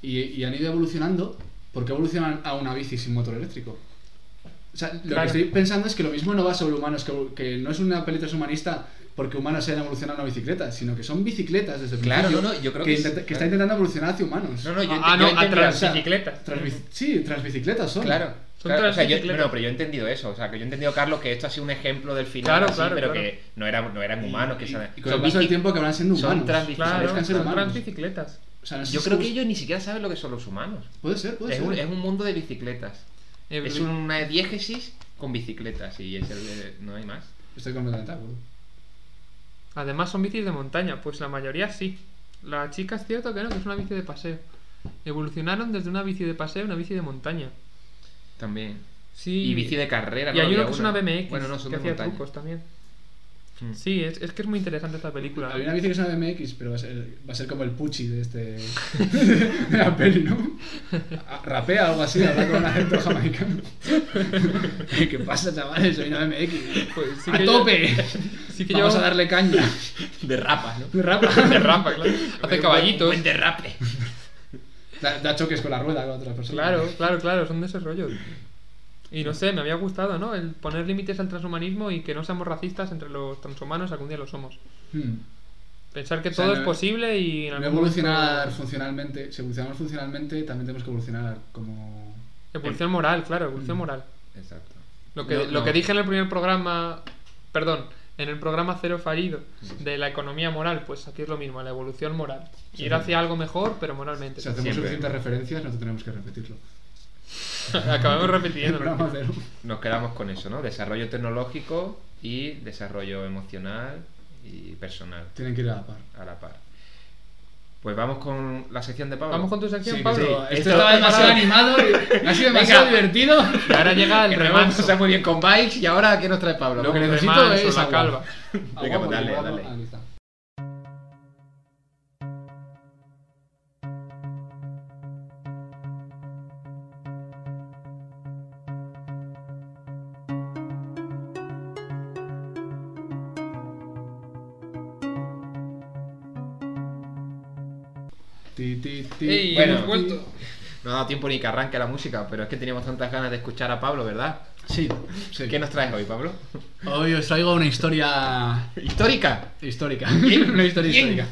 [SPEAKER 4] y, y han ido evolucionando, ¿por qué evolucionan a una bici sin motor eléctrico? O sea, lo
[SPEAKER 2] Claro.
[SPEAKER 4] que estoy pensando es que lo mismo no va sobre humanos, que, que no es una peli transhumanista porque humanos hayan evolucionado a una bicicleta, sino que son bicicletas desde el
[SPEAKER 6] Claro,
[SPEAKER 4] principio
[SPEAKER 6] no, no, yo creo que
[SPEAKER 4] que,
[SPEAKER 6] sí,
[SPEAKER 4] intenta- que
[SPEAKER 6] claro.
[SPEAKER 4] está intentando evolucionar hacia humanos.
[SPEAKER 6] No, no, yo,
[SPEAKER 2] Ah,
[SPEAKER 6] yo
[SPEAKER 2] no,
[SPEAKER 6] he entendido-
[SPEAKER 2] atrás.
[SPEAKER 4] O sea,
[SPEAKER 2] Bicicletas.
[SPEAKER 4] transbi- sí, transbicicletas son.
[SPEAKER 6] Claro.
[SPEAKER 2] Son
[SPEAKER 6] claro, o sea, yo,
[SPEAKER 2] transbicicletas.
[SPEAKER 6] bueno, pero yo he entendido eso. O sea, que yo he entendido, Carlos, que esto ha sido un ejemplo del final,
[SPEAKER 2] Claro,
[SPEAKER 6] así,
[SPEAKER 2] claro,
[SPEAKER 6] pero
[SPEAKER 2] claro.
[SPEAKER 6] que no eran, no eran humanos. Que
[SPEAKER 4] Y-
[SPEAKER 6] son-
[SPEAKER 4] y con el
[SPEAKER 6] son
[SPEAKER 4] paso del
[SPEAKER 6] bici-
[SPEAKER 4] tiempo que van siendo
[SPEAKER 6] son
[SPEAKER 4] humanos.
[SPEAKER 6] transbici-
[SPEAKER 2] claro,
[SPEAKER 4] buscan ser
[SPEAKER 2] son
[SPEAKER 4] humanos.
[SPEAKER 2] transbicicletas.
[SPEAKER 4] O sea, no sé
[SPEAKER 6] Yo
[SPEAKER 4] si
[SPEAKER 6] creo
[SPEAKER 4] es
[SPEAKER 6] que
[SPEAKER 4] justo.
[SPEAKER 6] ellos ni siquiera saben lo que son los humanos.
[SPEAKER 4] Puede ser, puede
[SPEAKER 6] Es
[SPEAKER 4] ser.
[SPEAKER 6] un, es un mundo de bicicletas.
[SPEAKER 2] Eh,
[SPEAKER 6] Es una diégesis con bicicletas y es el, eh, no hay más.
[SPEAKER 4] Estoy completamente de acuerdo.
[SPEAKER 2] Además son bicis de montaña, pues la mayoría sí. La chica es cierto que no, que es una bici de paseo. Evolucionaron desde una bici de paseo a una bici de montaña.
[SPEAKER 6] También.
[SPEAKER 2] Sí.
[SPEAKER 6] Y, bici de carrera.
[SPEAKER 2] Y
[SPEAKER 6] ¿no?
[SPEAKER 2] hay
[SPEAKER 6] Había
[SPEAKER 2] uno que es una BMX
[SPEAKER 6] Bueno, no, son
[SPEAKER 2] que
[SPEAKER 6] de
[SPEAKER 2] hacía
[SPEAKER 6] montaña.
[SPEAKER 2] trucos también.
[SPEAKER 6] Mm.
[SPEAKER 2] Sí, es, es que es muy interesante esta película.
[SPEAKER 4] Había una bici que es una BMX, pero va a ser, va a ser como el Pucci de este. <laughs> de la peli, ¿no? A- Rapea o algo así, habla con un acento jamaicano. <laughs> ¿Qué pasa, chavales? Soy una BMX.
[SPEAKER 2] Pues sí
[SPEAKER 4] ¡A
[SPEAKER 2] que yo-
[SPEAKER 4] tope!
[SPEAKER 2] <laughs> sí que
[SPEAKER 4] Vamos
[SPEAKER 2] yo-
[SPEAKER 4] a darle caña.
[SPEAKER 6] De rapas, ¿no?
[SPEAKER 4] Me Rapa.
[SPEAKER 2] <laughs> De rampa, claro. <laughs> Hace caballitos.
[SPEAKER 6] Buen derrape.
[SPEAKER 4] Da, da choques con la rueda con otra persona.
[SPEAKER 2] Claro, claro, claro, son de esos rollos. Y no sé, me había gustado, ¿no? El poner límites al transhumanismo y que no seamos racistas entre los transhumanos, algún día lo somos.
[SPEAKER 4] Hmm.
[SPEAKER 2] Pensar que
[SPEAKER 4] O sea,
[SPEAKER 2] todo
[SPEAKER 4] no-
[SPEAKER 2] es posible y... en
[SPEAKER 4] No
[SPEAKER 2] algún momento-
[SPEAKER 4] evolucionar funcionalmente. Si evolucionamos funcionalmente, también tenemos que evolucionar como.
[SPEAKER 2] Evolución moral, claro, evolución
[SPEAKER 4] Mm.
[SPEAKER 2] moral.
[SPEAKER 6] Exacto.
[SPEAKER 2] Lo que,
[SPEAKER 6] No,
[SPEAKER 2] lo
[SPEAKER 6] no.
[SPEAKER 2] que dije en el primer programa, perdón, en el programa Cero Fallido de la economía moral, pues aquí es lo mismo, la evolución moral. Ir hacia algo mejor, pero moralmente.
[SPEAKER 4] Si hacemos
[SPEAKER 6] Siempre.
[SPEAKER 4] suficientes referencias, no tenemos que repetirlo.
[SPEAKER 2] <laughs> Acabamos
[SPEAKER 4] El
[SPEAKER 2] repitiendo.
[SPEAKER 4] <laughs> programa cero.
[SPEAKER 6] Nos quedamos con eso, ¿no? Desarrollo tecnológico y desarrollo emocional y personal
[SPEAKER 4] Tienen que ir a la par.
[SPEAKER 6] a la par. Pues vamos con la sección de Pablo.
[SPEAKER 2] Vamos con tu sección,
[SPEAKER 4] Sí,
[SPEAKER 2] Pablo.
[SPEAKER 4] esto-
[SPEAKER 6] Sí,
[SPEAKER 4] esto
[SPEAKER 6] esto-
[SPEAKER 4] estaba demasiado
[SPEAKER 2] Ahora-
[SPEAKER 4] animado,
[SPEAKER 6] <laughs>
[SPEAKER 4] y- ha sido demasiado
[SPEAKER 6] Venga.
[SPEAKER 4] divertido.
[SPEAKER 2] Y ahora <laughs> llega el
[SPEAKER 6] Que nos hemos
[SPEAKER 2] remanso.
[SPEAKER 6] pasado muy bien con bikes y ahora ¿qué nos trae Pablo?
[SPEAKER 4] Lo que
[SPEAKER 2] El
[SPEAKER 4] necesito
[SPEAKER 2] remanso,
[SPEAKER 4] es
[SPEAKER 2] la
[SPEAKER 4] agua.
[SPEAKER 2] calva.
[SPEAKER 6] Venga, pues dale,
[SPEAKER 4] Agua,
[SPEAKER 6] dale.
[SPEAKER 4] Ah, lista. Ti, ti, ti.
[SPEAKER 2] Ey,
[SPEAKER 6] Bueno.
[SPEAKER 2] hemos vuelto.
[SPEAKER 6] No ha dado tiempo ni que arranque la música, pero es que teníamos tantas ganas de escuchar a Pablo, ¿verdad?
[SPEAKER 4] Sí, sí.
[SPEAKER 6] ¿Qué nos traes hoy, Pablo? <laughs>
[SPEAKER 4] Hoy os traigo una historia
[SPEAKER 6] ¡Histórica!
[SPEAKER 4] histórica. <laughs>
[SPEAKER 6] Bien,
[SPEAKER 4] una historia
[SPEAKER 6] bien.
[SPEAKER 4] histórica.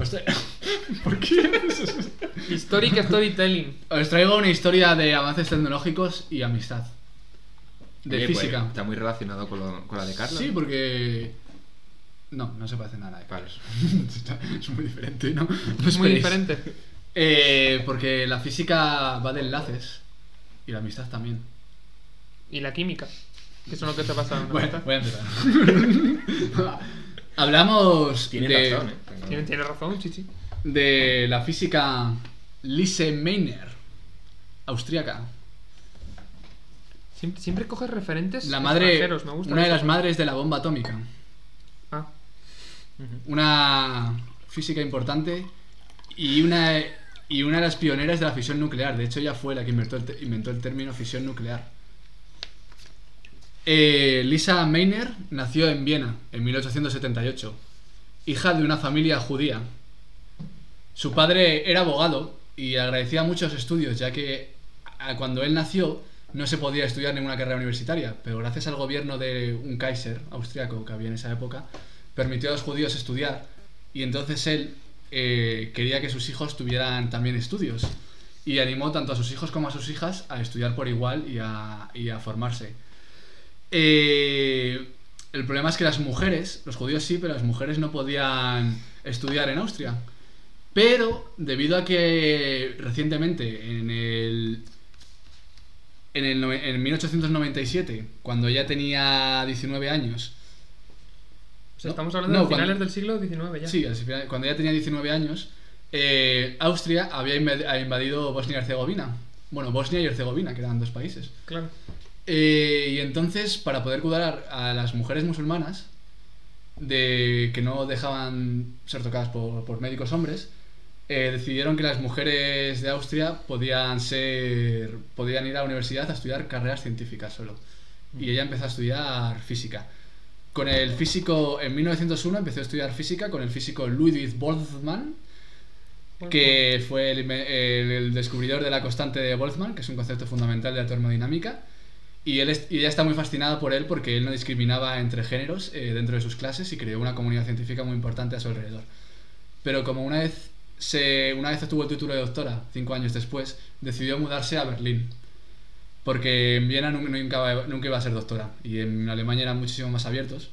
[SPEAKER 4] Os tra- <laughs> ¿Por qué?
[SPEAKER 2] Historic Storytelling.
[SPEAKER 4] <laughs> Os traigo una historia de avances tecnológicos y amistad. de
[SPEAKER 6] Oye, pues,
[SPEAKER 4] física.
[SPEAKER 6] está muy relacionado con, lo- con la de Carlos.
[SPEAKER 4] Sí, porque. No, no se parece nada a Carlos. <laughs> Está- es muy diferente, ¿no? No
[SPEAKER 2] Es muy
[SPEAKER 4] esperéis.
[SPEAKER 2] diferente.
[SPEAKER 4] Eh, porque la física va de enlaces y la amistad también.
[SPEAKER 2] Y la química. Que eso es lo que te pasa en una
[SPEAKER 4] Bueno,
[SPEAKER 2] amistad.
[SPEAKER 4] voy a empezar. <laughs> Hablamos
[SPEAKER 6] Tiene
[SPEAKER 4] de,
[SPEAKER 6] razón, ¿eh?
[SPEAKER 2] Tiene, tiene razón, Chichi.
[SPEAKER 4] de la física Lise Meitner, austríaca.
[SPEAKER 2] Siempre, siempre coges referentes
[SPEAKER 4] La madre,
[SPEAKER 2] extranjeros, me gusta.
[SPEAKER 4] una de
[SPEAKER 2] eso.
[SPEAKER 4] las madres de la bomba atómica.
[SPEAKER 2] Ah,
[SPEAKER 4] Una física importante y una, y una de las pioneras de la fisión nuclear. De hecho, ella fue la que inventó el, te- inventó el término fisión nuclear. Eh, Lisa Meitner nació en Viena en 1878, hija de una familia judía. Su padre era abogado y agradecía muchos estudios, ya que a- cuando él nació no se podía estudiar ninguna carrera universitaria, pero gracias al gobierno de un Kaiser austriaco que había en esa época, permitió a los judíos estudiar y entonces él eh, quería que sus hijos tuvieran también estudios y animó tanto a sus hijos como a sus hijas a estudiar por igual y a, y a formarse. Eh, el problema es que las mujeres, los judíos sí, pero las mujeres no podían estudiar en Austria. Pero debido a que recientemente, en el, en el no- en 1897, cuando ya tenía 19 años,
[SPEAKER 2] o sea,
[SPEAKER 4] No,
[SPEAKER 2] estamos hablando
[SPEAKER 4] no,
[SPEAKER 2] de finales
[SPEAKER 4] cuando-
[SPEAKER 2] del siglo XIX ya.
[SPEAKER 4] Sí, al final- cuando ya tenía 19 años, eh, Austria había invad- ha invadido Bosnia y Herzegovina. Bueno, Bosnia y Herzegovina, que eran dos países.
[SPEAKER 2] Claro.
[SPEAKER 4] Eh, y entonces, para poder cuidar a las mujeres musulmanas, de que no dejaban ser tocadas por, por médicos hombres, eh, decidieron que las mujeres de Austria podían ser podían ir a la universidad a estudiar carreras científicas solo. Y ella empezó a estudiar física. Con el físico, en 1901 empezó a estudiar física con el físico Ludwig Boltzmann, que fue el, inve- el- el descubridor de la constante de Boltzmann, que es un concepto fundamental de la termodinámica. Y, él es- y ella está muy fascinada por él porque él no discriminaba entre géneros eh, dentro de sus clases y creó una comunidad científica muy importante a su alrededor. Pero como una vez, se, una vez obtuvo el título de doctora, cinco años después, decidió mudarse a Berlín. Porque en Viena nun- nunca, nunca iba a ser doctora y en Alemania eran muchísimo más abiertos.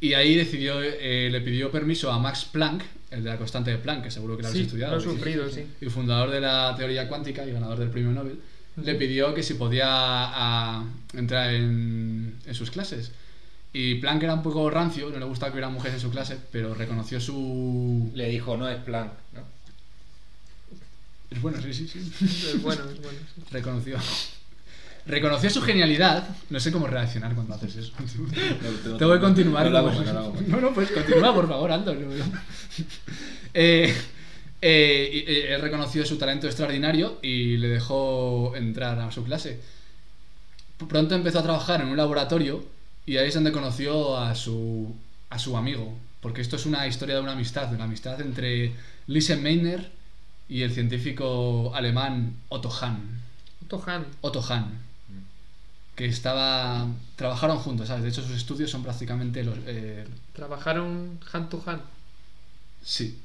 [SPEAKER 4] Y ahí decidió, eh, le pidió permiso a Max Planck, el de la constante de Planck, que seguro que lo habéis
[SPEAKER 2] Sí,
[SPEAKER 4] estudiado.
[SPEAKER 2] lo he
[SPEAKER 4] ¿sí?
[SPEAKER 2] sufrido, sí.
[SPEAKER 4] y fundador de la teoría cuántica y ganador del premio Nobel, le pidió que si podía a, entrar en, en sus clases. Y Planck era un poco rancio, no le gustaba que hubiera mujeres en su clase, pero reconoció su...
[SPEAKER 6] Le dijo, no es plan. ¿no?
[SPEAKER 4] Es bueno, sí, sí, sí.
[SPEAKER 2] Es bueno, es bueno. sí.
[SPEAKER 4] Reconoció. Reconoció su genialidad. No sé cómo reaccionar cuando haces eso. Te voy a continuar.
[SPEAKER 6] No lo hago,
[SPEAKER 4] como- <laughs>
[SPEAKER 6] no lo hago.
[SPEAKER 4] No, no, pues continúa, por favor, Aldo. No, no. <laughs> Eh, eh, y- y él reconoció su talento extraordinario y le dejó entrar a su clase. Pronto empezó a trabajar en un laboratorio y ahí es donde conoció a su, a su amigo. Porque esto es una historia de una amistad, de una amistad entre Lise Meitner y el científico alemán Otto Hahn.
[SPEAKER 2] Otto Hahn.
[SPEAKER 4] Otto Hahn, que estaba. trabajaron juntos, ¿sabes? De hecho, sus estudios son prácticamente los. eh,
[SPEAKER 2] Trabajaron hand to hand. <laughs>
[SPEAKER 4] sí.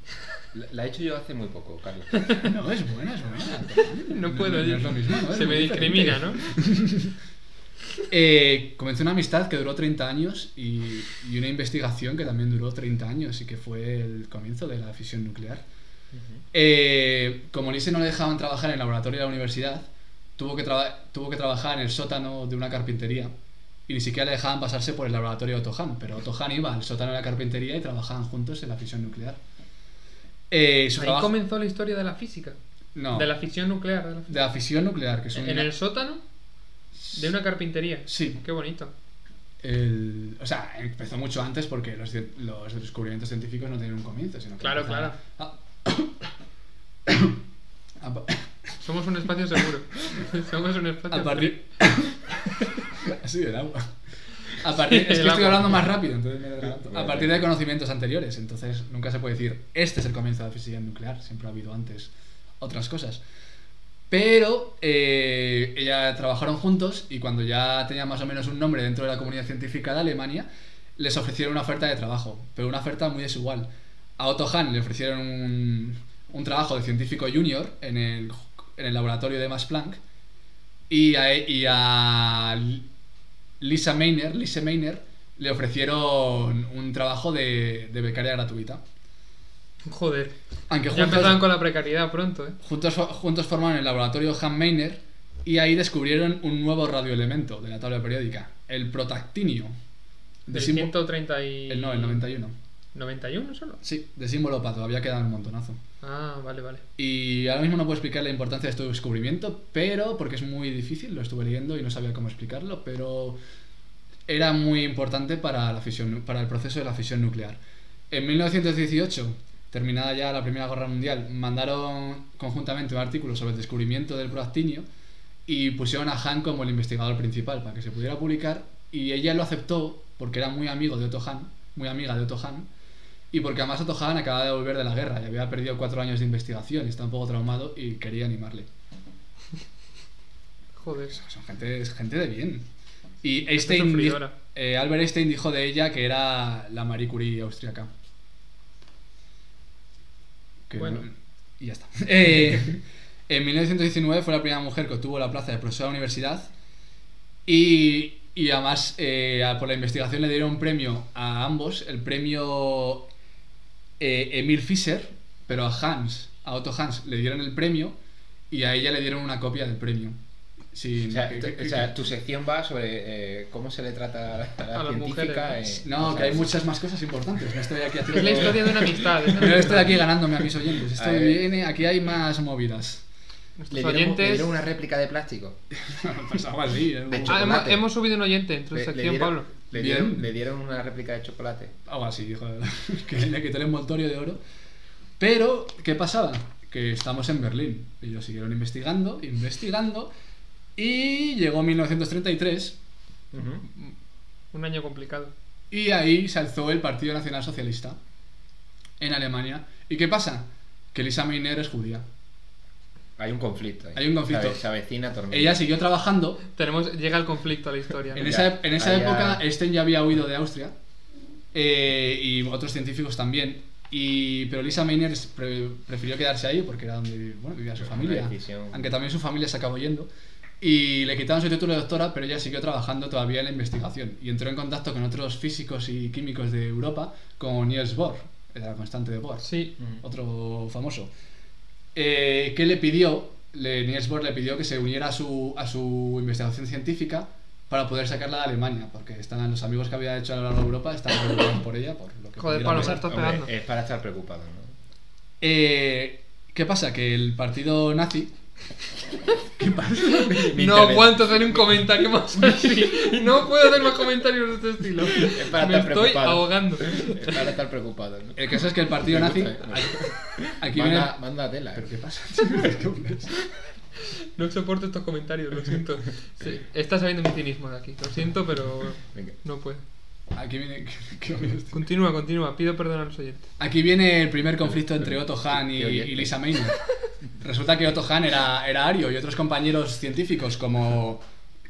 [SPEAKER 6] La, la he hecho yo hace muy poco, Carlos.
[SPEAKER 4] No, es buena, es buena.
[SPEAKER 2] No puedo,
[SPEAKER 4] no
[SPEAKER 2] yo-
[SPEAKER 4] es lo mismo, ¿no? Es
[SPEAKER 2] se
[SPEAKER 4] muy
[SPEAKER 2] me
[SPEAKER 4] diferente.
[SPEAKER 2] discrimina, ¿no?
[SPEAKER 4] Eh, comenzó una amistad que duró 30 años y, y una investigación que también duró 30 años y que fue el comienzo de la fisión nuclear. Eh, como Lise no le dejaban trabajar en el laboratorio de la universidad, tuvo que, traba- tuvo que trabajar en el sótano de una carpintería y ni siquiera le dejaban pasarse por el laboratorio de Otto Hahn, pero Otto Hahn iba al sótano de la carpintería y trabajaban juntos en la fisión nuclear. Eh, su
[SPEAKER 2] Ahí
[SPEAKER 4] trabajo-
[SPEAKER 2] comenzó la historia de la física.
[SPEAKER 4] no,
[SPEAKER 2] De la fisión nuclear. de la fisi-
[SPEAKER 4] de la fisión nuclear, que es un...
[SPEAKER 2] En el sótano de una carpintería.
[SPEAKER 4] Sí,
[SPEAKER 2] Qué bonito.
[SPEAKER 4] El- o sea, empezó mucho antes porque los, cien- los descubrimientos científicos no tenían un comienzo, sino que
[SPEAKER 2] Claro,
[SPEAKER 4] empezaron <coughs> a- a pa-
[SPEAKER 2] Somos un espacio
[SPEAKER 4] <laughs>
[SPEAKER 2] seguro. Somos un espacio
[SPEAKER 4] a partir. <coughs> Así del agua. A partir, es
[SPEAKER 2] El
[SPEAKER 4] que estoy
[SPEAKER 2] agua.
[SPEAKER 4] hablando más rápido, entonces me adelanto.
[SPEAKER 6] Vale.
[SPEAKER 4] A partir de conocimientos anteriores, entonces nunca se puede decir, este es el comienzo de la física nuclear, siempre ha habido antes otras cosas. Pero eh, ella trabajaron juntos y cuando ya tenía más o menos un nombre dentro de la comunidad científica de Alemania, les ofrecieron una oferta de trabajo, pero una oferta muy desigual. A Otto Hahn le ofrecieron un, un trabajo de científico junior en el, e, en el laboratorio de Max Planck y a, y a Lisa Mayner, Lisa Mayner le ofrecieron un trabajo de, de becaria gratuita.
[SPEAKER 2] Joder.
[SPEAKER 4] Aunque
[SPEAKER 2] Ya empezaron
[SPEAKER 4] juntos,
[SPEAKER 2] con la precariedad pronto, ¿eh?
[SPEAKER 4] juntos, juntos formaron el laboratorio Han Mayner y ahí descubrieron un nuevo radioelemento de la tabla periódica, el protactinio. De
[SPEAKER 2] Del
[SPEAKER 4] símbolo-
[SPEAKER 2] 130 y...
[SPEAKER 4] el, no, el 91.
[SPEAKER 2] 91 solo.
[SPEAKER 4] Sí, de símbolo pato, había quedado un montonazo.
[SPEAKER 2] Ah, vale, vale.
[SPEAKER 4] Y ahora mismo no puedo explicar la importancia de este descubrimiento, pero porque es muy difícil, lo estuve leyendo y no sabía cómo explicarlo, pero era muy importante para, la fisión, nu- para el proceso de la fisión nuclear. En 1918, terminada ya la Primera Guerra Mundial, mandaron conjuntamente un artículo sobre el descubrimiento del proactinio y pusieron a Hahn como el investigador principal para que se pudiera publicar y ella lo aceptó porque era muy amigo de Otto Hahn, muy amiga de Otto Hahn, y porque además Otto Hahn acababa de volver de la guerra y había perdido cuatro años de investigación y está un poco traumado y quería animarle. <laughs> Pues
[SPEAKER 2] Joder.
[SPEAKER 4] Son gente, es gente de bien. Y Einstein, di-
[SPEAKER 2] sufridora.
[SPEAKER 4] eh, Albert Einstein dijo de ella que era la Marie Curie austriaca. Que
[SPEAKER 2] Bueno.
[SPEAKER 4] no- y ya está. <laughs> Eh, en 1919 fue la primera mujer que obtuvo la plaza de profesora de universidad y, y además eh, a- por la investigación le dieron un premio a ambos, el premio eh, Emil Fischer, pero a Hans, a Otto Hans le dieron el premio y a ella le dieron una copia del premio. Sin-
[SPEAKER 6] O sea,
[SPEAKER 4] que-
[SPEAKER 6] t-
[SPEAKER 4] que-
[SPEAKER 6] o sea, tu sección va sobre eh, cómo se le trata a la, a la
[SPEAKER 2] A las
[SPEAKER 6] científica.
[SPEAKER 2] mujeres,
[SPEAKER 6] eh, o
[SPEAKER 4] No, que
[SPEAKER 6] sea,
[SPEAKER 4] hay muchas más cosas importantes.
[SPEAKER 2] <laughs>
[SPEAKER 4] No estoy aquí haciendo.
[SPEAKER 2] Es la historia
[SPEAKER 4] <laughs>
[SPEAKER 2] de una amistad. es una
[SPEAKER 4] Yo no estoy
[SPEAKER 2] amistad.
[SPEAKER 4] aquí ganándome a mis oyentes. Esto
[SPEAKER 6] A ver.
[SPEAKER 4] viene, aquí hay más
[SPEAKER 6] <laughs>
[SPEAKER 4] movidas.
[SPEAKER 6] Le
[SPEAKER 2] Nuestros
[SPEAKER 6] dieron, le
[SPEAKER 2] oyentes...
[SPEAKER 6] dieron una réplica de plástico.
[SPEAKER 4] pues algo así. ¿eh?
[SPEAKER 6] De hecho,
[SPEAKER 2] Ah, hemos,
[SPEAKER 6] chocolate.
[SPEAKER 2] hemos subido un oyente en tu
[SPEAKER 6] Le- le
[SPEAKER 2] sección,
[SPEAKER 6] dieron-
[SPEAKER 2] Pablo.
[SPEAKER 6] Le
[SPEAKER 4] Bien.
[SPEAKER 6] dieron, le dieron una réplica de chocolate.
[SPEAKER 4] Algo así, joder. <laughs> Que le quitó el envoltorio de oro. Pero, ¿qué pasaba? Que estamos en Berlín. Y ellos siguieron investigando, investigando. Y llegó 1933.
[SPEAKER 2] Un año complicado.
[SPEAKER 4] Y ahí se alzó el Partido Nacional Socialista en Alemania. ¿Y qué pasa? Que Lisa Meiner es judía.
[SPEAKER 6] Hay un conflicto. ahí.
[SPEAKER 4] Hay un conflicto.
[SPEAKER 6] Se ave- Se avecina tormenta.
[SPEAKER 4] Ella siguió trabajando
[SPEAKER 2] Tenemos, llega el conflicto a la historia. ¿no?
[SPEAKER 4] En esa, en esa
[SPEAKER 6] Allá-
[SPEAKER 4] época, Einstein ya había huido de Austria eh, y otros científicos también. Y, pero Lisa Meiner es- pre- prefirió quedarse ahí porque era donde bueno, vivía su
[SPEAKER 6] Una
[SPEAKER 4] familia.
[SPEAKER 6] decisión.
[SPEAKER 4] Aunque también su familia se acabó yendo. Y le quitaron su título de doctora, pero ella siguió trabajando todavía en la investigación. Y entró en contacto con otros físicos y químicos de Europa, como Niels Bohr, el de la constante de Bohr
[SPEAKER 2] Sí.
[SPEAKER 4] otro famoso, eh, que le pidió, le, Niels Bohr le pidió que se uniera a su, a su investigación científica para poder sacarla de Alemania, porque están los amigos que había hecho a lo largo de Europa estaban preocupados por ella, por lo que
[SPEAKER 2] Joder,
[SPEAKER 4] pudiera
[SPEAKER 2] Pablo,
[SPEAKER 4] pasar.
[SPEAKER 2] estás
[SPEAKER 6] Hombre,
[SPEAKER 2] pegando.
[SPEAKER 6] Es para estar preocupado, ¿no?
[SPEAKER 4] Eh, ¿Qué pasa? Que el partido nazi...
[SPEAKER 6] Mi
[SPEAKER 2] No
[SPEAKER 6] interven-
[SPEAKER 2] aguanto hacer un comentario más así. No puedo hacer más comentarios de este estilo.
[SPEAKER 6] Es para
[SPEAKER 2] Me
[SPEAKER 6] estar
[SPEAKER 2] estoy
[SPEAKER 6] preocupado.
[SPEAKER 2] ahogando.
[SPEAKER 6] Es para estar preocupado, ¿no?
[SPEAKER 4] El caso es que el partido
[SPEAKER 6] Me
[SPEAKER 4] nazi...
[SPEAKER 6] gusta, eh. me gusta.
[SPEAKER 4] Aquí viene...
[SPEAKER 6] manda, manda tela. ¿eh?
[SPEAKER 4] ¿Pero qué pasa? <laughs> tío? ¿Qué hablas?
[SPEAKER 2] No soporto estos comentarios, lo siento. Sí, está saliendo mi cinismo de aquí. Lo siento, pero
[SPEAKER 6] Venga.
[SPEAKER 2] no puedo.
[SPEAKER 4] Aquí viene... ¿qué hablas, tío?
[SPEAKER 2] Continúa, continúa. Pido perdón a los oyentes.
[SPEAKER 4] Aquí viene el primer conflicto entre Otto Hahn y,
[SPEAKER 6] Qué oyente.
[SPEAKER 4] y Lisa Mayner. Resulta que Otto Hahn era, era ario y otros compañeros científicos como,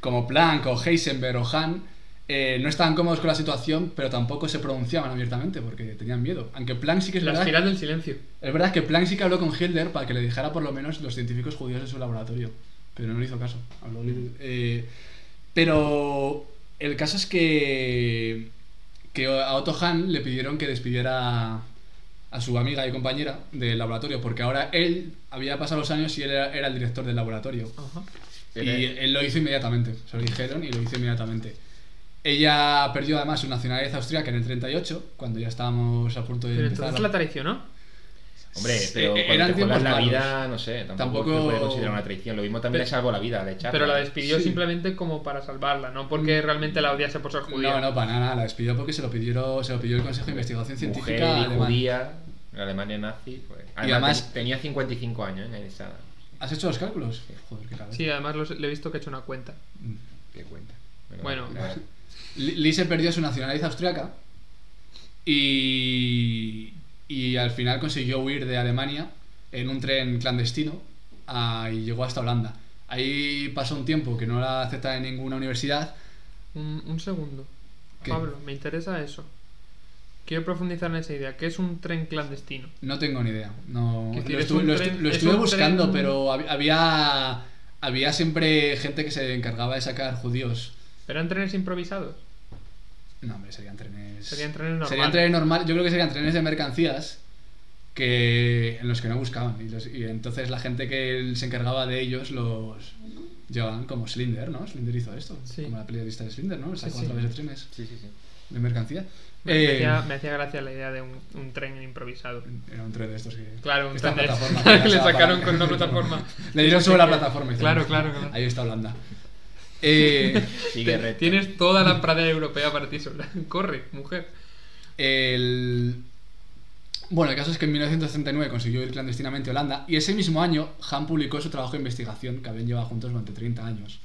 [SPEAKER 4] como Planck o Heisenberg o Hahn eh, no estaban cómodos con la situación, pero tampoco se pronunciaban abiertamente porque tenían miedo. Aunque Planck sí que es
[SPEAKER 2] La
[SPEAKER 4] verdad.
[SPEAKER 2] espiral del silencio.
[SPEAKER 4] Es verdad que Planck sí que habló con Hitler para que le dijera por lo menos los científicos judíos de su laboratorio, pero no le hizo caso. Habló- eh, pero el caso es que, que a Otto Hahn le pidieron que despidiera a su amiga y compañera del laboratorio, porque ahora él había pasado los años y él era, era el director del laboratorio.
[SPEAKER 2] Ajá.
[SPEAKER 4] Y él lo hizo inmediatamente, se lo dijeron y lo hizo inmediatamente. Ella perdió además su nacionalidad austríaca en el 38, cuando ya estábamos a punto de
[SPEAKER 2] Pero
[SPEAKER 4] empezar
[SPEAKER 2] entonces
[SPEAKER 4] la-
[SPEAKER 2] la traicionó.
[SPEAKER 6] Hombre, pero
[SPEAKER 4] Eh,
[SPEAKER 6] cuando
[SPEAKER 4] eran
[SPEAKER 6] te juegas
[SPEAKER 4] tiempos
[SPEAKER 6] la
[SPEAKER 4] malos.
[SPEAKER 6] vida, no sé, tampoco,
[SPEAKER 4] Tampoco-
[SPEAKER 6] se puede considerar una traición. Lo mismo también le salvó la vida, le echaron.
[SPEAKER 2] Pero la despidió
[SPEAKER 4] Sí.
[SPEAKER 2] simplemente como para salvarla, no porque realmente la odiase por ser judía.
[SPEAKER 4] No, no, para nada, la despidió porque se lo, pidieron, se lo pidió el Consejo de Investigación
[SPEAKER 6] Mujer
[SPEAKER 4] Científica
[SPEAKER 6] y
[SPEAKER 4] alemán.
[SPEAKER 6] judía, la Alemania nazi. pues. Además,
[SPEAKER 4] además-
[SPEAKER 6] ten- tenía 55 años en esa.
[SPEAKER 4] ¿Has hecho los cálculos? Joder, qué cabrón.
[SPEAKER 2] Sí, además los- le he visto que ha hecho una cuenta.
[SPEAKER 6] ¿Qué cuenta?
[SPEAKER 2] Bueno.
[SPEAKER 6] la-
[SPEAKER 4] Li- Lise perdió su nacionalidad austriaca y, y al final consiguió huir de Alemania en un tren clandestino ah, y llegó hasta Holanda. Ahí pasó un tiempo que no la acepta en ninguna universidad.
[SPEAKER 2] Un, un segundo.
[SPEAKER 4] ¿Qué?
[SPEAKER 2] Pablo, me interesa eso. Quiero profundizar en esa idea. ¿Qué es un tren clandestino?
[SPEAKER 4] No tengo ni idea. No,
[SPEAKER 2] Quiero decir,
[SPEAKER 4] lo,
[SPEAKER 2] es
[SPEAKER 4] estuve,
[SPEAKER 2] un
[SPEAKER 4] lo estu-
[SPEAKER 2] tren-
[SPEAKER 4] lo
[SPEAKER 2] es
[SPEAKER 4] estuve
[SPEAKER 2] un
[SPEAKER 4] buscando,
[SPEAKER 2] tren-
[SPEAKER 4] pero hab- había, había siempre gente que se encargaba de sacar judíos
[SPEAKER 2] ¿Eran trenes improvisados?
[SPEAKER 4] No, hombre, serían trenes.
[SPEAKER 2] Serían trenes normales.
[SPEAKER 4] Serían trenes normal- Yo creo que serían trenes de mercancías que en los que no buscaban. Y, los- y entonces la gente que se encargaba de ellos los llevaban como Slinder, ¿no? Slinder hizo esto.
[SPEAKER 2] Sí.
[SPEAKER 4] Como la periodista de Slinder, ¿no?
[SPEAKER 2] <laughs>
[SPEAKER 4] Sacó
[SPEAKER 2] sí.
[SPEAKER 4] a través de trenes
[SPEAKER 6] Sí, sí, sí.
[SPEAKER 4] de mercancía.
[SPEAKER 2] Me,
[SPEAKER 4] Eh,
[SPEAKER 2] hacía, me hacía gracia la idea de un, un tren improvisado.
[SPEAKER 4] Era un tren de estos que.
[SPEAKER 2] Claro, un
[SPEAKER 4] esta
[SPEAKER 2] tren de- <laughs>
[SPEAKER 4] plataforma
[SPEAKER 2] que le
[SPEAKER 4] pasaba para-
[SPEAKER 2] sacaron con una plataforma.
[SPEAKER 4] <laughs> Le dieron sobre la
[SPEAKER 2] Sí que- <laughs>
[SPEAKER 4] plataforma. y
[SPEAKER 2] Claro,
[SPEAKER 4] dijeron,
[SPEAKER 2] claro, claro.
[SPEAKER 4] Ahí está Holanda.
[SPEAKER 2] <laughs>
[SPEAKER 4] Eh,
[SPEAKER 2] Te-
[SPEAKER 7] Sigue recto.
[SPEAKER 2] Tienes toda la pradera europea para ti sola. <laughs> Corre, mujer.
[SPEAKER 4] El... Bueno, el caso es que en 1939 consiguió ir clandestinamente a Holanda y ese mismo año Hahn publicó su trabajo de investigación que habían llevado juntos durante 30 años.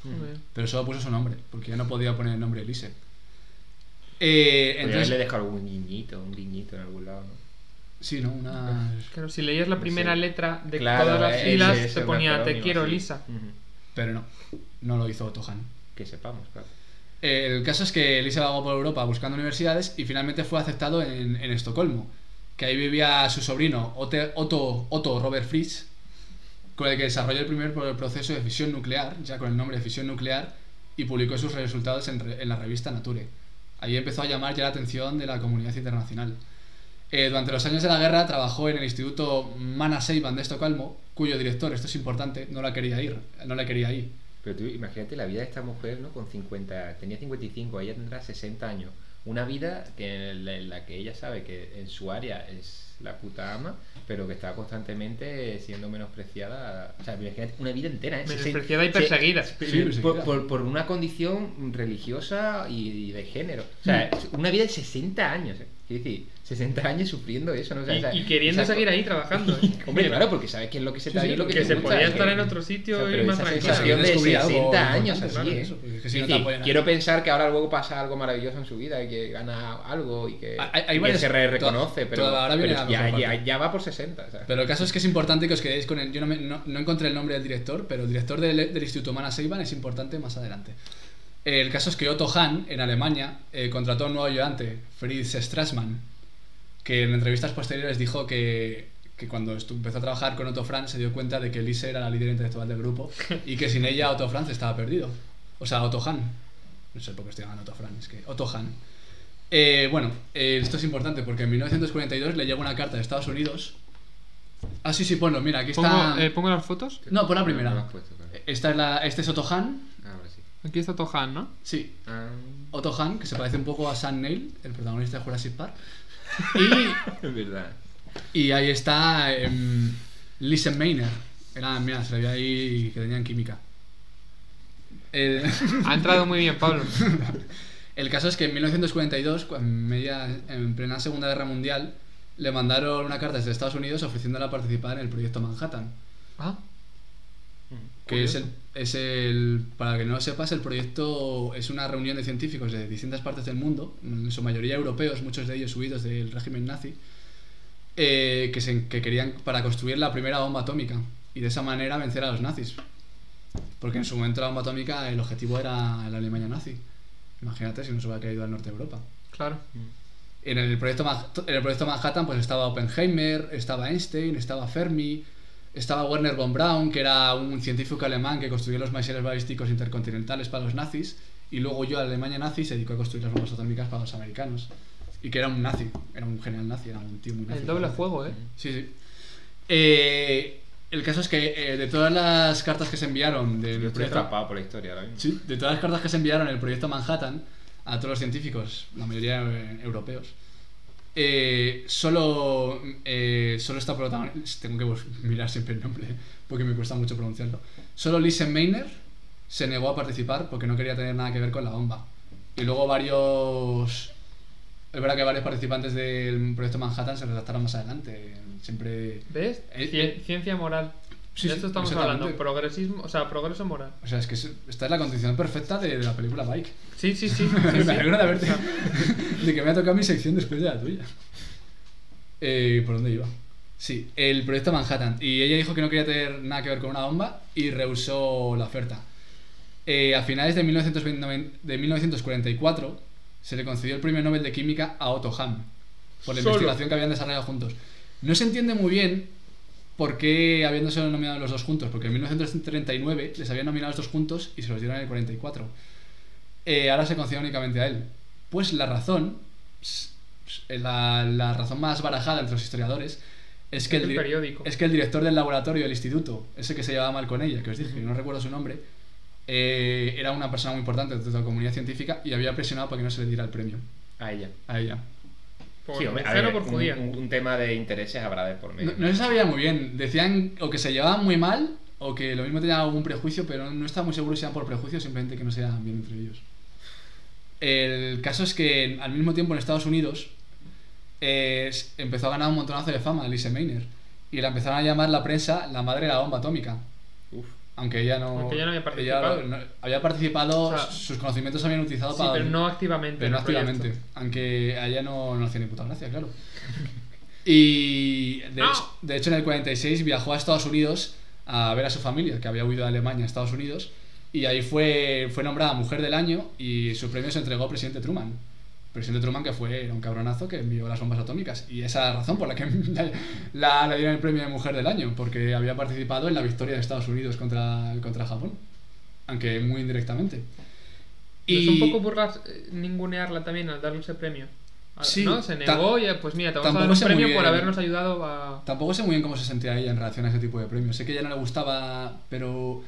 [SPEAKER 4] Pero solo puso su nombre, porque ya no podía poner el nombre de Elise. Eh,
[SPEAKER 6] Podría haberle
[SPEAKER 4] entonces,
[SPEAKER 6] dejado pues, algún guiñito, un guiñito en algún lado, ¿no?
[SPEAKER 4] sí, ¿no? Una...
[SPEAKER 2] Claro, si leías la
[SPEAKER 6] No
[SPEAKER 2] primera
[SPEAKER 6] sé.
[SPEAKER 2] letra de
[SPEAKER 6] Claro, eh,
[SPEAKER 2] todas las
[SPEAKER 6] ese-
[SPEAKER 2] filas,
[SPEAKER 6] ese
[SPEAKER 2] te ponía
[SPEAKER 6] acrónimo,
[SPEAKER 2] te quiero,
[SPEAKER 6] sí.
[SPEAKER 2] Lisa.
[SPEAKER 6] Ujú.
[SPEAKER 4] Pero no, no lo hizo Otto Hahn.
[SPEAKER 6] Que sepamos, claro.
[SPEAKER 4] Eh, El caso es que Elise vagó por Europa buscando universidades y finalmente fue aceptado en, en Estocolmo, que ahí vivía su sobrino Ote- Otto, Otto Robert Fritz, con el que desarrolló el primer pro- proceso de fisión nuclear, ya con el nombre de fisión nuclear, y publicó sus resultados en, re- en la revista Nature. Ahí empezó a llamar ya la atención de la comunidad internacional. Eh, durante los años de la guerra trabajó en el Instituto Mana Seiban de Estocolmo, cuyo director, esto es importante, no la quería ir, no la quería ir.
[SPEAKER 6] Pero tú imagínate la vida de esta mujer, ¿no? Con 50, tenía 55, ella tendrá 60 años. Una vida que en la, en la que ella sabe que en su área es la puta ama, pero que está constantemente siendo menospreciada. O sea, imagínate una vida entera, ¿eh?
[SPEAKER 2] Menospreciada y
[SPEAKER 6] Se- se-
[SPEAKER 2] perseguida.
[SPEAKER 6] se-
[SPEAKER 4] Sí,
[SPEAKER 6] por,
[SPEAKER 4] perseguida.
[SPEAKER 6] por- por una condición religiosa y, y de género. O sea, es
[SPEAKER 2] Mm.
[SPEAKER 6] una vida de 60 años, ¿eh? Es decir, 60 años sufriendo eso, ¿no? O sea,
[SPEAKER 2] Y-
[SPEAKER 6] esa-
[SPEAKER 2] y, queriendo
[SPEAKER 6] esa-
[SPEAKER 2] seguir ahí trabajando. ¿eh?
[SPEAKER 6] Hombre, claro, porque sabes que es lo que se te
[SPEAKER 4] Sí,
[SPEAKER 6] da
[SPEAKER 4] sí,
[SPEAKER 6] y lo que,
[SPEAKER 2] que
[SPEAKER 6] te
[SPEAKER 2] se
[SPEAKER 6] gusta,
[SPEAKER 2] podía
[SPEAKER 6] es
[SPEAKER 2] estar
[SPEAKER 6] que-
[SPEAKER 2] en otro sitio
[SPEAKER 6] pero
[SPEAKER 2] y más
[SPEAKER 6] esa
[SPEAKER 2] tranquilo.
[SPEAKER 6] sensación de
[SPEAKER 4] Descubrí algo
[SPEAKER 6] 60 años,
[SPEAKER 4] importante,
[SPEAKER 6] así,
[SPEAKER 4] claro,
[SPEAKER 6] ¿eh?
[SPEAKER 4] eso, porque es que si
[SPEAKER 6] Es
[SPEAKER 4] no te
[SPEAKER 6] decir,
[SPEAKER 4] apoyan a-
[SPEAKER 6] quiero pensar que ahora luego pasa algo maravilloso en su vida y que gana algo y que,
[SPEAKER 4] Hay- hay- hay
[SPEAKER 6] y que
[SPEAKER 4] varias-
[SPEAKER 6] se re-
[SPEAKER 4] toda-
[SPEAKER 6] reconoce, pero,
[SPEAKER 4] toda- ahora viene
[SPEAKER 6] pero
[SPEAKER 4] la
[SPEAKER 6] ya,
[SPEAKER 4] mejor
[SPEAKER 6] ya-
[SPEAKER 4] parte.
[SPEAKER 6] ya va por 60. ¿sabes?
[SPEAKER 4] Pero el caso es que es importante que os quedéis con él. Yo no, me- no- no encontré el nombre del director, pero el director del, del Instituto Mana Seiban es importante más adelante. El caso es que Otto Hahn, en Alemania, eh, contrató a un nuevo ayudante, Fritz Strassmann, que en entrevistas posteriores dijo que, que cuando estu- empezó a trabajar con Otto Franz se dio cuenta de que Elise era la líder intelectual del grupo y que sin ella Otto Franz estaba perdido. O sea, Otto Hahn. No sé por qué estoy llamando Otto Franz, es que Otto Hahn. Eh, bueno, eh, esto es importante porque en 1942 le llegó una carta de Estados Unidos. Ah, sí, sí, ponlo, mira, aquí está.
[SPEAKER 2] ¿Pongo, eh, pongo las fotos.
[SPEAKER 4] No, pon la primera.
[SPEAKER 6] No pues. lo has puesto, claro.
[SPEAKER 4] Esta es la, este es Otto Hahn.
[SPEAKER 6] Ahora sí.
[SPEAKER 2] Aquí está Tohan, ¿no?
[SPEAKER 4] Sí,
[SPEAKER 6] Ah,
[SPEAKER 4] Otto Hahn, que se parece un poco a Sam Neill, el protagonista de Jurassic Park. Y,
[SPEAKER 6] <laughs> es verdad.
[SPEAKER 4] y ahí está em, Lise Maynard. Era, mira, se le veía ahí que tenían química. Eh, <laughs> El-
[SPEAKER 2] Ha entrado muy bien, Pablo.
[SPEAKER 4] El caso es que en 1942, cu- en, media- en plena Segunda Guerra Mundial, le mandaron una carta desde Estados Unidos ofreciéndole a participar en el proyecto Manhattan,
[SPEAKER 2] <laughs> Ah,
[SPEAKER 4] que es el,
[SPEAKER 2] Curioso.
[SPEAKER 4] es el, para que no lo sepas, el proyecto es una reunión de científicos de distintas partes del mundo, en su mayoría europeos, muchos de ellos huidos del régimen nazi, eh, que, se en- que querían para construir la primera bomba atómica y de esa manera vencer a los nazis. Porque en su momento la bomba atómica, el objetivo era la Alemania nazi. Imagínate si no se hubiera caído al norte de Europa.
[SPEAKER 2] claro.
[SPEAKER 4] En el proyecto, Ma- en el proyecto Manhattan pues estaba Oppenheimer, estaba Einstein, estaba Fermi, estaba Werner von Braun, que era un científico alemán que construyó los misiles balísticos intercontinentales para los nazis, y luego huyó a Alemania nazi y se dedicó a construir las bombas atómicas para los americanos. Y que era un nazi, era un general nazi, era un tío muy nazi.
[SPEAKER 2] El doble
[SPEAKER 4] realmente.
[SPEAKER 2] juego, ¿eh?
[SPEAKER 4] Sí, sí. Eh, el caso es que eh, de todas las cartas que se enviaron del
[SPEAKER 6] Yo estoy
[SPEAKER 4] proyecto-
[SPEAKER 6] atrapado por la historia ahora mismo.
[SPEAKER 4] Sí, de todas las cartas que se enviaron en el proyecto Manhattan a todos los científicos, la mayoría eh, europeos, eh, solo, eh, solo está protagonista. Tengo que bus- mirar siempre el nombre porque me cuesta mucho pronunciarlo. Solo Lise Maynard se negó a participar porque no quería tener nada que ver con la bomba. Y luego varios. Es verdad que varios participantes del proyecto Manhattan se retractaron más adelante. Siempre.
[SPEAKER 2] ¿Ves?
[SPEAKER 4] Eh,
[SPEAKER 2] Cien-
[SPEAKER 4] eh.
[SPEAKER 2] ciencia moral.
[SPEAKER 4] Sí,
[SPEAKER 2] de
[SPEAKER 4] sí,
[SPEAKER 2] esto estamos
[SPEAKER 4] exactamente.
[SPEAKER 2] hablando. Progresismo, o sea, progreso moral.
[SPEAKER 4] O sea, es que es- esta es la condición perfecta de, de la película Bike.
[SPEAKER 2] Sí, sí,
[SPEAKER 4] <laughs>
[SPEAKER 2] sí. sí, sí.
[SPEAKER 4] me alegro de haberte. de que me ha tocado mi sección después de la tuya. Eh, ¿Por dónde iba? Sí, el proyecto Manhattan. Y ella dijo que no quería tener nada que ver con una bomba y rehusó la oferta. Eh, a finales de, 1929 de 1944 se le concedió el premio Nobel de Química a Otto Hahn por la
[SPEAKER 2] Solo.
[SPEAKER 4] investigación que habían desarrollado juntos. No se entiende muy bien por qué habiéndose nominado los dos juntos, porque en 1939 les habían nominado los dos juntos y se los dieron en el 44. eh, ahora se concede únicamente a él. Pues la razón, s- s- eh, la, la razón más barajada entre los historiadores, es que,
[SPEAKER 2] Es
[SPEAKER 4] el,
[SPEAKER 2] el
[SPEAKER 4] dir-
[SPEAKER 2] periódico.
[SPEAKER 4] es que el director del laboratorio del instituto, ese que se llevaba mal con ella, que os dije, no recuerdo su nombre, eh, era una persona muy importante dentro de la comunidad científica y había presionado para que no se le diera el premio
[SPEAKER 6] A ella.
[SPEAKER 4] a ella.
[SPEAKER 2] Por
[SPEAKER 6] Sí, hombre, a
[SPEAKER 2] mujer o
[SPEAKER 6] ver,
[SPEAKER 2] por
[SPEAKER 6] un-
[SPEAKER 2] judía.
[SPEAKER 6] Un, un tema de intereses habrá de por
[SPEAKER 4] No, <clears throat>
[SPEAKER 6] medio.
[SPEAKER 4] no se sabía muy bien, decían o que se llevaban muy mal o que lo mismo tenían algún prejuicio, pero no estaba muy seguro si eran por prejuicio, simplemente que no se llevaban bien entre ellos. El caso es que al mismo tiempo en Estados Unidos eh, s- empezó a ganar un montonazo de fama Elise Maynard y la empezaron a llamar la prensa la madre de la bomba atómica.
[SPEAKER 6] Uf.
[SPEAKER 4] Aunque ella no,
[SPEAKER 2] Aunque ella no había
[SPEAKER 4] ella
[SPEAKER 2] participado.
[SPEAKER 4] no- había participado,
[SPEAKER 2] O sea,
[SPEAKER 4] sus conocimientos se habían utilizado
[SPEAKER 2] Sí,
[SPEAKER 4] para...
[SPEAKER 2] pero no activamente.
[SPEAKER 4] Pero
[SPEAKER 2] en
[SPEAKER 4] no
[SPEAKER 2] el proyecto.
[SPEAKER 4] activamente. Aunque a ella no, no hacía ni puta gracia,
[SPEAKER 2] <laughs>
[SPEAKER 4] claro. Y de,
[SPEAKER 2] No.
[SPEAKER 4] hecho- de hecho en el 46 viajó a Estados Unidos a ver a su familia, que había huido de Alemania a Estados Unidos. Y ahí fue, fue nombrada Mujer del Año y su premio se entregó al presidente Truman. Presidente Truman que fue era un cabronazo que envió las bombas atómicas. Y esa es la razón por la que <laughs> la, la- le dieron el premio de Mujer del Año, porque había participado en la victoria de Estados Unidos contra, contra Japón. Aunque muy indirectamente.
[SPEAKER 2] Y... es un poco burlas eh, ningunearla también al darle ese premio. A-
[SPEAKER 4] Sí,
[SPEAKER 2] ¿no? Se
[SPEAKER 4] ta-
[SPEAKER 2] negó y eh, pues mira, te vamos a dar
[SPEAKER 4] tampoco
[SPEAKER 2] un
[SPEAKER 4] sé muy
[SPEAKER 2] premio por
[SPEAKER 4] bien.
[SPEAKER 2] habernos ayudado a...
[SPEAKER 4] Tampoco sé muy bien cómo se sentía ella en relación a ese tipo de premios. Sé que a ella no le gustaba, pero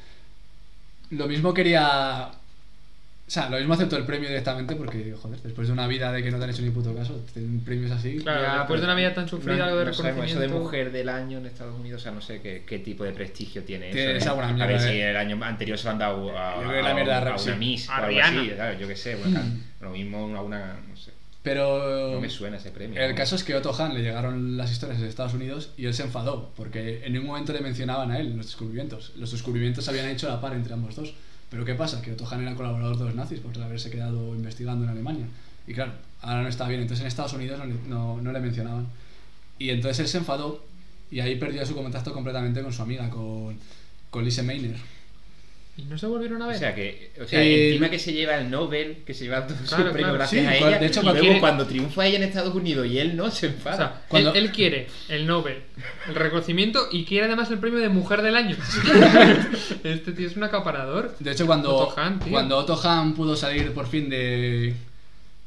[SPEAKER 4] lo mismo quería... O sea, lo mismo aceptó el premio directamente porque, joder, después de una vida de que no te han hecho ni puto caso, te den premios así.
[SPEAKER 2] Claro,
[SPEAKER 6] Ya,
[SPEAKER 2] después de
[SPEAKER 6] Ah, pero
[SPEAKER 2] una vida tan sufrida,
[SPEAKER 6] no-
[SPEAKER 2] algo de
[SPEAKER 6] no sabemos, Eso de
[SPEAKER 2] reconocimiento.
[SPEAKER 6] mujer del año en Estados Unidos, o sea, no sé qué, qué tipo de prestigio tiene
[SPEAKER 4] Tiene
[SPEAKER 6] eso.
[SPEAKER 4] esa buena
[SPEAKER 6] a
[SPEAKER 4] mierda,
[SPEAKER 6] ver
[SPEAKER 4] eh.
[SPEAKER 6] si el año anterior se lo han dado a,
[SPEAKER 4] Yo creo que
[SPEAKER 6] a-
[SPEAKER 4] la
[SPEAKER 6] a
[SPEAKER 4] mierda Mm.
[SPEAKER 6] un- a
[SPEAKER 4] rap, sí.
[SPEAKER 6] una Miss o
[SPEAKER 2] A
[SPEAKER 6] algo
[SPEAKER 2] Rihanna.
[SPEAKER 6] así, ¿sabes? yo qué sé. bueno, lo mismo a una, no sé,
[SPEAKER 4] Pero...
[SPEAKER 6] no me suena ese premio.
[SPEAKER 4] El caso es que Otto Hahn le llegaron las historias de Estados Unidos y él se enfadó, porque en ningún momento le mencionaban a él los descubrimientos. Los descubrimientos se habían hecho a la par entre ambos dos. Pero ¿qué pasa? Que Otto Hahn era colaborador de los nazis por haberse quedado investigando en Alemania. Y claro, ahora no está bien. Entonces en Estados Unidos no, le- no- no le mencionaban. Y entonces él se enfadó y ahí perdió su contacto completamente con su amiga, con, con Lise Meiner.
[SPEAKER 2] Y no se volvieron a
[SPEAKER 6] O
[SPEAKER 2] ver.
[SPEAKER 6] sea, que, o sea
[SPEAKER 4] Eh,
[SPEAKER 6] encima que se lleva el Nobel, que se lleva todo su
[SPEAKER 2] Claro,
[SPEAKER 6] premio
[SPEAKER 2] claro.
[SPEAKER 6] gracias
[SPEAKER 4] Sí,
[SPEAKER 6] a
[SPEAKER 4] cual-
[SPEAKER 6] ella.
[SPEAKER 4] de hecho,
[SPEAKER 6] y
[SPEAKER 4] cuando-
[SPEAKER 6] luego cuando triunfa ella en Estados Unidos y él no, se enfada.
[SPEAKER 2] O sea,
[SPEAKER 4] Cuando-
[SPEAKER 2] él, él quiere el Nobel, el reconocimiento y quiere además el premio de Mujer del
[SPEAKER 4] <laughs>
[SPEAKER 2] Año. este tío es un acaparador.
[SPEAKER 4] De hecho, cuando
[SPEAKER 2] Otto Hahn, tío.
[SPEAKER 4] cuando Otto Hahn pudo salir por fin de,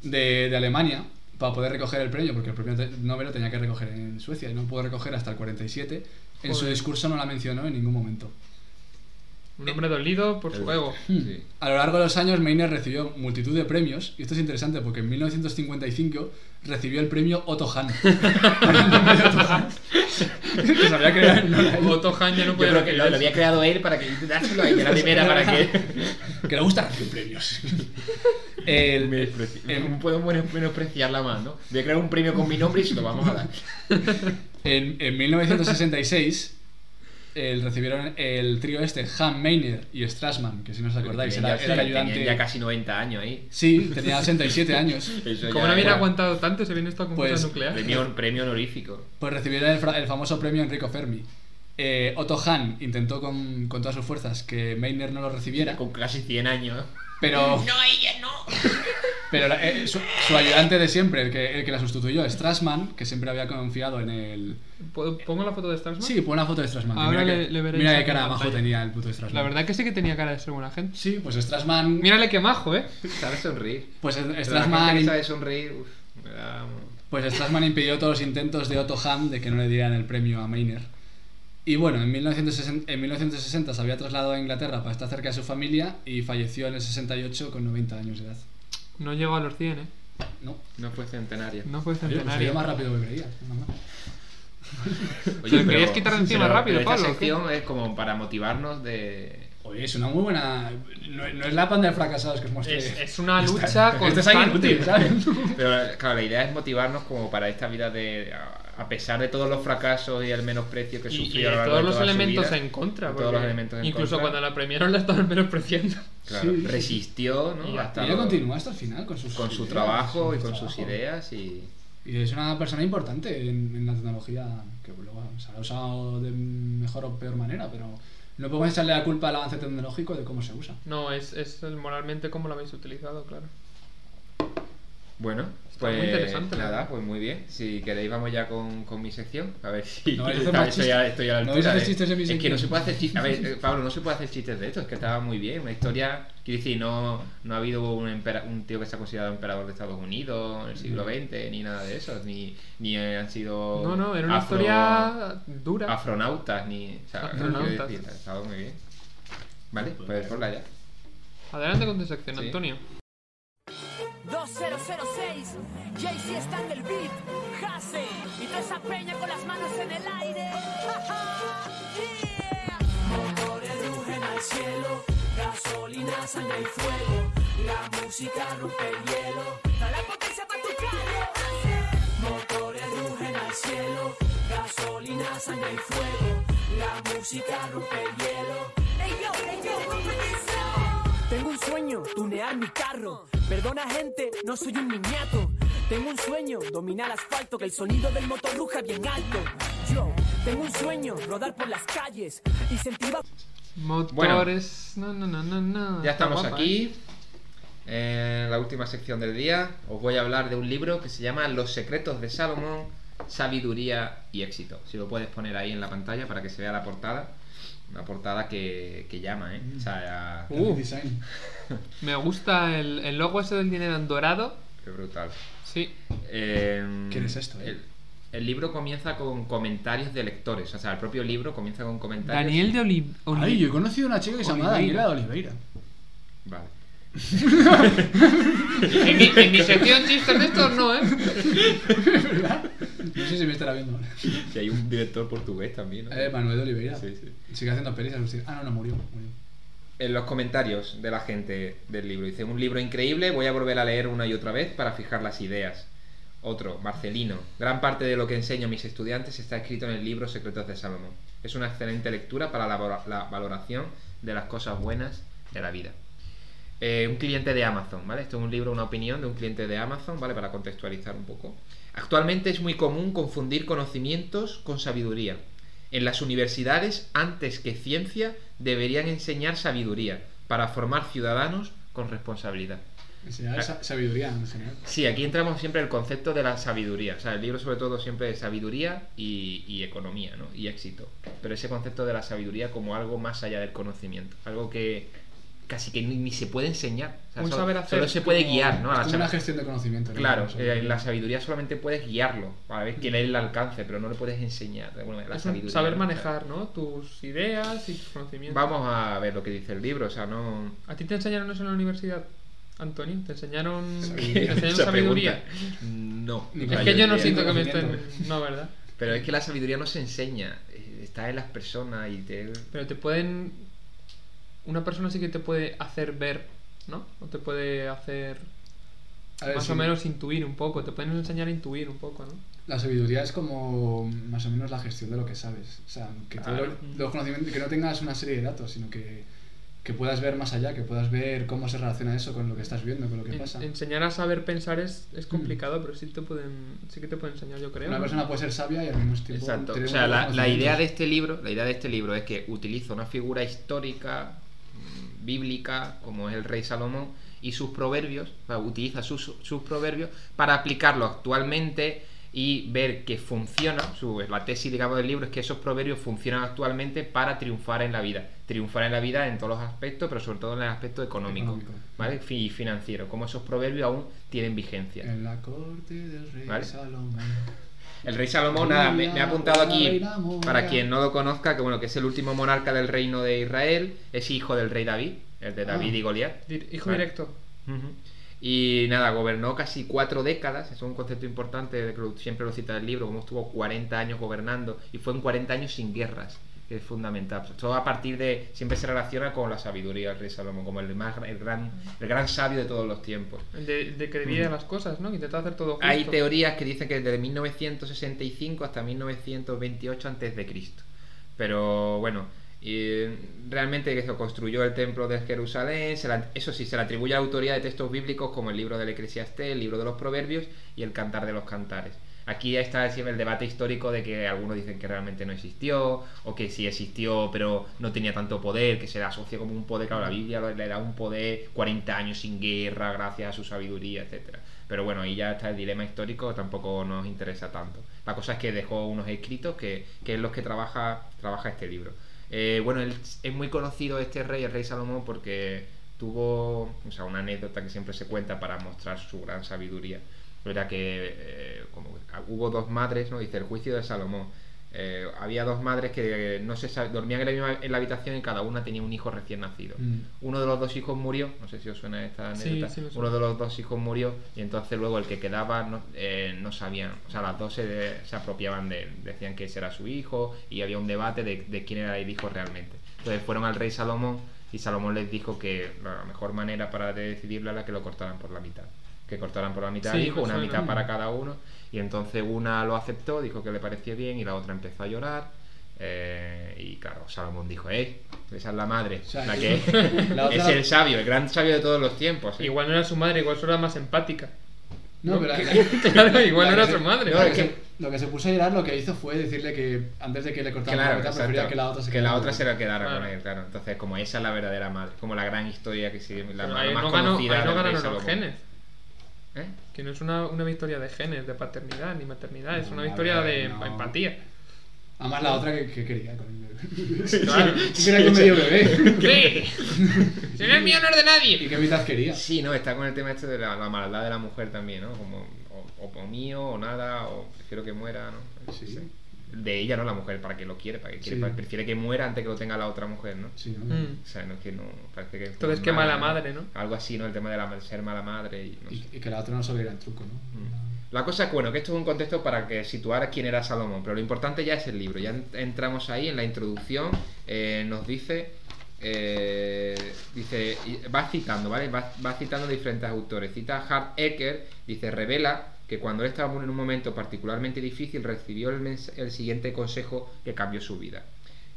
[SPEAKER 4] de, de Alemania para poder recoger el premio, porque el premio te- Nobel lo tenía que recoger en Suecia y no pudo recoger hasta el 47, en su
[SPEAKER 2] Joder.
[SPEAKER 4] discurso no la mencionó en ningún momento.
[SPEAKER 2] Un hombre dolido por su
[SPEAKER 6] <laughs>
[SPEAKER 2] ego.
[SPEAKER 6] Sí.
[SPEAKER 4] A lo largo de los años, Meiner recibió multitud de premios, y esto es interesante porque en 1955 recibió el premio Otto
[SPEAKER 2] <laughs>
[SPEAKER 4] Hahn. <laughs> El nombre de Otto Hahn. Que se había creado en honor a él.
[SPEAKER 2] Otto Hahn ya no
[SPEAKER 6] Yo
[SPEAKER 2] puede
[SPEAKER 6] creo que lo,
[SPEAKER 2] recibir
[SPEAKER 6] lo había creado él para que dárselo a
[SPEAKER 4] <laughs>
[SPEAKER 6] ella la primera para que.
[SPEAKER 4] Que le gusta
[SPEAKER 2] <laughs>
[SPEAKER 4] recibir premios. El-
[SPEAKER 6] <laughs> Eh, puedo menos- menospreciarla más, ¿no? Voy a crear un premio con mi nombre y se lo vamos
[SPEAKER 4] <laughs>
[SPEAKER 6] a dar.
[SPEAKER 4] En, en 1966 el- eh, recibieron el trío este, Ham Mainer y Strassman, que si no os acordáis,
[SPEAKER 6] Tenía
[SPEAKER 4] era,
[SPEAKER 6] ya-
[SPEAKER 4] era el
[SPEAKER 6] tenía
[SPEAKER 4] ayudante.
[SPEAKER 6] ya casi 90 años ahí.
[SPEAKER 4] Sí, tenía
[SPEAKER 6] <laughs>
[SPEAKER 4] 67 años.
[SPEAKER 6] Eso
[SPEAKER 2] Como
[SPEAKER 6] ya
[SPEAKER 2] no hubiera
[SPEAKER 6] era
[SPEAKER 2] aguantado tanto, se viene esta conjunta
[SPEAKER 4] Pues,
[SPEAKER 2] nuclear.
[SPEAKER 6] Premio, premio honorífico.
[SPEAKER 4] Pues recibieron el, fra- el famoso premio Enrico Fermi. Eh, Otto Hahn intentó con, con todas sus fuerzas que Mainer no lo recibiera,
[SPEAKER 6] Con casi 100 años.
[SPEAKER 4] pero. <laughs> Pero la- eh, su, su ayudante de siempre, el que, el que la sustituyó, Strassman, que siempre había confiado en el.
[SPEAKER 2] ¿Puedo- ¿Pongo la foto de Starsman?
[SPEAKER 4] Sí, pon una foto de Strassman. que
[SPEAKER 2] Ahora
[SPEAKER 4] mira
[SPEAKER 2] le-
[SPEAKER 4] que,
[SPEAKER 2] le veréis
[SPEAKER 4] mira
[SPEAKER 2] aquí
[SPEAKER 4] qué
[SPEAKER 2] en
[SPEAKER 4] cara
[SPEAKER 2] la
[SPEAKER 4] majo
[SPEAKER 2] pantalla.
[SPEAKER 4] tenía el puto Strassman.
[SPEAKER 2] La verdad que sí que tenía cara de ser buena gente.
[SPEAKER 4] Sí, pues Strassman.
[SPEAKER 2] Mírale qué majo, ¿eh?
[SPEAKER 6] Sabe sonreír.
[SPEAKER 4] Pues
[SPEAKER 6] Pero la gente que
[SPEAKER 4] Strassman,
[SPEAKER 6] sabe sonreír. Uf, me da-
[SPEAKER 4] pues Strassman impidió todos los intentos de Otto Hahn de que no le dieran el premio a Maynard. Y bueno, en 1960, en 1960 se había trasladado a Inglaterra para estar cerca de su familia y falleció en el 68 con 90 años de edad.
[SPEAKER 2] No llegó a los 100, ¿eh?
[SPEAKER 4] No,
[SPEAKER 6] No fue centenario.
[SPEAKER 2] No fue
[SPEAKER 4] Oye, pues se dio
[SPEAKER 2] centenario.
[SPEAKER 4] más rápido que creía. nada más.
[SPEAKER 2] Te lo querías quitar de encima rápido,
[SPEAKER 6] pero
[SPEAKER 2] Pablo,
[SPEAKER 6] Esta sección es como para motivarnos
[SPEAKER 2] <laughs>
[SPEAKER 6] de.
[SPEAKER 4] Oye, es una muy buena. No, no es la panda de fracasados que os mostré.
[SPEAKER 2] Es, es una lucha
[SPEAKER 4] Este es alguien
[SPEAKER 2] constante.
[SPEAKER 4] útil, ¿sabes?
[SPEAKER 6] Pero claro, la idea es motivarnos como para esta vida de. a- A pesar de todos los fracasos y el menosprecio que
[SPEAKER 2] Y- Y,
[SPEAKER 6] sufrió
[SPEAKER 2] de
[SPEAKER 6] a lo largo
[SPEAKER 2] todos
[SPEAKER 6] de
[SPEAKER 2] los
[SPEAKER 6] toda su
[SPEAKER 2] elementos
[SPEAKER 6] vida,
[SPEAKER 2] en contra.
[SPEAKER 6] de todos
[SPEAKER 2] porque
[SPEAKER 6] los elementos en
[SPEAKER 2] incluso
[SPEAKER 6] contra.
[SPEAKER 2] cuando la premiaron la estaban menospreciando.
[SPEAKER 6] <laughs> Claro,
[SPEAKER 4] Sí, sí.
[SPEAKER 6] resistió, ¿no?
[SPEAKER 2] Y ya-
[SPEAKER 6] Hasta
[SPEAKER 4] Y ella
[SPEAKER 6] lo-
[SPEAKER 4] continúa hasta el final con, sus
[SPEAKER 6] con su
[SPEAKER 4] ideas,
[SPEAKER 6] trabajo y con
[SPEAKER 4] trabajo.
[SPEAKER 6] sus ideas y
[SPEAKER 4] Y es una persona importante en, en la tecnología que luego se ha usado de mejor o peor manera, pero no podemos echarle la culpa al avance tecnológico de cómo se usa.
[SPEAKER 2] No, es, es el moralmente como lo habéis utilizado, claro.
[SPEAKER 6] Bueno,
[SPEAKER 2] Está
[SPEAKER 6] pues
[SPEAKER 2] muy interesante, la
[SPEAKER 6] nada,
[SPEAKER 2] verdad.
[SPEAKER 6] pues muy bien. Si queréis vamos ya con, con mi sección, a ver si
[SPEAKER 4] No vais a hacer
[SPEAKER 6] Esta
[SPEAKER 4] más
[SPEAKER 6] vez estoy, a, estoy a la
[SPEAKER 4] chistes. No
[SPEAKER 6] altura.
[SPEAKER 4] vais a hacer
[SPEAKER 6] de-
[SPEAKER 4] chistes de mi
[SPEAKER 6] es que
[SPEAKER 4] sección.
[SPEAKER 6] no se puede hacer chistes, a ver, eh, Pablo, no se puede hacer chistes de esto, es que estaba muy bien, una historia, quiero decir, no, no ha habido un, empera- un tío que se ha considerado emperador de Estados Unidos en el siglo XX, ni nada de eso, ni, ni eh, han sido
[SPEAKER 2] Mm. No, no, era una
[SPEAKER 6] afro-
[SPEAKER 2] historia dura.
[SPEAKER 6] afronautas, ni, o sea,
[SPEAKER 2] Afronautas.
[SPEAKER 6] quiero decir, estaba muy bien. Vale, pues ponla ya.
[SPEAKER 2] Adelante con tu sección,
[SPEAKER 6] Sí.
[SPEAKER 2] Antonio.
[SPEAKER 7] 2006, Jay-Z está en el beat, Hase y toda esa peña con las manos en el aire. <laughs> ¡Ja, ja! Yeah.
[SPEAKER 5] Motores rugen al cielo, gasolina, sangre y fuego. La música rompe el hielo.
[SPEAKER 7] Da la potencia para tu calle,
[SPEAKER 5] Motores rugen al cielo, gasolina, sangre y fuego. La música rompe el hielo.
[SPEAKER 7] Hey yo, hey yo, competición.
[SPEAKER 5] Tengo un sueño, tunear mi carro. Perdona gente, no soy un niñato. Tengo un sueño, dominar asfalto, que el sonido del motor ruja bien alto. Yo tengo un sueño, rodar por las calles, incentivar.
[SPEAKER 2] Motores. no, no, no, no, no.
[SPEAKER 6] Ya estamos
[SPEAKER 2] Está guapa, ¿eh?
[SPEAKER 6] aquí. eh, En la última sección del día os voy a hablar de un libro que se llama Los secretos de Salomón, sabiduría y éxito. Si lo puedes poner ahí en la pantalla para que se vea la portada. Una portada que, que llama,
[SPEAKER 2] Mm.
[SPEAKER 6] ¿eh? O sea, ya-
[SPEAKER 2] Uh.
[SPEAKER 4] Design.
[SPEAKER 2] Me gusta el, el logo ese del dinero en dorado.
[SPEAKER 6] qué brutal.
[SPEAKER 2] Sí.
[SPEAKER 6] Eh,
[SPEAKER 4] ¿Quién es esto, eh?
[SPEAKER 6] El, el libro comienza con comentarios de lectores. O sea, el propio libro comienza con comentarios.
[SPEAKER 2] Daniel de Oli- Oli-
[SPEAKER 4] Ay, yo he conocido una chica que se llama
[SPEAKER 2] Oliveira.
[SPEAKER 4] Daniela de Oliveira.
[SPEAKER 6] Vale.
[SPEAKER 2] En mi, en
[SPEAKER 6] <laughs>
[SPEAKER 2] mi sección chistes de estos no, ¿eh?
[SPEAKER 4] No sé si me estará viendo.
[SPEAKER 6] Y hay un director portugués también, ¿no?
[SPEAKER 4] Eh, Manuel de Oliveira.
[SPEAKER 6] Sí, sí.
[SPEAKER 4] Sigue haciendo pelis. alucin- Ah, no, no, murió. murió.
[SPEAKER 6] en los comentarios de la gente del libro. Dice, un libro increíble, voy a volver a leer una y otra vez para fijar las ideas. Otro, Marcelino. Gran parte de lo que enseño a mis estudiantes está escrito en el libro Secretos de Salomón. Es una excelente lectura para la, valo- la valoración de las cosas buenas de la vida. Eh, un cliente de Amazon, ¿vale? Esto es un libro, una opinión de un cliente de Amazon, ¿vale? Para contextualizar un poco. Actualmente es muy común confundir conocimientos con sabiduría. En las universidades, antes que ciencia, deberían enseñar sabiduría para formar ciudadanos con responsabilidad.
[SPEAKER 4] Enseñar
[SPEAKER 6] Ah.
[SPEAKER 4] sa- sabiduría en general.
[SPEAKER 6] Sí, aquí entramos siempre en el concepto de la sabiduría. O sea, el libro sobre todo siempre es sabiduría y, y economía, ¿no? Y éxito. Pero ese concepto de la sabiduría como algo más allá del conocimiento. Algo que casi que ni, ni se puede enseñar. O sea,
[SPEAKER 2] Un
[SPEAKER 6] solo,
[SPEAKER 2] saber hacer
[SPEAKER 6] solo se puede
[SPEAKER 2] como-
[SPEAKER 6] guiar, ¿no? A
[SPEAKER 4] es como una
[SPEAKER 6] la sabiduría.
[SPEAKER 4] gestión de conocimiento. ¿no?
[SPEAKER 6] Claro,
[SPEAKER 4] Como
[SPEAKER 6] eh,
[SPEAKER 4] sabiduría.
[SPEAKER 6] la sabiduría solamente puedes guiarlo, para ver quién es el alcance, pero no le puedes enseñar. de alguna manera, la
[SPEAKER 2] Es un
[SPEAKER 6] sabiduría,
[SPEAKER 2] saber
[SPEAKER 6] ¿no?
[SPEAKER 2] manejar, ¿no? Tus ideas y tus conocimientos.
[SPEAKER 6] Vamos a ver lo que dice el libro, o sea,
[SPEAKER 2] <laughs>
[SPEAKER 6] no...
[SPEAKER 2] ¿A ti te enseñaron eso en la universidad, Antonio? ¿Te
[SPEAKER 6] <laughs>
[SPEAKER 2] enseñaron,
[SPEAKER 4] Sabiduría.
[SPEAKER 2] te enseñaron
[SPEAKER 6] Esa
[SPEAKER 2] sabiduría?
[SPEAKER 6] pregunta, No.
[SPEAKER 4] Ni
[SPEAKER 6] O
[SPEAKER 2] Es
[SPEAKER 6] sea,
[SPEAKER 2] que yo no
[SPEAKER 6] diría-
[SPEAKER 2] siento que me
[SPEAKER 4] conocimiento.
[SPEAKER 2] estén... No, ¿verdad?
[SPEAKER 6] Pero es que la sabiduría no se enseña, eh, está en las personas y te...
[SPEAKER 2] Pero te pueden... Una persona sí que te puede hacer ver, ¿no? O te puede hacer
[SPEAKER 4] A ver,
[SPEAKER 2] más
[SPEAKER 4] sí,
[SPEAKER 2] o menos intuir un poco. Te pueden enseñar a intuir un poco, ¿no?
[SPEAKER 4] La sabiduría es como más o menos la gestión de lo que sabes. O sea, que, tú
[SPEAKER 6] Claro.
[SPEAKER 4] lo- los conocimientos, que no tengas una serie de datos, sino que, que puedas ver más allá, que puedas ver cómo se relaciona eso con lo que estás viendo, con lo que
[SPEAKER 2] En-
[SPEAKER 4] pasa. Mm.
[SPEAKER 2] enseñar a saber pensar es, es complicado, pero sí, te pueden, sí que te pueden enseñar, yo creo.
[SPEAKER 4] Una
[SPEAKER 2] ¿no?
[SPEAKER 4] persona puede ser sabia y al mismo tiempo.
[SPEAKER 6] Exacto.
[SPEAKER 4] tener
[SPEAKER 6] O sea,
[SPEAKER 4] muchos
[SPEAKER 6] la, la idea de
[SPEAKER 4] conocimientos.
[SPEAKER 6] este libro, la idea de este libro es que utiliza una figura histórica, mm, bíblica, como es el rey Salomón, y sus proverbios, o sea, utiliza sus, sus proverbios para aplicarlo actualmente y ver que funciona. Su, la tesis, digamos, del libro es que esos proverbios funcionan actualmente para triunfar en la vida. Triunfar en la vida en todos los aspectos, pero sobre todo en el aspecto económico,
[SPEAKER 4] Económico.
[SPEAKER 6] ¿vale? Fi- Y financiero. Como esos proverbios aún tienen vigencia.
[SPEAKER 4] En la corte del rey
[SPEAKER 2] <laughs>
[SPEAKER 6] Vale.
[SPEAKER 4] Salomón.
[SPEAKER 6] El rey Salomón, nada, me, me ha apuntado aquí, para quien no lo conozca, que bueno, que es el último monarca del reino de Israel, es hijo del rey David, el de David
[SPEAKER 4] Ah.
[SPEAKER 6] y Goliat.
[SPEAKER 2] Dir- hijo
[SPEAKER 6] Vale.
[SPEAKER 2] directo.
[SPEAKER 6] Ujú. Y nada, gobernó casi cuatro décadas, eso es un concepto importante, de que lo- siempre lo cita el libro, como estuvo 40 años gobernando, y fue en 40 años sin guerras, que es fundamental. Pues, Todo a partir de, siempre se relaciona con la sabiduría del rey Salomón, como el, más, el, gran, el gran sabio de todos los tiempos.
[SPEAKER 2] El de, el de que divide
[SPEAKER 6] Ujú.
[SPEAKER 2] las cosas, ¿no? Que intenta hacer todo justo.
[SPEAKER 6] Hay teorías que dicen que desde 1965 hasta 1928 antes de Cristo. Pero bueno, eh, realmente eso construyó el templo de Jerusalén, se la- eso sí, se le atribuye autoría de textos bíblicos como el libro del Eclesiastés, el libro de los Proverbios y el Cantar de los Cantares. Aquí ya está siempre el debate histórico de que algunos dicen que realmente no existió, o que sí existió pero no tenía tanto poder, que se le asocia como un poder, claro, la Biblia le da un poder 40 años sin guerra gracias a su sabiduría, etcétera Pero bueno, ahí ya está el dilema histórico, tampoco nos interesa tanto. La cosa es que dejó unos escritos que, que es los que trabaja, trabaja este libro. Eh, bueno, él- es muy conocido este rey, el rey Salomón, porque tuvo o sea, una anécdota que siempre se cuenta para mostrar su gran sabiduría. Era que eh, como hubo dos madres, ¿no? Dice el juicio de Salomón. Eh, había dos madres que eh, no se sabe- dormían en la, misma- en la habitación y cada una tenía un hijo recién nacido.
[SPEAKER 4] Mm.
[SPEAKER 6] Uno de los dos hijos murió, no sé si os suena esta
[SPEAKER 2] Sí,
[SPEAKER 6] anécdota.
[SPEAKER 2] sí me suena.
[SPEAKER 6] Uno de los dos hijos murió y entonces luego el que quedaba no, eh, no sabían, o sea, las dos se, se apropiaban de él, decían que ese era su hijo y había un debate de, de quién era el hijo realmente. Entonces fueron al rey Salomón y Salomón les dijo que la mejor manera para de decidirlo era que lo cortaran por la mitad. Que cortaran por la mitad al
[SPEAKER 2] Sí,
[SPEAKER 6] hijo,
[SPEAKER 2] me
[SPEAKER 6] una
[SPEAKER 2] suena.
[SPEAKER 6] mitad para cada uno. Y entonces una lo aceptó, dijo que le parecía bien y la otra empezó a llorar. eh, y claro, Salomón dijo, ¡Ey! Esa es la madre,
[SPEAKER 4] sea,
[SPEAKER 6] la que
[SPEAKER 4] que- <laughs>
[SPEAKER 6] <laughs>
[SPEAKER 4] la otra-
[SPEAKER 6] es el sabio, el gran sabio de todos los tiempos. ¿eh?
[SPEAKER 2] Igual no era su madre, igual solo era más empática.
[SPEAKER 4] No, pero la-
[SPEAKER 2] <laughs> Claro, igual no
[SPEAKER 4] la
[SPEAKER 2] era
[SPEAKER 4] que
[SPEAKER 2] su
[SPEAKER 4] se-
[SPEAKER 2] madre.
[SPEAKER 4] la
[SPEAKER 6] No,
[SPEAKER 4] que
[SPEAKER 6] es
[SPEAKER 4] se-
[SPEAKER 6] que-
[SPEAKER 4] Lo que se puso a llorar lo que hizo fue decirle que antes de que le cortaran
[SPEAKER 6] Claro,
[SPEAKER 4] la mitad,
[SPEAKER 6] exacto.
[SPEAKER 4] prefería que la otra se
[SPEAKER 6] que la
[SPEAKER 4] quedara
[SPEAKER 6] otra se la quedara
[SPEAKER 2] Claro.
[SPEAKER 6] con él, claro. Entonces, como esa es la verdadera madre, como la gran historia que sigue, la,
[SPEAKER 2] Pero
[SPEAKER 6] la
[SPEAKER 2] ahí
[SPEAKER 6] más
[SPEAKER 2] no, ganó-
[SPEAKER 6] conocida
[SPEAKER 2] ahí no
[SPEAKER 6] del rey
[SPEAKER 2] ganaron los
[SPEAKER 6] Salomón.
[SPEAKER 2] genes.
[SPEAKER 6] ¿Eh?
[SPEAKER 2] Que no es una, una victoria de genes, de paternidad ni maternidad, es
[SPEAKER 6] Mm,
[SPEAKER 4] No,
[SPEAKER 2] una
[SPEAKER 4] a
[SPEAKER 2] victoria
[SPEAKER 4] ver,
[SPEAKER 2] de
[SPEAKER 4] no.
[SPEAKER 2] empatía.
[SPEAKER 6] <laughs>
[SPEAKER 4] Además, la otra que, que quería con el bebé. <laughs>
[SPEAKER 2] Claro.
[SPEAKER 4] Mira que medio bebé.
[SPEAKER 2] ¿Qué? Si no es mío, no es de
[SPEAKER 4] <laughs> ¿Y
[SPEAKER 2] nadie.
[SPEAKER 4] qué mitad quería?
[SPEAKER 6] Sí, no, está con el tema este de la, la maldad de la mujer también, ¿no? Como o, o- o mío, o nada, o prefiero que muera, ¿no?
[SPEAKER 4] Sí.
[SPEAKER 6] De ella, ¿no? La mujer, para que lo quiere, para que quiere,
[SPEAKER 4] Sí.
[SPEAKER 6] para- prefiere que muera antes que lo tenga la otra mujer, ¿no?
[SPEAKER 4] Sí, ¿no?
[SPEAKER 2] Mm.
[SPEAKER 6] O sea, no es que no. Parece que es
[SPEAKER 2] Entonces,
[SPEAKER 6] como
[SPEAKER 2] qué mala
[SPEAKER 6] mala,
[SPEAKER 2] madre, ¿no?
[SPEAKER 6] Algo así, ¿no? El tema de la, ser mala madre y no sé.
[SPEAKER 4] Y, y que la otra no sabía el truco, ¿no?
[SPEAKER 6] La cosa es bueno, que esto es un contexto para que situar quién era Salomón, pero lo importante ya es el libro. Ya en- entramos ahí en la introducción, eh, nos dice, eh, dice, y va citando, ¿vale? Va, va citando diferentes autores. Cita a Hart Ecker, dice, revela que cuando él estaba en un momento particularmente difícil recibió el, mens- el siguiente consejo que cambió su vida.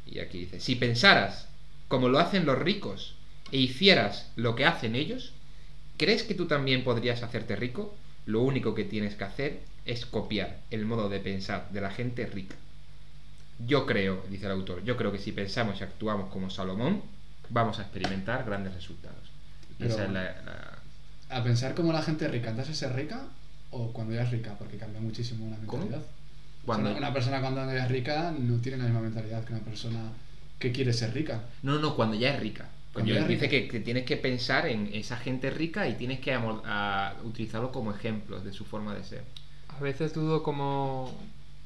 [SPEAKER 6] Y aquí dice, si pensaras como lo hacen los ricos e hicieras lo que hacen ellos, ¿Crees que tú también podrías hacerte rico? Lo único que tienes que hacer es copiar el modo de pensar de la gente rica. Yo creo, dice el autor, yo creo que si pensamos y actuamos como Salomón, vamos a experimentar grandes resultados. Y
[SPEAKER 4] Pero-
[SPEAKER 6] esa es la- la-
[SPEAKER 4] A pensar como la gente rica, antes de ser rica o cuando ya es rica, porque cambia muchísimo una
[SPEAKER 6] ¿Cómo?
[SPEAKER 4] mentalidad.
[SPEAKER 6] cuando-
[SPEAKER 4] Una, una persona cuando ya es rica no tiene la misma mentalidad que una persona que quiere ser rica.
[SPEAKER 6] No, no, cuando ya es rica. Cuando
[SPEAKER 4] Cuando ya es
[SPEAKER 6] dice
[SPEAKER 4] rica.
[SPEAKER 6] que, que tienes que pensar en esa gente rica y tienes que amol- a- utilizarlo como ejemplos de su forma de ser.
[SPEAKER 2] A veces dudo cómo,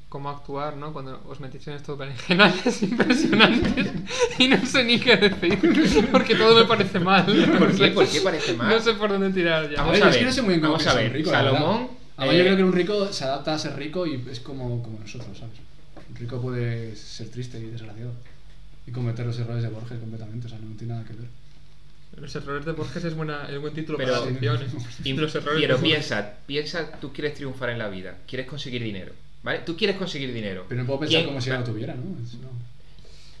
[SPEAKER 2] cómo actuar, ¿no? Cuando os metís en estos berenjenales <laughs> impresionantes y no sé ni qué decir, porque todo me parece mal.
[SPEAKER 6] ¿Por qué?
[SPEAKER 2] Entonces,
[SPEAKER 6] ¿Por qué parece mal?
[SPEAKER 2] No sé por dónde tirar ya.
[SPEAKER 6] Vamos
[SPEAKER 4] ver,
[SPEAKER 6] a
[SPEAKER 4] es que
[SPEAKER 6] ver,
[SPEAKER 4] no sé muy bien cómo
[SPEAKER 6] vamos
[SPEAKER 4] piensa
[SPEAKER 6] a
[SPEAKER 4] un
[SPEAKER 6] ver,
[SPEAKER 4] rico, la
[SPEAKER 6] Salomón,
[SPEAKER 4] verdad. Además, yo
[SPEAKER 6] eh,
[SPEAKER 4] creo que un rico se adapta a ser rico y es como, como nosotros, ¿sabes? Un rico puede ser triste y desgraciado. Y cometer los errores de Borges completamente, o sea, no tiene nada que ver.
[SPEAKER 2] Los errores de Borges es, buena, es buen título
[SPEAKER 6] Pero-
[SPEAKER 2] para las
[SPEAKER 6] <laughs>
[SPEAKER 2] secciones.
[SPEAKER 6] Y-
[SPEAKER 2] Los errores
[SPEAKER 6] pero
[SPEAKER 2] de Borges.
[SPEAKER 6] piensa, piensa, tú quieres triunfar en la vida, quieres conseguir dinero, ¿vale? Tú quieres conseguir dinero.
[SPEAKER 4] Pero no puedo pensar
[SPEAKER 6] ¿Quién-
[SPEAKER 4] como si ya lo tuviera, ¿no? Es, no.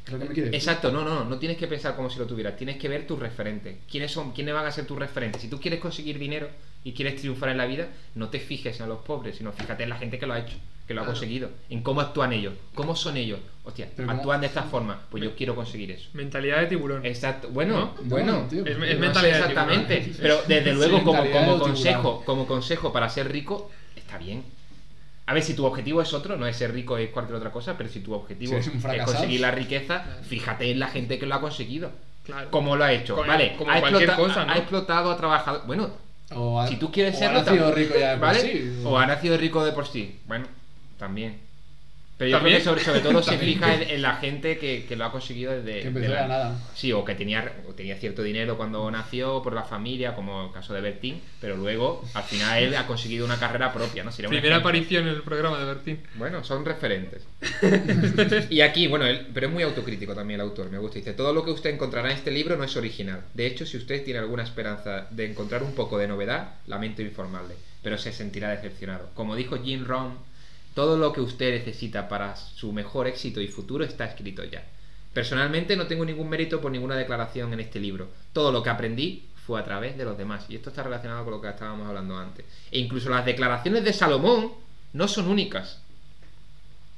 [SPEAKER 4] Es lo que me quiere decir.
[SPEAKER 6] Exacto, no, no, no tienes que pensar como si lo tuvieras, tienes que ver tus referentes. ¿Quiénes son, quiénes van a ser tus referentes? Si tú quieres conseguir dinero y quieres triunfar en la vida, no te fijes en los pobres, sino fíjate en la gente que lo ha hecho, que lo ha
[SPEAKER 2] Claro.
[SPEAKER 6] conseguido, en cómo actúan ellos, cómo son ellos. Hostia,
[SPEAKER 4] Pero
[SPEAKER 6] actúan
[SPEAKER 4] cómo-
[SPEAKER 6] de esta forma, pues yo quiero conseguir eso.
[SPEAKER 2] Mentalidad de tiburón.
[SPEAKER 6] Exacto, bueno,
[SPEAKER 4] No,
[SPEAKER 6] bueno,
[SPEAKER 4] tío,
[SPEAKER 2] es-
[SPEAKER 4] no
[SPEAKER 2] es
[SPEAKER 4] sé
[SPEAKER 6] No sé
[SPEAKER 2] mentalidad de
[SPEAKER 6] exactamente,
[SPEAKER 2] tiburón.
[SPEAKER 6] pero desde luego como,
[SPEAKER 4] mentalidad
[SPEAKER 6] como
[SPEAKER 4] de
[SPEAKER 6] consejo,
[SPEAKER 4] tiburón.
[SPEAKER 6] como consejo para ser rico está bien. A ver, si tu objetivo es otro, no es ser rico es cualquier otra cosa, pero si tu objetivo
[SPEAKER 4] Si eres un
[SPEAKER 6] es
[SPEAKER 4] fracasado.
[SPEAKER 6] conseguir la riqueza, fíjate en la gente que lo ha conseguido.
[SPEAKER 2] Claro.
[SPEAKER 6] Cómo lo ha hecho,
[SPEAKER 2] Como-
[SPEAKER 6] vale,
[SPEAKER 2] como
[SPEAKER 6] ha,
[SPEAKER 2] cualquier
[SPEAKER 6] explota-
[SPEAKER 2] cosa, ¿no?
[SPEAKER 6] ha explotado, ha trabajado, bueno,
[SPEAKER 4] O ha-
[SPEAKER 6] si tú quieres
[SPEAKER 4] o
[SPEAKER 6] ser
[SPEAKER 4] ha nacido rico ya de por
[SPEAKER 6] ¿vale?
[SPEAKER 4] sí,
[SPEAKER 6] o ha nacido rico de por sí, bueno, también. Pero yo
[SPEAKER 2] ¿También?
[SPEAKER 6] creo que sobre, sobre todo se
[SPEAKER 4] <laughs> También.
[SPEAKER 6] fija en, en la gente que, que lo ha conseguido desde
[SPEAKER 4] que empezó
[SPEAKER 6] de
[SPEAKER 4] de
[SPEAKER 6] la-
[SPEAKER 4] la nada.
[SPEAKER 6] Sí, o que tenía, o tenía cierto dinero cuando nació por la familia, como el caso de Bertín, pero luego al final él ha conseguido una carrera propia, ¿no? Sería un
[SPEAKER 2] Primera
[SPEAKER 6] ejemplo.
[SPEAKER 2] aparición en el programa de Bertín.
[SPEAKER 6] Bueno,
[SPEAKER 2] <laughs>
[SPEAKER 6] son referentes. y aquí, bueno, él- pero es muy autocrítico también el autor, me gusta. Dice, todo lo que usted encontrará en este libro no es original. De hecho, si usted tiene alguna esperanza de encontrar un poco de novedad, lamento informarle, pero se sentirá decepcionado. Como dijo Jim Rohn, todo lo que usted necesita para su mejor éxito y futuro está escrito ya. Personalmente no tengo ningún mérito por ninguna declaración en este libro. Todo lo que aprendí fue a través de los demás. Y esto está relacionado con lo que estábamos hablando antes. E incluso las declaraciones de Salomón no son únicas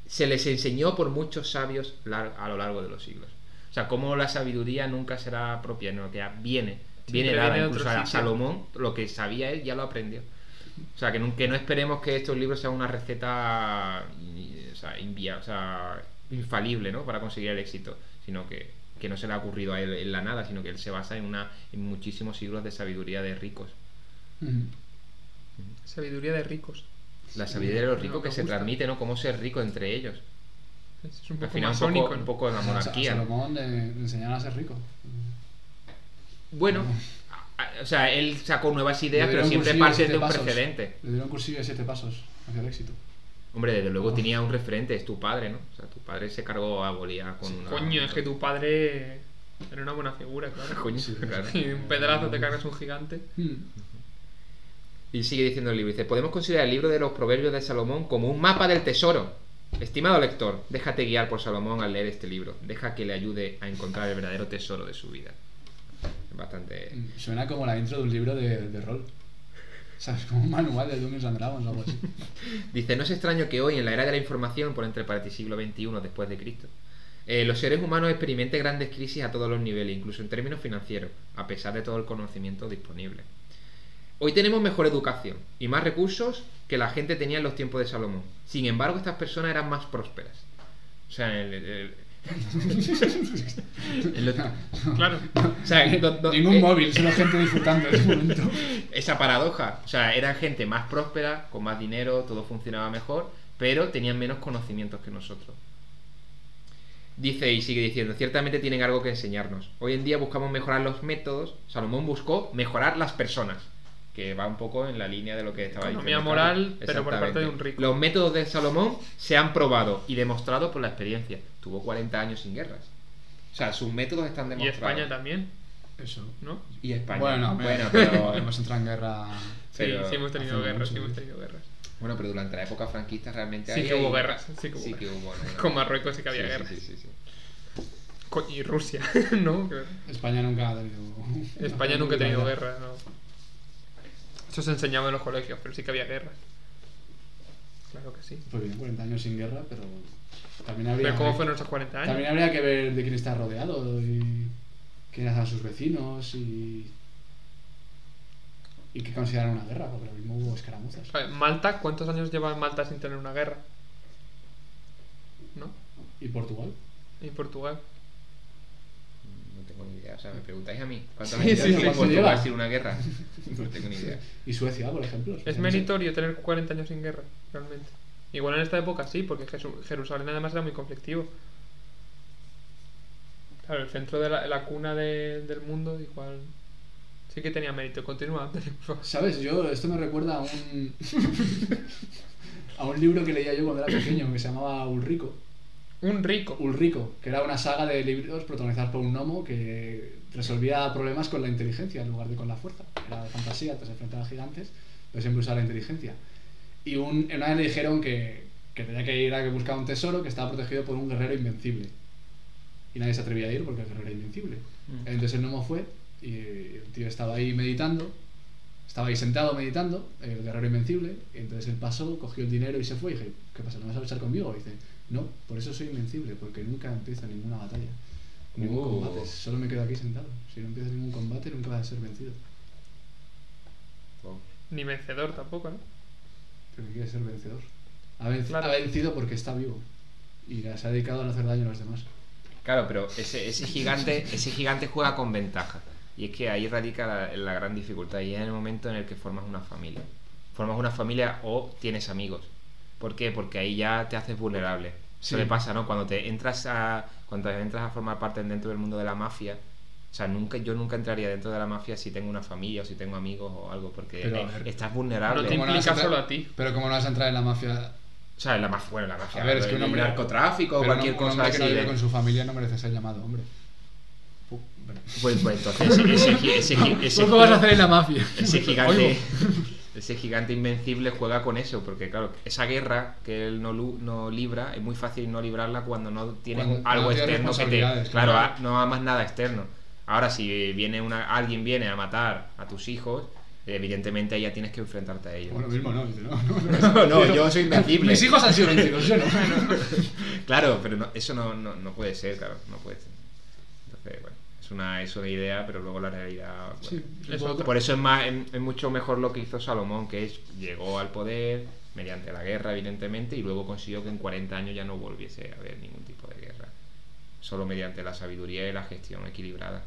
[SPEAKER 6] se les enseñó por muchos sabios lar- a lo largo de los siglos. O sea, como la sabiduría nunca será propia, no, que viene, viene
[SPEAKER 2] Siempre
[SPEAKER 6] dada
[SPEAKER 2] viene de
[SPEAKER 6] incluso
[SPEAKER 2] otro
[SPEAKER 6] a
[SPEAKER 2] sitio.
[SPEAKER 6] Salomón, lo que sabía él ya lo aprendió. O sea, que no, que no esperemos que estos libros sean una receta y- o sea, invia- o sea, infalible ¿no? para conseguir el éxito, sino que, que no se le ha ocurrido a él en la nada, sino que él se basa en, una, en muchísimos siglos de sabiduría de ricos.
[SPEAKER 4] Ujú.
[SPEAKER 2] Sabiduría de ricos.
[SPEAKER 6] La sabiduría de los
[SPEAKER 2] no,
[SPEAKER 6] ricos
[SPEAKER 2] me
[SPEAKER 6] que se
[SPEAKER 2] gusta.
[SPEAKER 6] transmite, ¿no? Cómo ser rico entre ellos.
[SPEAKER 2] Es un
[SPEAKER 6] Al
[SPEAKER 2] poco
[SPEAKER 6] final, un poco,
[SPEAKER 2] masónico.
[SPEAKER 6] un
[SPEAKER 2] ¿no?
[SPEAKER 6] poco de la monarquía.
[SPEAKER 4] A
[SPEAKER 6] ¿no?
[SPEAKER 4] Salomón le, le enseñaron a ser rico.
[SPEAKER 6] Bueno, a- a- Ah, o sea, él sacó nuevas ideas,
[SPEAKER 4] Le
[SPEAKER 6] pero
[SPEAKER 4] dieron
[SPEAKER 6] siempre
[SPEAKER 4] cursillo
[SPEAKER 6] parte
[SPEAKER 4] siete
[SPEAKER 6] de un
[SPEAKER 4] pasos.
[SPEAKER 6] precedente.
[SPEAKER 4] Le dieron cursillo de siete pasos hacia el éxito.
[SPEAKER 6] Hombre, desde luego tenía un referente, es tu padre, ¿no? O sea, tu padre se cargó a Bolívar con una...
[SPEAKER 2] Coño, es que tu padre era una buena figura, claro.
[SPEAKER 6] <laughs> Coño, claro.
[SPEAKER 2] Y un pedazo te cargas un gigante.
[SPEAKER 4] Hmm.
[SPEAKER 6] Y sigue diciendo el libro, dice, podemos considerar el libro de los proverbios de Salomón como un mapa del tesoro. Estimado lector, déjate guiar por Salomón al leer este libro. Deja que le ayude a encontrar el verdadero tesoro de su vida. Es bastante...
[SPEAKER 4] Mm, Suena como la intro de un libro de, de rol. ¿Sabes? Como un manual de Dungeons and Dragons o algo así.
[SPEAKER 6] Dice, no es extraño que hoy, en la era de la información, por entre paréntesis siglo XXI después de Cristo, eh, los seres humanos experimenten grandes crisis a todos los niveles, incluso en términos financieros, a pesar de todo el conocimiento disponible. Hoy tenemos mejor educación y más recursos que la gente tenía en los tiempos de Salomón. Sin embargo, estas personas eran más prósperas. O sea, el- el- el- el otro-
[SPEAKER 2] Claro.
[SPEAKER 6] o sea, <laughs> do- do-
[SPEAKER 4] Ningún
[SPEAKER 6] eh,
[SPEAKER 4] móvil, solo gente disfrutando en ese momento.
[SPEAKER 6] esa paradoja. O sea, eran gente más próspera, con más dinero, todo funcionaba mejor, pero tenían menos conocimientos que nosotros. Dice y sigue diciendo, ciertamente tienen algo que enseñarnos. Hoy en día buscamos mejorar los métodos, Salomón buscó mejorar las personas, que va un poco en la línea de lo que estaba
[SPEAKER 2] Economía
[SPEAKER 6] diciendo.
[SPEAKER 2] moral,
[SPEAKER 6] Carlos.
[SPEAKER 2] pero por parte de un
[SPEAKER 6] Exactamente.
[SPEAKER 2] rico.
[SPEAKER 6] Los métodos de Salomón se han probado y demostrado por la experiencia. Tuvo 40 años sin guerras. O sea, sus métodos están
[SPEAKER 2] Y
[SPEAKER 6] demostrados.
[SPEAKER 2] España también,
[SPEAKER 4] Eso.
[SPEAKER 2] ¿no?
[SPEAKER 6] Y España.
[SPEAKER 4] Bueno, bueno,
[SPEAKER 6] pero
[SPEAKER 4] hemos entrado en guerra.
[SPEAKER 2] Sí,
[SPEAKER 6] Pero
[SPEAKER 2] sí hemos tenido
[SPEAKER 4] hace
[SPEAKER 2] guerras, sí
[SPEAKER 4] mucho
[SPEAKER 2] hemos
[SPEAKER 4] tiempo.
[SPEAKER 2] tenido guerras.
[SPEAKER 6] Bueno, pero durante la época franquista realmente
[SPEAKER 2] Sí
[SPEAKER 6] ahí
[SPEAKER 2] que
[SPEAKER 6] hay-
[SPEAKER 2] hubo guerras, sí que hubo
[SPEAKER 6] Sí que
[SPEAKER 2] guerras.
[SPEAKER 6] hubo,
[SPEAKER 2] <laughs>
[SPEAKER 6] ¿no?
[SPEAKER 2] Con Marruecos sí que había
[SPEAKER 6] Sí, sí,
[SPEAKER 2] guerras.
[SPEAKER 6] sí, sí, sí.
[SPEAKER 2] Co- Y Rusia, <laughs> ¿no? Que-
[SPEAKER 4] España nunca ha tenido.
[SPEAKER 2] España nunca ha tenido guerras, ¿no? Eso se enseñaba en los colegios, pero sí que había guerras. Claro que sí.
[SPEAKER 4] Pues bien, 40 años sin guerra, pero. También habría,
[SPEAKER 2] Pero ¿cómo fueron esos 40 años?
[SPEAKER 4] también habría que ver de quién está rodeado y quiénes eran sus vecinos y. y qué consideran una guerra, porque lo mismo hubo escaramuzas.
[SPEAKER 2] A ver, Malta, ¿cuántos años lleva Malta sin tener una guerra? ¿No?
[SPEAKER 4] ¿Y Portugal?
[SPEAKER 2] Y Portugal.
[SPEAKER 6] No tengo ni idea. O sea, me preguntáis a mí. ¿Cuántos
[SPEAKER 4] Sí,
[SPEAKER 6] años
[SPEAKER 4] sí,
[SPEAKER 6] lleva
[SPEAKER 4] sí,
[SPEAKER 6] Portugal
[SPEAKER 4] sí, lleva.
[SPEAKER 6] sin una guerra? <laughs> No tengo ni idea.
[SPEAKER 4] ¿Y Suecia, por ejemplo?
[SPEAKER 2] Es meritorio tener 40 años sin guerra, realmente. Igual en esta época sí, porque Jesu- Jerusalén además era muy conflictivo. Claro, el centro de la, la cuna de- del mundo, igual. Sí que tenía mérito. Continúa, <laughs> Antonio, por favor.
[SPEAKER 4] ¿Sabes? Yo, esto me recuerda a un. <laughs> a un libro que leía yo cuando era pequeño, que se llamaba Ulrico.
[SPEAKER 2] Un rico.
[SPEAKER 4] Ulrico, que era una saga de libros protagonizados por un gnomo que resolvía problemas con la inteligencia en lugar de con la fuerza. Era de fantasía, te enfrentaba a gigantes, pero siempre usaba la inteligencia. Y un, en una vez le dijeron que, que tenía que ir a buscar un tesoro que estaba protegido por un guerrero invencible. Y nadie se atrevía a ir porque el guerrero era invencible. Entonces el gnomo fue y el tío estaba ahí meditando. Estaba ahí sentado meditando, el guerrero invencible. Y entonces él pasó, cogió el dinero y se fue. Y dije, ¿qué pasa? ¿No vas a luchar conmigo? Y dice, no, por eso soy invencible, porque nunca empiezo ninguna batalla. Ningún
[SPEAKER 6] Uh.
[SPEAKER 4] combate. Solo me quedo aquí sentado. Si no empiezas ningún combate, nunca vas a ser vencido.
[SPEAKER 6] Wow.
[SPEAKER 2] Ni vencedor tampoco, ¿no?
[SPEAKER 4] Pero que quiere ser vencedor. Ha, venc-
[SPEAKER 2] Claro.
[SPEAKER 4] ha vencido porque está vivo. Y se ha dedicado a no hacer daño a los demás.
[SPEAKER 6] Claro, pero ese,
[SPEAKER 4] <laughs>
[SPEAKER 6] ese gigante, ese gigante juega con ventaja. Y es que ahí radica la, la gran dificultad. Y es en el momento en el que formas una familia. Formas una familia o tienes amigos. ¿Por qué? Porque ahí ya te haces vulnerable.
[SPEAKER 4] Sí.
[SPEAKER 6] Eso le pasa, ¿no? Cuando te entras a. Cuando te entras a formar parte dentro del mundo de la mafia. O sea, nunca, yo nunca entraría dentro de la mafia si tengo una familia o si tengo amigos o algo, porque
[SPEAKER 4] Pero,
[SPEAKER 6] eh,
[SPEAKER 4] a ver,
[SPEAKER 6] estás vulnerable.
[SPEAKER 2] no te
[SPEAKER 4] Como
[SPEAKER 2] implica
[SPEAKER 4] vas a entrar-
[SPEAKER 2] solo a ti.
[SPEAKER 4] Pero como no vas a entrar en la mafia
[SPEAKER 6] O sea, la mafia, bueno, la mafia.
[SPEAKER 4] A ver, es que un
[SPEAKER 6] el
[SPEAKER 4] hombre-
[SPEAKER 6] narcotráfico o
[SPEAKER 4] Pero
[SPEAKER 6] cualquier
[SPEAKER 4] no, un
[SPEAKER 6] cosa
[SPEAKER 4] hombre que
[SPEAKER 6] así.
[SPEAKER 4] no vive
[SPEAKER 6] de-
[SPEAKER 4] con su familia no merece ser llamado hombre.
[SPEAKER 6] Pues, pues entonces ese, gi- ese, gi-
[SPEAKER 4] <laughs>
[SPEAKER 6] ese, gi-
[SPEAKER 4] en la mafia?
[SPEAKER 6] ese gigante ese gigante invencible juega con eso porque claro esa guerra que él no, lu- no libra es muy fácil no librarla cuando no tienes
[SPEAKER 4] Cuando-
[SPEAKER 6] algo
[SPEAKER 4] cuando tienes
[SPEAKER 6] externo que te
[SPEAKER 4] responsabilidades,
[SPEAKER 6] claro
[SPEAKER 4] claro.
[SPEAKER 6] a- no amas nada externo ahora si viene una alguien viene a matar a tus hijos evidentemente ahí ya tienes que enfrentarte a ellos <laughs>
[SPEAKER 4] O lo mismo, no, dice, no, no,
[SPEAKER 6] no, no, yo soy invencible.
[SPEAKER 4] Mis hijos han sido vencidos,
[SPEAKER 6] <laughs>
[SPEAKER 4] yo no.
[SPEAKER 6] Claro, pero no- eso no, no, no puede ser, claro, no puede ser. Entonces, bueno, es una eso de idea, pero luego la realidad. bueno.
[SPEAKER 4] Sí,
[SPEAKER 2] Es
[SPEAKER 4] supongo que-
[SPEAKER 2] otro.
[SPEAKER 6] Por eso es, más, es, es mucho mejor lo que hizo Salomón, que es llegó al poder mediante la guerra, evidentemente, y luego consiguió que en 40 años ya no volviese a haber ningún tipo de guerra. Solo mediante la sabiduría y la gestión equilibrada.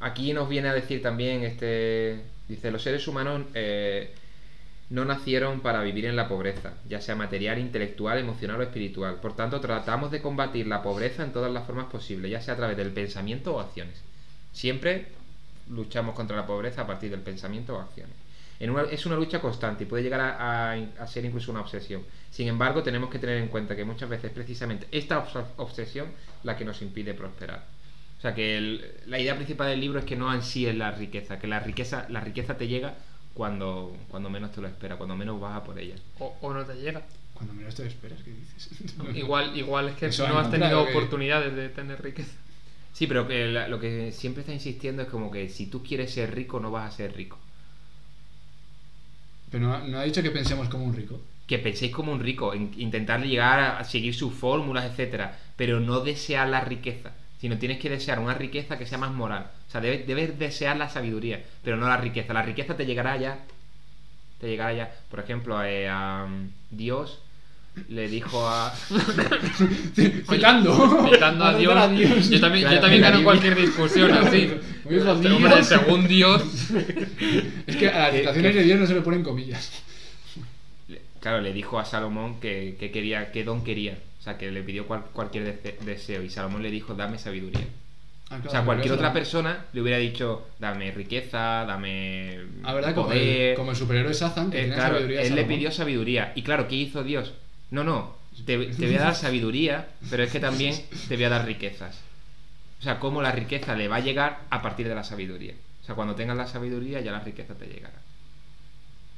[SPEAKER 6] Aquí nos viene a decir también este. Dice, los seres humanos eh, no nacieron para vivir en la pobreza, ya sea material, intelectual, emocional o espiritual. Por tanto, tratamos de combatir la pobreza en todas las formas posibles, ya sea a través del pensamiento o acciones. Siempre luchamos contra la pobreza a partir del pensamiento o acciones. En una- es una lucha constante y puede llegar a, a- a ser incluso una obsesión. Sin embargo, tenemos que tener en cuenta que muchas veces es precisamente esta obs- obsesión la que nos impide prosperar. O sea que el- la idea principal del libro es que no ansíes la riqueza, que la riqueza, la riqueza te llega cuando, cuando menos te lo esperas, cuando menos vas a por ella.
[SPEAKER 2] O, o no te llega.
[SPEAKER 4] Cuando menos te lo esperas, ¿qué dices?
[SPEAKER 2] Igual, igual es que
[SPEAKER 4] Eso
[SPEAKER 2] no
[SPEAKER 4] hay,
[SPEAKER 2] has
[SPEAKER 4] ¿no?
[SPEAKER 2] tenido
[SPEAKER 4] Claro que-
[SPEAKER 2] oportunidades de tener riqueza.
[SPEAKER 6] Sí, pero que la- lo que siempre está insistiendo es como que si tú quieres ser rico, no vas a ser rico.
[SPEAKER 4] Pero no, ha- no ha dicho que pensemos como un
[SPEAKER 6] <laughs>
[SPEAKER 4] rico.
[SPEAKER 6] que penséis como un rico, en intentar llegar a, a seguir sus fórmulas, etcétera, pero no desear la riqueza, sino tienes que desear una riqueza que sea más moral. O sea, debes, debes desear la sabiduría, pero no la riqueza. La riqueza te llegará ya. Te llegará ya. Por ejemplo, eh, a mm, Dios le dijo a.
[SPEAKER 4] Citando.
[SPEAKER 2] Citando a Dios. Yo también,
[SPEAKER 6] Claro,
[SPEAKER 2] yo también gano
[SPEAKER 6] claro.
[SPEAKER 2] cualquier discusión así.
[SPEAKER 4] Muy hijo
[SPEAKER 2] Este hombre,
[SPEAKER 4] Dios.
[SPEAKER 2] según Dios.
[SPEAKER 4] Es que a las
[SPEAKER 6] Que-
[SPEAKER 4] citaciones
[SPEAKER 6] que-
[SPEAKER 4] de Dios no se le ponen comillas.
[SPEAKER 6] le- Claro, le dijo a Salomón que, que quería, qué don quería. O sea, que le pidió cual- cualquier dese- deseo. Y Salomón le dijo, dame sabiduría.
[SPEAKER 4] Ah, claro,
[SPEAKER 6] O sea, cualquier
[SPEAKER 4] eso
[SPEAKER 6] otra
[SPEAKER 4] no.
[SPEAKER 6] persona le hubiera dicho, dame riqueza, dame
[SPEAKER 4] Ah, ¿verdad? Como
[SPEAKER 6] poder.
[SPEAKER 4] el, como el superhéroe Sazan, que
[SPEAKER 6] Eh,
[SPEAKER 4] tiene
[SPEAKER 6] claro,
[SPEAKER 4] sabiduría. de
[SPEAKER 6] él le
[SPEAKER 4] Salomón.
[SPEAKER 6] pidió sabiduría. Y claro, ¿qué hizo Dios? No, no, te, te voy a dar sabiduría, pero es que también te voy a dar riquezas. O sea, cómo la riqueza le va a llegar a partir de la sabiduría. O sea, cuando tengas la sabiduría ya la riqueza te llegará.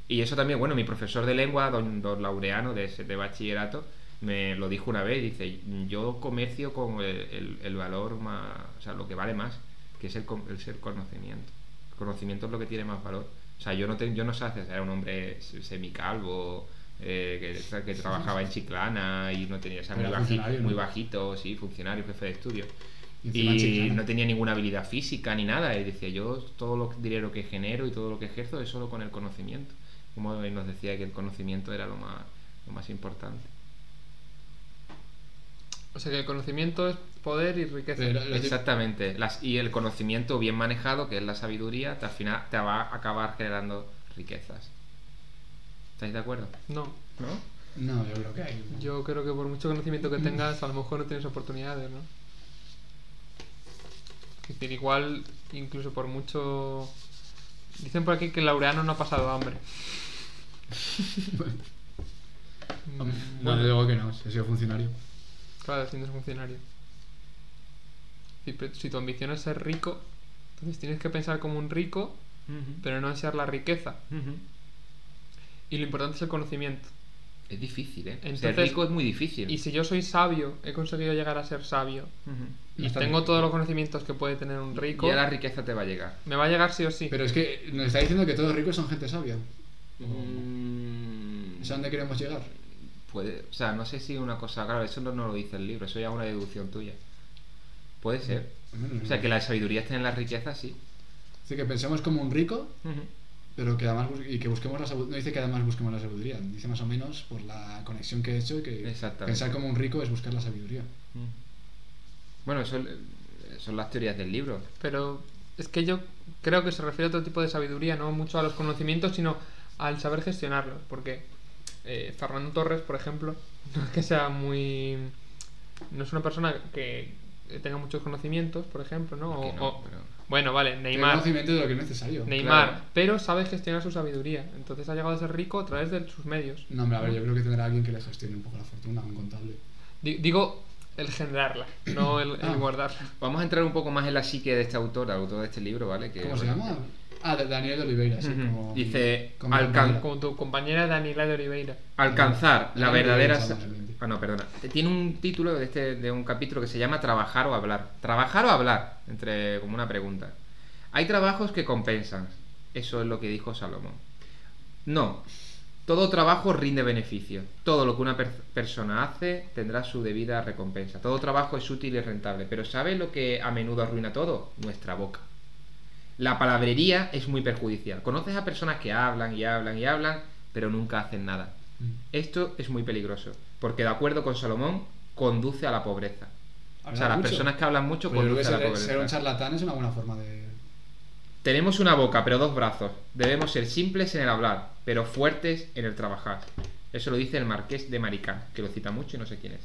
[SPEAKER 6] Y eso también, bueno, mi profesor de lengua, don, don Laureano, de, ese- de bachillerato, me lo dijo una vez, dice, yo comercio con el, el- el valor más, o sea, lo que vale más, que es el, con- el ser conocimiento. El conocimiento es lo que tiene más valor. O sea, yo no, te- yo no sé hacer, era un hombre se- semicalvo, eh, que, que trabajaba en Chiclana y no tenía, o sea, muy,
[SPEAKER 4] Era
[SPEAKER 6] baji-
[SPEAKER 4] funcionario, ¿no?
[SPEAKER 6] muy bajito, sí, funcionario, jefe de estudio.
[SPEAKER 4] Y encima en
[SPEAKER 6] Y
[SPEAKER 4] Chiclana.
[SPEAKER 6] no tenía ninguna habilidad física ni nada. Y decía, yo todo lo dinero que genero y todo lo que ejerzo es solo con el conocimiento. Como él nos decía que el conocimiento era lo más, lo más importante.
[SPEAKER 2] O sea que el conocimiento es poder y riqueza.
[SPEAKER 4] Pero lo-
[SPEAKER 6] Exactamente. Las, y el conocimiento bien manejado, que es la sabiduría, te, al final te va a acabar generando riquezas. ¿Estáis de acuerdo?
[SPEAKER 2] No,
[SPEAKER 6] ¿No?
[SPEAKER 4] No, yo creo que hay.
[SPEAKER 2] yo creo que por mucho conocimiento que tengas, a lo mejor no tienes oportunidades, ¿no? Es decir, igual, incluso por mucho. Dicen por aquí que el laureano no ha pasado hambre. Mm,
[SPEAKER 4] No, yo digo que no, si he sido funcionario.
[SPEAKER 2] Claro, siendo funcionario. Si, pre- si tu ambición es ser rico, entonces tienes que pensar como un rico, pero no desear la riqueza. Y lo importante es el conocimiento.
[SPEAKER 6] Es difícil, ¿eh? Ser
[SPEAKER 2] Entonces-
[SPEAKER 6] rico es muy difícil.
[SPEAKER 2] Y si yo soy sabio, he conseguido llegar a ser sabio,
[SPEAKER 6] Ujú.
[SPEAKER 2] y
[SPEAKER 4] Bastante.
[SPEAKER 2] tengo todos los conocimientos que puede tener un rico,
[SPEAKER 6] Ya la riqueza te va a llegar.
[SPEAKER 2] me va a llegar sí o sí.
[SPEAKER 4] Pero es que nos está diciendo que todos los ricos son gente sabia.
[SPEAKER 6] Mm.
[SPEAKER 4] ¿Es a dónde queremos llegar?
[SPEAKER 6] Puede, o sea, no sé si una cosa, claro, eso no, no lo dice el libro, eso ya es una deducción tuya.
[SPEAKER 4] Mm.
[SPEAKER 6] Puede ser. O sea, que la sabiduría está en la riqueza, sí.
[SPEAKER 4] Así que pensemos como un rico, pero que además bus- y que busquemos la sabiduría. No dice que además busquemos la sabiduría, dice más o menos por la conexión que he hecho que
[SPEAKER 6] Exactamente.
[SPEAKER 4] pensar como un rico es buscar la sabiduría.
[SPEAKER 6] Bueno, eso eh, son las teorías del libro.
[SPEAKER 2] Pero es que yo creo que se refiere a otro tipo de sabiduría, no mucho a los conocimientos, sino al saber gestionarlos. Porque eh, Fernando Torres, por ejemplo, <laughs> no es que sea muy. No es una persona que tenga muchos conocimientos, por ejemplo, ¿no?
[SPEAKER 6] Que
[SPEAKER 2] O-
[SPEAKER 6] no,
[SPEAKER 2] o-
[SPEAKER 6] pero-
[SPEAKER 2] Bueno, vale,
[SPEAKER 4] Tener
[SPEAKER 2] Neymar.
[SPEAKER 4] conocimiento de lo que es necesario.
[SPEAKER 2] Neymar,
[SPEAKER 6] claro.
[SPEAKER 2] pero sabe gestionar su sabiduría. Entonces ha llegado a ser rico a través de sus medios.
[SPEAKER 4] No, hombre, a ver, yo creo que tendrá alguien que le gestione un poco la fortuna, un contable.
[SPEAKER 2] Di- digo, el generarla, no el, el
[SPEAKER 4] Ah.
[SPEAKER 2] guardarla.
[SPEAKER 6] Vamos a entrar un poco más en la psique de este autor, el autor de este libro, ¿vale? Que,
[SPEAKER 4] ¿Cómo se llama? Ah, de Daniel de Oliveira, sí.
[SPEAKER 6] Ujú.
[SPEAKER 4] como-
[SPEAKER 6] Dice,
[SPEAKER 4] como
[SPEAKER 6] alcan-
[SPEAKER 4] Oliveira.
[SPEAKER 2] Como tu compañera Daniela de Oliveira.
[SPEAKER 6] Alcanzar la
[SPEAKER 4] Ah,
[SPEAKER 6] verdadera...
[SPEAKER 4] estamos
[SPEAKER 6] sa-
[SPEAKER 4] en-
[SPEAKER 6] Ah, no, perdona. Tiene un título de, este, de un capítulo que se llama Trabajar o hablar. Trabajar o hablar, entre como una pregunta. Hay trabajos que compensan. Eso es lo que dijo Salomón. No. Todo trabajo rinde beneficio. Todo lo que una per- persona hace tendrá su debida recompensa. Todo trabajo es útil y rentable. Pero ¿sabe lo que a menudo arruina todo? Nuestra boca. La palabrería es muy perjudicial. Conoces a personas que hablan y hablan y hablan, pero nunca hacen nada.
[SPEAKER 4] Mm.
[SPEAKER 6] Esto es muy peligroso, porque de acuerdo con Salomón, conduce a la pobreza. O sea, las personas que hablan mucho
[SPEAKER 4] Pues yo creo que
[SPEAKER 6] conducen a la
[SPEAKER 4] ser,
[SPEAKER 6] pobreza.
[SPEAKER 4] ser un charlatán es una buena forma de. eh,
[SPEAKER 6] Tenemos una boca, pero dos brazos. Debemos ser simples en el hablar, pero fuertes en el trabajar. Eso lo dice el marqués de Maricá, que lo cita mucho y no sé quién es.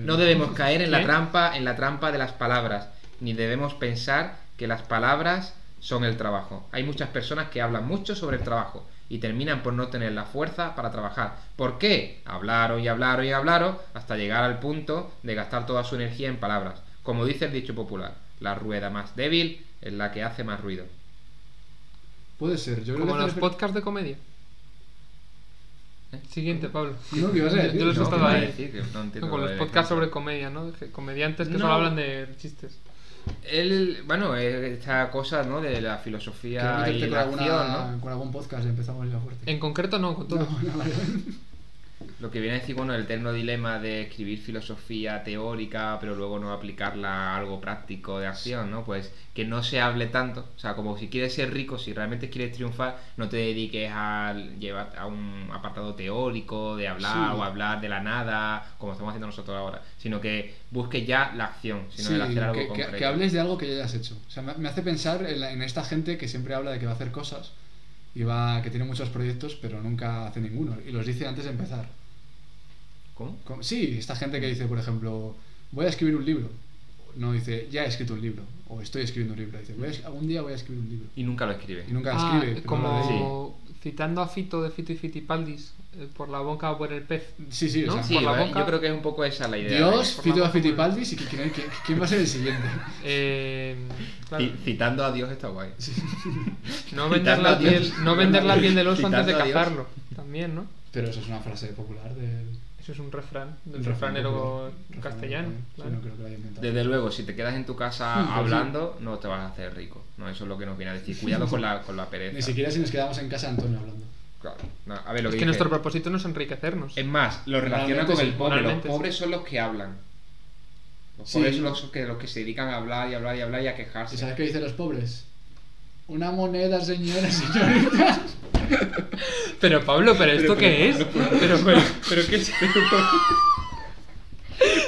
[SPEAKER 6] No debemos caer en la
[SPEAKER 2] ¿Quién?
[SPEAKER 6] trampa, en la trampa de las palabras, ni debemos pensar que las palabras son el trabajo. Hay muchas personas que hablan mucho sobre el trabajo y terminan por no tener la fuerza para trabajar. ¿Por qué? Hablaron y hablaron y hablaron hasta llegar al punto de gastar toda su energía en palabras. Como dice el dicho popular, la rueda más débil es la que hace más ruido.
[SPEAKER 4] Puede ser. Yo creo
[SPEAKER 2] Como
[SPEAKER 4] que
[SPEAKER 2] los
[SPEAKER 4] hacer-
[SPEAKER 2] podcasts de comedia. ¿Eh? Siguiente, Pablo.
[SPEAKER 4] No, ¿qué ibas a
[SPEAKER 2] Yo-
[SPEAKER 4] decir?
[SPEAKER 2] yo los he
[SPEAKER 4] No,
[SPEAKER 2] estado
[SPEAKER 6] ¿qué
[SPEAKER 2] ahí.
[SPEAKER 6] iba a
[SPEAKER 4] este
[SPEAKER 6] decir? Que no entiendo
[SPEAKER 2] con
[SPEAKER 6] lo
[SPEAKER 2] los
[SPEAKER 6] de-
[SPEAKER 2] podcasts sobre comedia, ¿no? Que- Comediantes que
[SPEAKER 6] No.
[SPEAKER 2] solo hablan de chistes.
[SPEAKER 6] Él, bueno, eh, esta cosa, ¿no? De la filosofía
[SPEAKER 4] Quiero
[SPEAKER 6] y
[SPEAKER 4] meterte con,
[SPEAKER 6] la
[SPEAKER 4] alguna-
[SPEAKER 6] acción, ¿no?
[SPEAKER 4] con algún podcast y empezamos ya fuerte.
[SPEAKER 2] En concreto no, con todo.
[SPEAKER 4] No, <laughs> no, vale.
[SPEAKER 6] Lo que viene a decir, bueno, el eterno dilema de escribir filosofía teórica, pero luego no aplicarla a algo práctico de acción, ¿no? Pues que no se hable tanto. O sea, como si quieres ser rico, si realmente quieres triunfar, no te dediques a llevar a un apartado teórico, de hablar
[SPEAKER 4] Sí.
[SPEAKER 6] o hablar de la nada, como estamos haciendo nosotros ahora, sino que busques ya la acción, sino
[SPEAKER 4] Sí,
[SPEAKER 6] el hacer algo
[SPEAKER 4] que, que-
[SPEAKER 6] concreto.
[SPEAKER 4] que hables de algo que ya hayas hecho. O sea, me, me hace pensar en, la- en esta gente que siempre habla de que va a hacer cosas y va que tiene muchos proyectos, pero nunca hace ninguno. Y los dice antes de empezar.
[SPEAKER 6] ¿Cómo?
[SPEAKER 4] Como- Sí, esta gente
[SPEAKER 6] Mm.
[SPEAKER 4] que dice, por ejemplo, voy a escribir un libro. No dice, ya he escrito un libro. O estoy escribiendo un libro. Dice, "Voy a es- algún día voy a escribir un libro.
[SPEAKER 6] Y nunca lo escribes.
[SPEAKER 4] Y nunca
[SPEAKER 2] Ah,
[SPEAKER 4] escribe. pero
[SPEAKER 2] como
[SPEAKER 4] habla de-
[SPEAKER 2] citando a Fito de Fito y Fitipaldis, eh, por la boca o por el pez.
[SPEAKER 4] Sí, sí, o
[SPEAKER 2] ¿no?
[SPEAKER 4] sea,
[SPEAKER 6] Sí,
[SPEAKER 2] por la
[SPEAKER 6] va-
[SPEAKER 2] boca.
[SPEAKER 6] yo creo que es un poco esa la idea. ¿eh?
[SPEAKER 4] Dios,
[SPEAKER 2] por la
[SPEAKER 4] Fito
[SPEAKER 2] boca, por el-
[SPEAKER 4] Fitipaldi, y quién, quién- quién va a ser el siguiente. <laughs>
[SPEAKER 2] Eh, claro,
[SPEAKER 6] Ci- Citando a Dios está guay.
[SPEAKER 2] no vender, la
[SPEAKER 6] citando a
[SPEAKER 2] piel,
[SPEAKER 6] Dios.
[SPEAKER 2] no vender la piel del oso
[SPEAKER 6] Citando
[SPEAKER 2] antes de
[SPEAKER 6] a Dios.
[SPEAKER 2] cazarlo. También, ¿no?
[SPEAKER 4] Pero eso es una frase popular del
[SPEAKER 2] Eso es un refrán del
[SPEAKER 4] del
[SPEAKER 2] refranero
[SPEAKER 4] refranero
[SPEAKER 2] castellano.
[SPEAKER 4] popular. Sí,
[SPEAKER 2] claro.
[SPEAKER 4] no creo que lo haya inventado.
[SPEAKER 6] Desde luego, si te quedas en tu casa
[SPEAKER 4] Sí, sí.
[SPEAKER 6] hablando, no te vas a hacer rico. No, eso es lo que nos viene a decir. Cuidado con la, con la pereza.
[SPEAKER 4] Ni siquiera si nos quedamos en casa Antonio hablando.
[SPEAKER 6] Claro. No, a ver,
[SPEAKER 2] Es que
[SPEAKER 6] lo que dije.
[SPEAKER 2] nuestro propósito no es enriquecernos.
[SPEAKER 6] Es más, lo relaciona
[SPEAKER 4] Realmente
[SPEAKER 6] con
[SPEAKER 4] sí,
[SPEAKER 6] el pobre. Los
[SPEAKER 2] realmente sí.
[SPEAKER 6] pobres son los que hablan. Los
[SPEAKER 4] Sí.
[SPEAKER 6] pobres son los que, los que se dedican a hablar y hablar y hablar y a quejarse.
[SPEAKER 4] ¿Y sabes qué dicen los pobres? Una moneda, señora, señorita.
[SPEAKER 2] Pero Pablo, ¿pero esto qué es? Pero, pero, pero ¿qué es?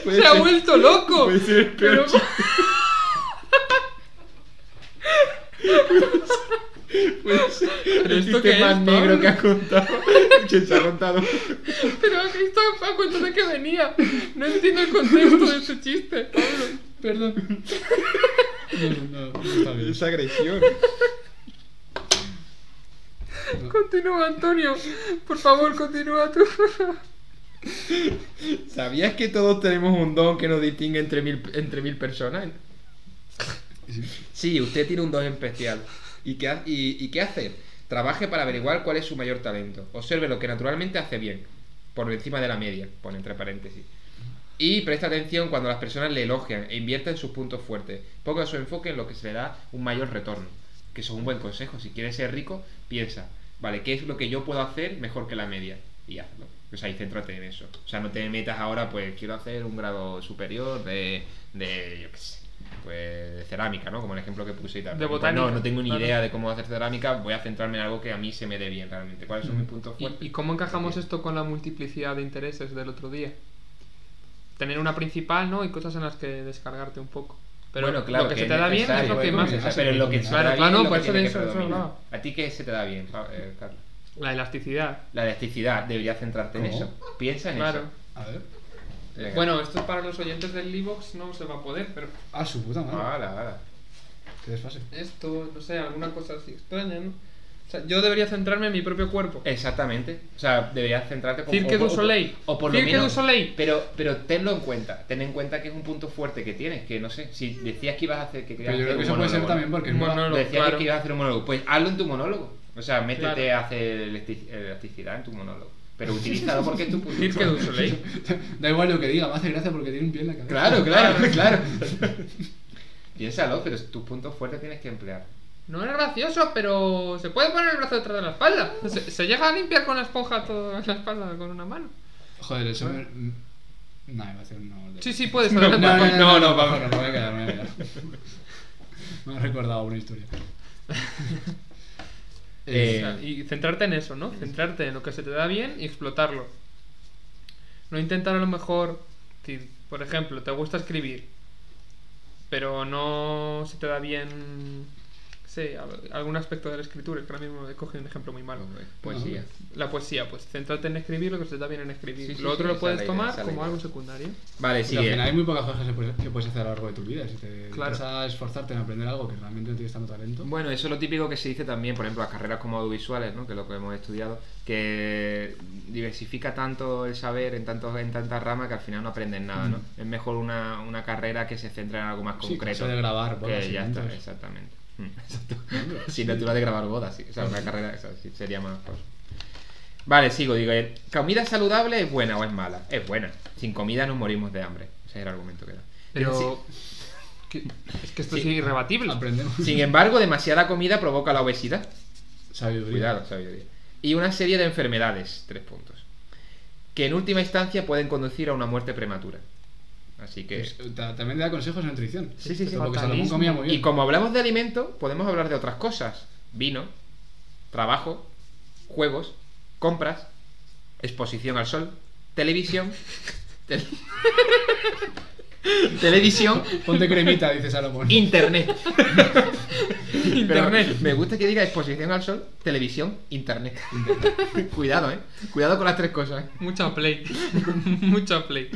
[SPEAKER 2] ¡Se ha vuelto loco! Pero- Pero esto que es, Pablo?
[SPEAKER 6] contado. que se ha contado.
[SPEAKER 2] Pero esto a cuento de que venía. No entiendo el contexto de este chiste, Pablo.
[SPEAKER 4] Perdón. <laughs> No, no, no, está bien.
[SPEAKER 6] agresión.
[SPEAKER 2] Continúa, Antonio. Por favor, continúa tú.
[SPEAKER 6] ¿Sabías que todos tenemos un don que nos distingue entre mil, entre mil personas? Sí, usted tiene un don especial. ¿Y qué, ha- y, y qué hace? Trabaje para averiguar cuál es su mayor talento. Observe lo que naturalmente hace bien, por encima de la media, pone entre paréntesis. Y presta atención cuando las personas le elogian e invierta en sus puntos fuertes. Ponga su enfoque en lo que se le da un mayor retorno. Que eso es un buen consejo. Si quieres ser rico, piensa, vale, ¿qué es lo que yo puedo hacer mejor que la media? Y hazlo. O sea, y céntrate en eso. O sea, no te metas ahora, pues quiero hacer un grado superior de, de yo qué sé, pues de cerámica, ¿no? Como el ejemplo que puse y tal.
[SPEAKER 2] De
[SPEAKER 6] Pues,
[SPEAKER 2] botánica,
[SPEAKER 6] No, no tengo ni
[SPEAKER 2] claro.
[SPEAKER 6] idea de cómo hacer cerámica. Voy a centrarme en algo que a mí se me dé bien realmente. ¿Cuáles son mis puntos fuertes?
[SPEAKER 2] ¿Y, y cómo encajamos esto con la multiplicidad de intereses del otro día? Tener una principal, ¿no? Y cosas en las que descargarte un poco. Pero
[SPEAKER 6] bueno, claro,
[SPEAKER 2] lo que, se
[SPEAKER 6] es
[SPEAKER 2] te da bien es
[SPEAKER 6] necesario, ¿eh?
[SPEAKER 2] lo que
[SPEAKER 4] bueno,
[SPEAKER 2] más...
[SPEAKER 4] es necesario.
[SPEAKER 6] Pero lo que se te
[SPEAKER 2] Claro,
[SPEAKER 6] da
[SPEAKER 2] claro,
[SPEAKER 6] bien es
[SPEAKER 2] por
[SPEAKER 6] lo que
[SPEAKER 2] eso
[SPEAKER 6] tiene
[SPEAKER 2] de
[SPEAKER 6] que
[SPEAKER 2] eso- eso
[SPEAKER 6] predominar.
[SPEAKER 2] hablaba.
[SPEAKER 6] ¿A ti qué se te da bien, Pa- eh, Carlos?
[SPEAKER 2] La elasticidad.
[SPEAKER 6] La elasticidad, deberías centrarte en
[SPEAKER 4] ¿Cómo?
[SPEAKER 6] eso. Piensa en
[SPEAKER 2] Claro.
[SPEAKER 4] A ver.
[SPEAKER 6] eso. Venga.
[SPEAKER 2] Bueno, esto es para los oyentes del Livox no se va a poder, pero
[SPEAKER 4] Ah, su puta madre.
[SPEAKER 6] Ala, ala.
[SPEAKER 4] Qué desfase.
[SPEAKER 2] esto, no sé, alguna cosa así extraña, ¿no? O sea, yo debería centrarme en mi propio cuerpo.
[SPEAKER 6] Exactamente. O sea, deberías centrarte con-
[SPEAKER 2] Cirque
[SPEAKER 6] Eh, o-
[SPEAKER 2] du
[SPEAKER 6] o-
[SPEAKER 2] Soleil.
[SPEAKER 6] O, por lo
[SPEAKER 2] Cirque
[SPEAKER 6] menos.
[SPEAKER 2] du Soleil.
[SPEAKER 6] Pero, pero tenlo en cuenta. Ten en cuenta que es un punto fuerte que tienes. Que no sé. Si decías que ibas a hacer. Que querías
[SPEAKER 4] Pero yo creo
[SPEAKER 6] hacer
[SPEAKER 4] que
[SPEAKER 6] un
[SPEAKER 4] eso puede ser
[SPEAKER 6] monólogo,
[SPEAKER 4] también
[SPEAKER 6] ¿no?
[SPEAKER 4] porque
[SPEAKER 2] Bueno, no,
[SPEAKER 6] Decías
[SPEAKER 2] claro.
[SPEAKER 6] que ibas a hacer un monólogo. Pues hazlo en tu monólogo. O sea, métete
[SPEAKER 2] Claro.
[SPEAKER 6] a hacer elastic- elasticidad en tu monólogo. Pero utilízalo porque es tu punto
[SPEAKER 2] Cirque du
[SPEAKER 6] fuerte.
[SPEAKER 2] Soleil.
[SPEAKER 4] Da igual lo que diga, me hace gracia porque tiene un pie en la cabeza.
[SPEAKER 6] <laughs> Claro, claro, claro. Piénsalo, pero tus puntos fuertes tienes que emplear.
[SPEAKER 2] No es gracioso, pero se puede poner el brazo detrás de la espalda. Se, se llega a limpiar con la esponja toda la espalda con una mano.
[SPEAKER 4] Joder, eso me... No, iba a hacer un no.
[SPEAKER 2] Sí, sí, puedes.
[SPEAKER 4] No, no,
[SPEAKER 2] adelante.
[SPEAKER 4] no, no, no, vamos, no, me voy a quedar, me voy a quedar. <laughs> Me has recordado una historia.
[SPEAKER 2] Eh,
[SPEAKER 6] Eh,
[SPEAKER 2] y centrarte en eso, ¿no? Centrarte en lo que se te da bien y explotarlo. No intentar a lo mejor, si, por ejemplo, te gusta escribir, pero no se te da bien, sé, al- algún aspecto de la escritura, que ahora mismo he cogido un ejemplo muy malo.
[SPEAKER 6] Hombre, Poesía.
[SPEAKER 2] La poesía, pues céntrate en escribir lo que se te da bien en escribir.
[SPEAKER 6] Sí, sí,
[SPEAKER 2] lo
[SPEAKER 6] sí,
[SPEAKER 2] otro
[SPEAKER 6] esa
[SPEAKER 2] lo puedes
[SPEAKER 6] es la idea,
[SPEAKER 2] tomar
[SPEAKER 6] esa es la
[SPEAKER 2] como
[SPEAKER 6] idea.
[SPEAKER 2] algo secundario.
[SPEAKER 6] Vale,
[SPEAKER 4] Porque al final hay
[SPEAKER 6] sigue.
[SPEAKER 4] muy pocas cosas que puedes- que puedes hacer a lo largo de tu vida. Si te
[SPEAKER 2] Claro.
[SPEAKER 4] vas a esforzarte en aprender algo que realmente no tienes tanto talento.
[SPEAKER 6] Bueno, eso es lo típico que se dice también, por ejemplo, las carreras como audiovisuales, ¿no? que es lo que hemos estudiado, que diversifica tanto el saber en, tantos, en tantas ramas que al final no aprendes nada. ¿no? Es mejor una, una carrera que se centra en algo más
[SPEAKER 4] Sí,
[SPEAKER 6] concreto.
[SPEAKER 4] cosa de grabar bodas
[SPEAKER 6] que
[SPEAKER 4] y
[SPEAKER 6] ya está,
[SPEAKER 4] eventos. <laughs>
[SPEAKER 6] exactamente. Mm, Exacto. <laughs> Sí, natural de grabar bodas, sí. O sea, una carrera esa, sí, sería más. pues. Vale, sigo, digo, eh, ¿comida saludable es buena o es mala? Es buena. Sin comida nos morimos de hambre. Ese es el argumento que da. Sí.
[SPEAKER 2] Pero que- es que esto
[SPEAKER 6] Sí.
[SPEAKER 2] es irrebatible.
[SPEAKER 4] <laughs> Aprendemos.
[SPEAKER 6] Sin embargo, demasiada comida provoca la obesidad.
[SPEAKER 4] Sabiduría.
[SPEAKER 6] Cuidado, sabiduría. Y una serie de enfermedades, tres puntos. Que en última instancia pueden conducir a una muerte prematura. Así que.
[SPEAKER 4] Pues, eh, ta- también te da consejos de nutrición.
[SPEAKER 6] Sí, sí, sí.
[SPEAKER 4] Porque Salomón
[SPEAKER 2] Fatalismo.
[SPEAKER 4] comía muy bien.
[SPEAKER 6] Y como hablamos de alimento, podemos hablar de otras cosas: vino, trabajo, juegos, compras, exposición al sol,
[SPEAKER 4] <laughs>
[SPEAKER 6] televisión. tel- <laughs> televisión,
[SPEAKER 4] <laughs> Ponte cremita, dice
[SPEAKER 6] <laughs>
[SPEAKER 4] Salomón.
[SPEAKER 6] internet. Pero
[SPEAKER 2] Internet.
[SPEAKER 6] me gusta que diga exposición al sol, televisión, internet. <laughs> Cuidado, eh. Cuidado con las tres cosas. eh.
[SPEAKER 2] Mucha play. <laughs> Mucha play.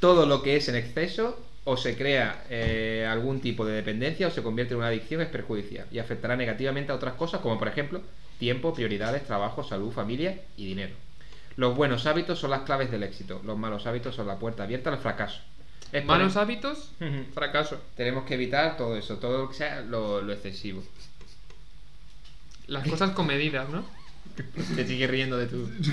[SPEAKER 6] Todo lo que es en exceso o se crea eh, algún tipo de dependencia o se convierte en una adicción es perjudicial y afectará negativamente a otras cosas como por ejemplo tiempo, prioridades, trabajo, salud, familia y dinero. Los buenos hábitos son las claves del éxito, los malos hábitos son la puerta abierta al fracaso. Es
[SPEAKER 2] Malos
[SPEAKER 6] poner-
[SPEAKER 2] hábitos,
[SPEAKER 6] Ujú.
[SPEAKER 2] fracaso.
[SPEAKER 6] Tenemos que evitar todo eso, todo lo que sea lo, lo excesivo.
[SPEAKER 2] Las cosas con medidas,
[SPEAKER 6] <laughs>
[SPEAKER 2] ¿no?
[SPEAKER 6] <laughs> Te sigue riendo de tu...
[SPEAKER 4] <laughs>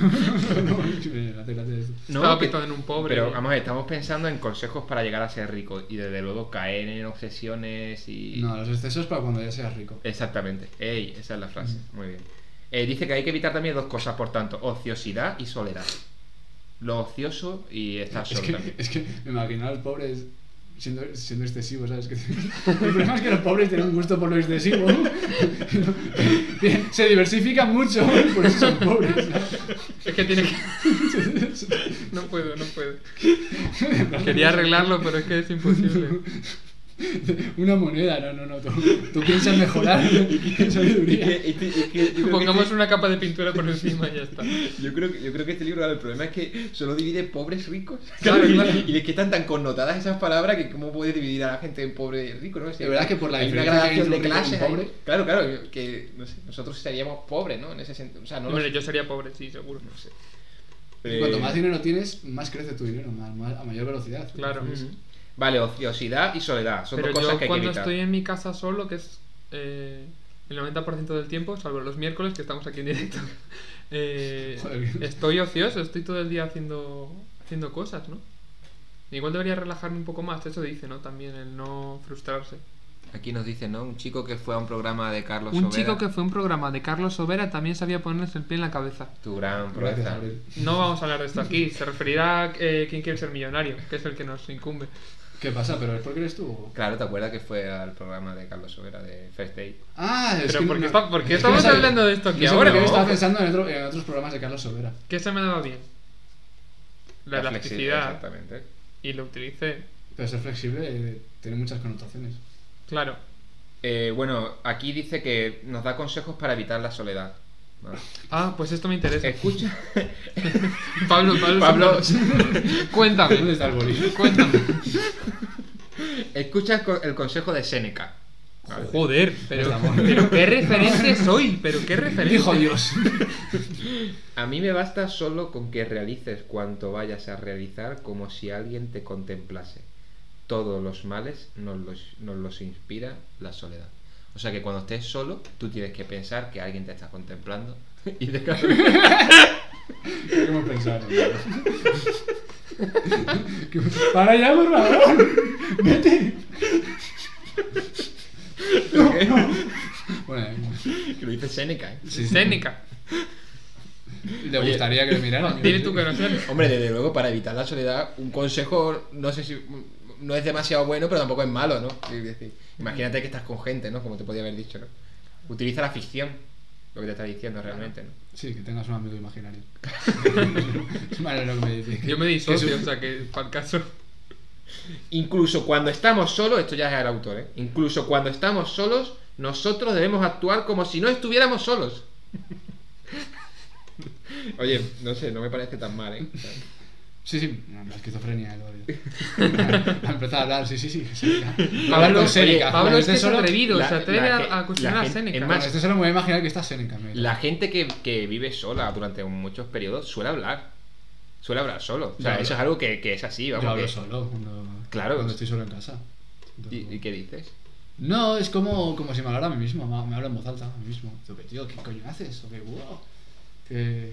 [SPEAKER 4] No, me hace gracia esto.
[SPEAKER 2] Estaba pintado en un pobre.
[SPEAKER 6] Pero vamos, a ver, estamos pensando en consejos para llegar a ser rico y desde luego caer en obsesiones y.
[SPEAKER 4] No, los excesos para cuando ya seas rico.
[SPEAKER 6] Exactamente. Ey, esa es la frase. Muy bien. Eh, dice que hay que evitar también dos cosas, por tanto, ociosidad y soledad. Lo ocioso y estar
[SPEAKER 4] Es
[SPEAKER 6] solo
[SPEAKER 4] que,
[SPEAKER 6] <laughs> también.
[SPEAKER 4] es que me imagino a los pobres siendo, siendo excesivos, ¿sabes? Que- <laughs> el problema es que los pobres tienen un gusto por lo excesivo. <laughs> Bien, se diversifican mucho, <laughs> por eso son pobres.
[SPEAKER 2] Es que tiene que.
[SPEAKER 6] <laughs>
[SPEAKER 2] No
[SPEAKER 4] ¿no?
[SPEAKER 2] puedo, no puedo. Quería arreglarlo, pero es que es
[SPEAKER 6] <laughs>
[SPEAKER 2] imposible.
[SPEAKER 4] <laughs> Una moneda, no, no, no. Tú, tú piensas mejorar <laughs> en sabiduría.
[SPEAKER 2] Pongamos una capa de pintura por encima y ya
[SPEAKER 6] <laughs>
[SPEAKER 2] está.
[SPEAKER 6] Yo creo, que- yo creo que este libro, claro, el problema es que solo divide
[SPEAKER 4] <laughs>
[SPEAKER 6] pobres ricos.
[SPEAKER 2] Claro,
[SPEAKER 6] Y-
[SPEAKER 2] claro.
[SPEAKER 6] Y, es que están tan connotadas esas palabras que cómo puedes dividir a la gente en pobre y rico, ¿no? Es
[SPEAKER 4] De verdad que por la
[SPEAKER 6] hay una
[SPEAKER 4] diferencia que eh, hay
[SPEAKER 6] gradación de
[SPEAKER 4] entre un rico y
[SPEAKER 6] clases.
[SPEAKER 4] un
[SPEAKER 6] ahí.
[SPEAKER 4] pobre.
[SPEAKER 6] Claro, claro, que no sé, nosotros seríamos pobres, ¿no? En ese sentido. O sea, no
[SPEAKER 2] Hombre,
[SPEAKER 6] los-
[SPEAKER 2] yo sería pobre, sí, seguro.
[SPEAKER 6] no sé.
[SPEAKER 4] Y Cuanto más dinero tienes, más crece tu dinero, más- más- a mayor velocidad.
[SPEAKER 2] Claro.
[SPEAKER 6] Ujú. Eh, Vale, ociosidad y soledad. Son
[SPEAKER 2] Pero
[SPEAKER 6] dos cosas
[SPEAKER 2] yo
[SPEAKER 6] que hay que
[SPEAKER 2] cuando
[SPEAKER 6] evitar.
[SPEAKER 2] estoy en mi casa solo, que es eh, el 90% del tiempo, salvo los miércoles que estamos aquí en directo, <laughs> eh,
[SPEAKER 4] Joder.
[SPEAKER 2] estoy ocioso, estoy todo el día haciendo, haciendo cosas, ¿no? Igual debería relajarme un poco más, eso dice, ¿no? También el no frustrarse.
[SPEAKER 6] Aquí nos dice, ¿no? Un chico que fue a un programa de Carlos
[SPEAKER 2] Un
[SPEAKER 6] Sobera.
[SPEAKER 2] chico que fue un programa de Carlos Sobera también sabía ponerse el pie en la cabeza.
[SPEAKER 6] Tu gran
[SPEAKER 4] Gracias,
[SPEAKER 6] proeza.
[SPEAKER 4] Gabriel.
[SPEAKER 2] No vamos a hablar de esto aquí, se referirá a eh, quién quiere ser millonario, que es el que nos incumbe.
[SPEAKER 4] ¿Qué pasa? ¿Pero es porque eres tú? o-
[SPEAKER 6] Claro, ¿te acuerdas que fue al programa de Carlos Sobera de First Day?
[SPEAKER 4] Ah, es
[SPEAKER 2] Pero
[SPEAKER 4] que
[SPEAKER 2] ¿por qué
[SPEAKER 4] no-
[SPEAKER 2] está- por qué
[SPEAKER 4] es que
[SPEAKER 2] estamos
[SPEAKER 4] no sabía-
[SPEAKER 2] hablando de esto aquí
[SPEAKER 4] no sé
[SPEAKER 2] ahora?
[SPEAKER 4] por qué
[SPEAKER 2] No.
[SPEAKER 4] estaba pensando en, otro- en otros programas de Carlos Sobera.
[SPEAKER 2] ¿Qué se me daba bien? La elasticidad.
[SPEAKER 6] Exactamente.
[SPEAKER 2] Y lo utilicé.
[SPEAKER 4] Pero ser flexible eh, tiene muchas connotaciones.
[SPEAKER 2] Claro.
[SPEAKER 6] Eh, bueno, aquí dice que nos da consejos para evitar la soledad.
[SPEAKER 2] <laughs>
[SPEAKER 6] Vale.
[SPEAKER 2] Ah, pues esto me interesa.
[SPEAKER 6] Escucha.
[SPEAKER 2] <laughs> Pablo, Pablo, <laughs>
[SPEAKER 6] Pablo,
[SPEAKER 4] ¿Dónde
[SPEAKER 2] cuéntame.
[SPEAKER 4] está el boli?
[SPEAKER 2] Cuéntame.
[SPEAKER 6] escucha el co- el consejo de Séneca.
[SPEAKER 2] Joder, pero,
[SPEAKER 4] Estamos-
[SPEAKER 2] pero qué referente soy, pero qué referente.
[SPEAKER 4] Dijo Dios.
[SPEAKER 6] A mí me basta solo con que realices cuanto vayas a realizar como si alguien te contemplase. Todos los males nos los, nos los inspira la soledad. O sea que cuando estés solo, tú tienes que pensar que alguien te está contemplando <laughs> y dejar-
[SPEAKER 4] ¿Qué hemos pensado? ¿Qué- <laughs> Para ya, por favor. Vete. No, no. Bueno,
[SPEAKER 6] Que lo dice Seneca, ¿eh?
[SPEAKER 2] Técnica.
[SPEAKER 4] Le gustaría que lo
[SPEAKER 2] <laughs>
[SPEAKER 4] miraran.
[SPEAKER 2] Dile tú que no sé.
[SPEAKER 6] Hombre, desde luego, para evitar la soledad, un consejo, no sé si. No es demasiado bueno, pero tampoco es malo, ¿no? Es decir, imagínate que estás con gente, ¿no? Como te podía haber dicho, ¿no? Utiliza la ficción, lo que te está diciendo realmente, ¿no?
[SPEAKER 4] Sí, que tengas un amigo
[SPEAKER 2] <laughs>
[SPEAKER 4] imaginario. es malo lo que me dice.
[SPEAKER 2] Yo me disocio,
[SPEAKER 4] Que
[SPEAKER 2] o
[SPEAKER 4] su-
[SPEAKER 2] sea que para el caso.
[SPEAKER 6] Incluso cuando estamos solos, esto ya es el autor, ¿eh? Incluso cuando estamos solos, nosotros debemos actuar como si no estuviéramos solos. <laughs> Oye, no sé, no me parece tan mal, ¿eh? O sea,
[SPEAKER 4] Sí, sí, no, la esquizofrenia.
[SPEAKER 2] <laughs>
[SPEAKER 4] Lo odio. <laughs> Ha empezado a hablar, sí, sí, sí. sí. Hablar
[SPEAKER 2] Pablo,
[SPEAKER 4] con Seneca.
[SPEAKER 2] oye, Pablo
[SPEAKER 4] Cuando
[SPEAKER 2] es que
[SPEAKER 4] esté
[SPEAKER 2] es
[SPEAKER 4] este solo-
[SPEAKER 2] atrevido,
[SPEAKER 6] la-
[SPEAKER 2] se atreve
[SPEAKER 6] la
[SPEAKER 2] a-
[SPEAKER 6] gen-
[SPEAKER 2] a cuestionar
[SPEAKER 6] la
[SPEAKER 2] a
[SPEAKER 6] gen-
[SPEAKER 2] Seneca.
[SPEAKER 6] es
[SPEAKER 4] Cuando esté solo me voy a imaginar que está Seneca. me-
[SPEAKER 6] La gente que, que vive sola durante muchos periodos suele hablar. Suele hablar solo. O sea,
[SPEAKER 4] Yo
[SPEAKER 6] eso es algo que, que es así,
[SPEAKER 4] Yo
[SPEAKER 6] vamos.
[SPEAKER 4] hablo
[SPEAKER 6] que-
[SPEAKER 4] solo cuando,
[SPEAKER 6] Claro.
[SPEAKER 4] cuando estoy solo en casa.
[SPEAKER 6] ¿Y, y qué dices?
[SPEAKER 4] No, es como, como si me hablara a mí mismo, ma- me hablo en voz alta a mí mismo. Digo, pero tío, ¿qué coño haces? O qué wow. Que...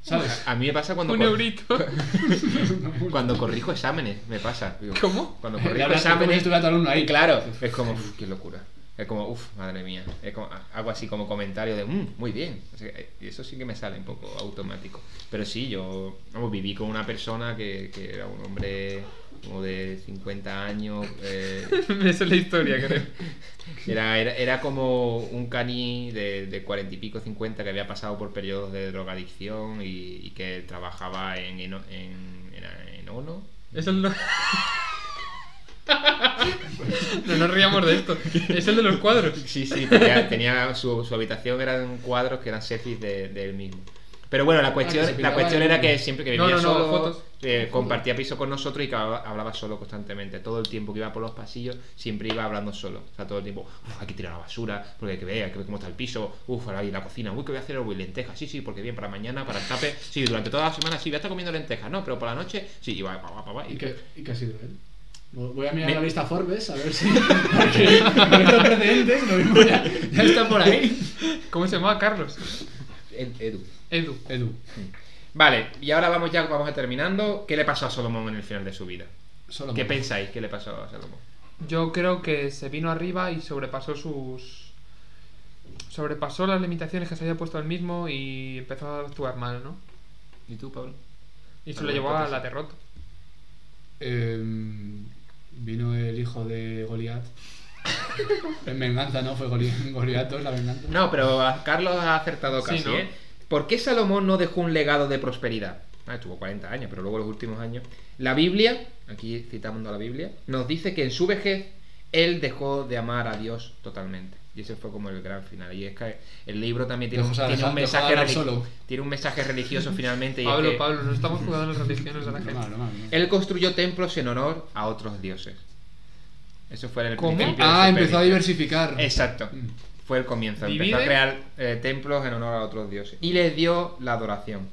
[SPEAKER 4] ¿Sabes?
[SPEAKER 6] A mí me pasa cuando,
[SPEAKER 2] Un
[SPEAKER 6] cor-
[SPEAKER 2] eurito.
[SPEAKER 6] cuando corrijo exámenes, me pasa. Digo,
[SPEAKER 2] ¿Cómo?
[SPEAKER 4] <laughs>
[SPEAKER 6] Cuando
[SPEAKER 4] Le
[SPEAKER 6] corrijo
[SPEAKER 4] hablas tú como si
[SPEAKER 6] exámenes.
[SPEAKER 4] estuviera tu alumno ahí.
[SPEAKER 6] Claro, es como, "Uf, qué locura. Es como, uff, madre mía. Es como, ah, hago así como comentario de, "Mm, muy bien. O sea, eh, eso sí que me sale un poco automático. Pero sí, yo vamos, viví con una persona que, que era un hombre como de 50 años. eh,
[SPEAKER 2] Esa es la historia, creo.
[SPEAKER 6] Era, era, era como un cani de, de 40 y pico, 50 que había pasado por periodos de drogadicción y, y que trabajaba en, en, en, era en Ono.
[SPEAKER 2] Es el. No No nos riamos de esto. Es el de los cuadros.
[SPEAKER 6] Sí, sí, tenía, tenía su, su habitación eran cuadros que eran selfies de, de él mismo. Pero bueno,
[SPEAKER 2] Ah,
[SPEAKER 6] la cuestión,
[SPEAKER 4] se pintaba
[SPEAKER 6] la cuestión
[SPEAKER 4] él
[SPEAKER 6] era que
[SPEAKER 4] mismo.
[SPEAKER 6] siempre que
[SPEAKER 2] No, no,
[SPEAKER 6] vivía
[SPEAKER 2] no,
[SPEAKER 6] solo,
[SPEAKER 2] fotos.
[SPEAKER 6] eh, compartía piso con nosotros y que hablaba, hablaba solo constantemente. Todo el tiempo que iba por los pasillos, siempre iba hablando solo. O sea, todo el tiempo, "Uf, hay que tirar la basura, porque hay que ver, hay que ver cómo está el piso, uff, ahora hay la cocina, uy, que voy a hacer hoy lentejas, sí, sí, porque bien, para mañana, para el tape, sí, durante toda la semana sí, voy a estar comiendo lentejas, no, pero por la noche, sí, iba, pa, pa, pa, pa,
[SPEAKER 4] ¿Y
[SPEAKER 6] y
[SPEAKER 4] qué, ¿Y qué ha sido él? Vo- Voy a mirar
[SPEAKER 6] Me-
[SPEAKER 4] la lista Forbes a ver
[SPEAKER 6] <laughs>
[SPEAKER 4] si. Porque no está precedentes, lo mismo ya, ya está por ahí.
[SPEAKER 2] ¿Cómo se llamaba Carlos?
[SPEAKER 6] Ed- Edu.
[SPEAKER 2] Edu.
[SPEAKER 4] Edu,
[SPEAKER 6] Vale, y ahora vamos ya, vamos a terminando. ¿Qué le pasó a Solomon en el final de su vida?
[SPEAKER 4] solo.
[SPEAKER 6] ¿Qué pensáis? ¿Qué le pasó a Salomón?
[SPEAKER 2] Yo creo que se vino arriba y sobrepasó sus. Sobrepasó las limitaciones que se había puesto él mismo y empezó a actuar mal, ¿no?
[SPEAKER 6] ¿Y tú, Pablo?
[SPEAKER 2] Y eso
[SPEAKER 6] Alguna
[SPEAKER 2] le llevó a
[SPEAKER 6] hipótesis.
[SPEAKER 2] la derrota.
[SPEAKER 4] Em, vino el hijo de
[SPEAKER 6] <laughs>
[SPEAKER 4] Goliat. En venganza, ¿no? Fue Goli- Goliat 2, la venganza.
[SPEAKER 6] No, pero a- Carlos ha acertado
[SPEAKER 2] Sí,
[SPEAKER 6] casi,
[SPEAKER 2] ¿no?
[SPEAKER 6] ¿eh? ¿Por qué Salomón no dejó un legado de prosperidad? Ah, estuvo 40 años, pero luego los últimos años. La Biblia, aquí citando a la Biblia, nos dice que en su vejez él dejó de amar a Dios totalmente. Y ese fue como el gran final. Y es que el libro también tiene, un-
[SPEAKER 4] Dejó a
[SPEAKER 6] tiene un,
[SPEAKER 4] Alejandro
[SPEAKER 6] mensaje
[SPEAKER 4] Jadar
[SPEAKER 6] religi-
[SPEAKER 4] solo.
[SPEAKER 6] tiene un mensaje
[SPEAKER 4] <laughs>
[SPEAKER 6] religioso finalmente. Y es
[SPEAKER 2] Pablo,
[SPEAKER 6] que-
[SPEAKER 2] Pablo, no estamos jugando en las religiones de la gente.
[SPEAKER 4] Normal, normal, ¿no?
[SPEAKER 6] Él construyó templos en honor a otros dioses. Eso fue en el
[SPEAKER 2] ¿Cómo?
[SPEAKER 6] principio. de
[SPEAKER 4] Ah, empezó
[SPEAKER 6] su
[SPEAKER 4] a
[SPEAKER 6] periplo.
[SPEAKER 4] diversificar.
[SPEAKER 6] Exacto.
[SPEAKER 4] Mm.
[SPEAKER 6] Fue el comienzo. Empezó
[SPEAKER 2] Divide.
[SPEAKER 6] a crear eh, templos en honor a otros dioses. Y les dio la adoración.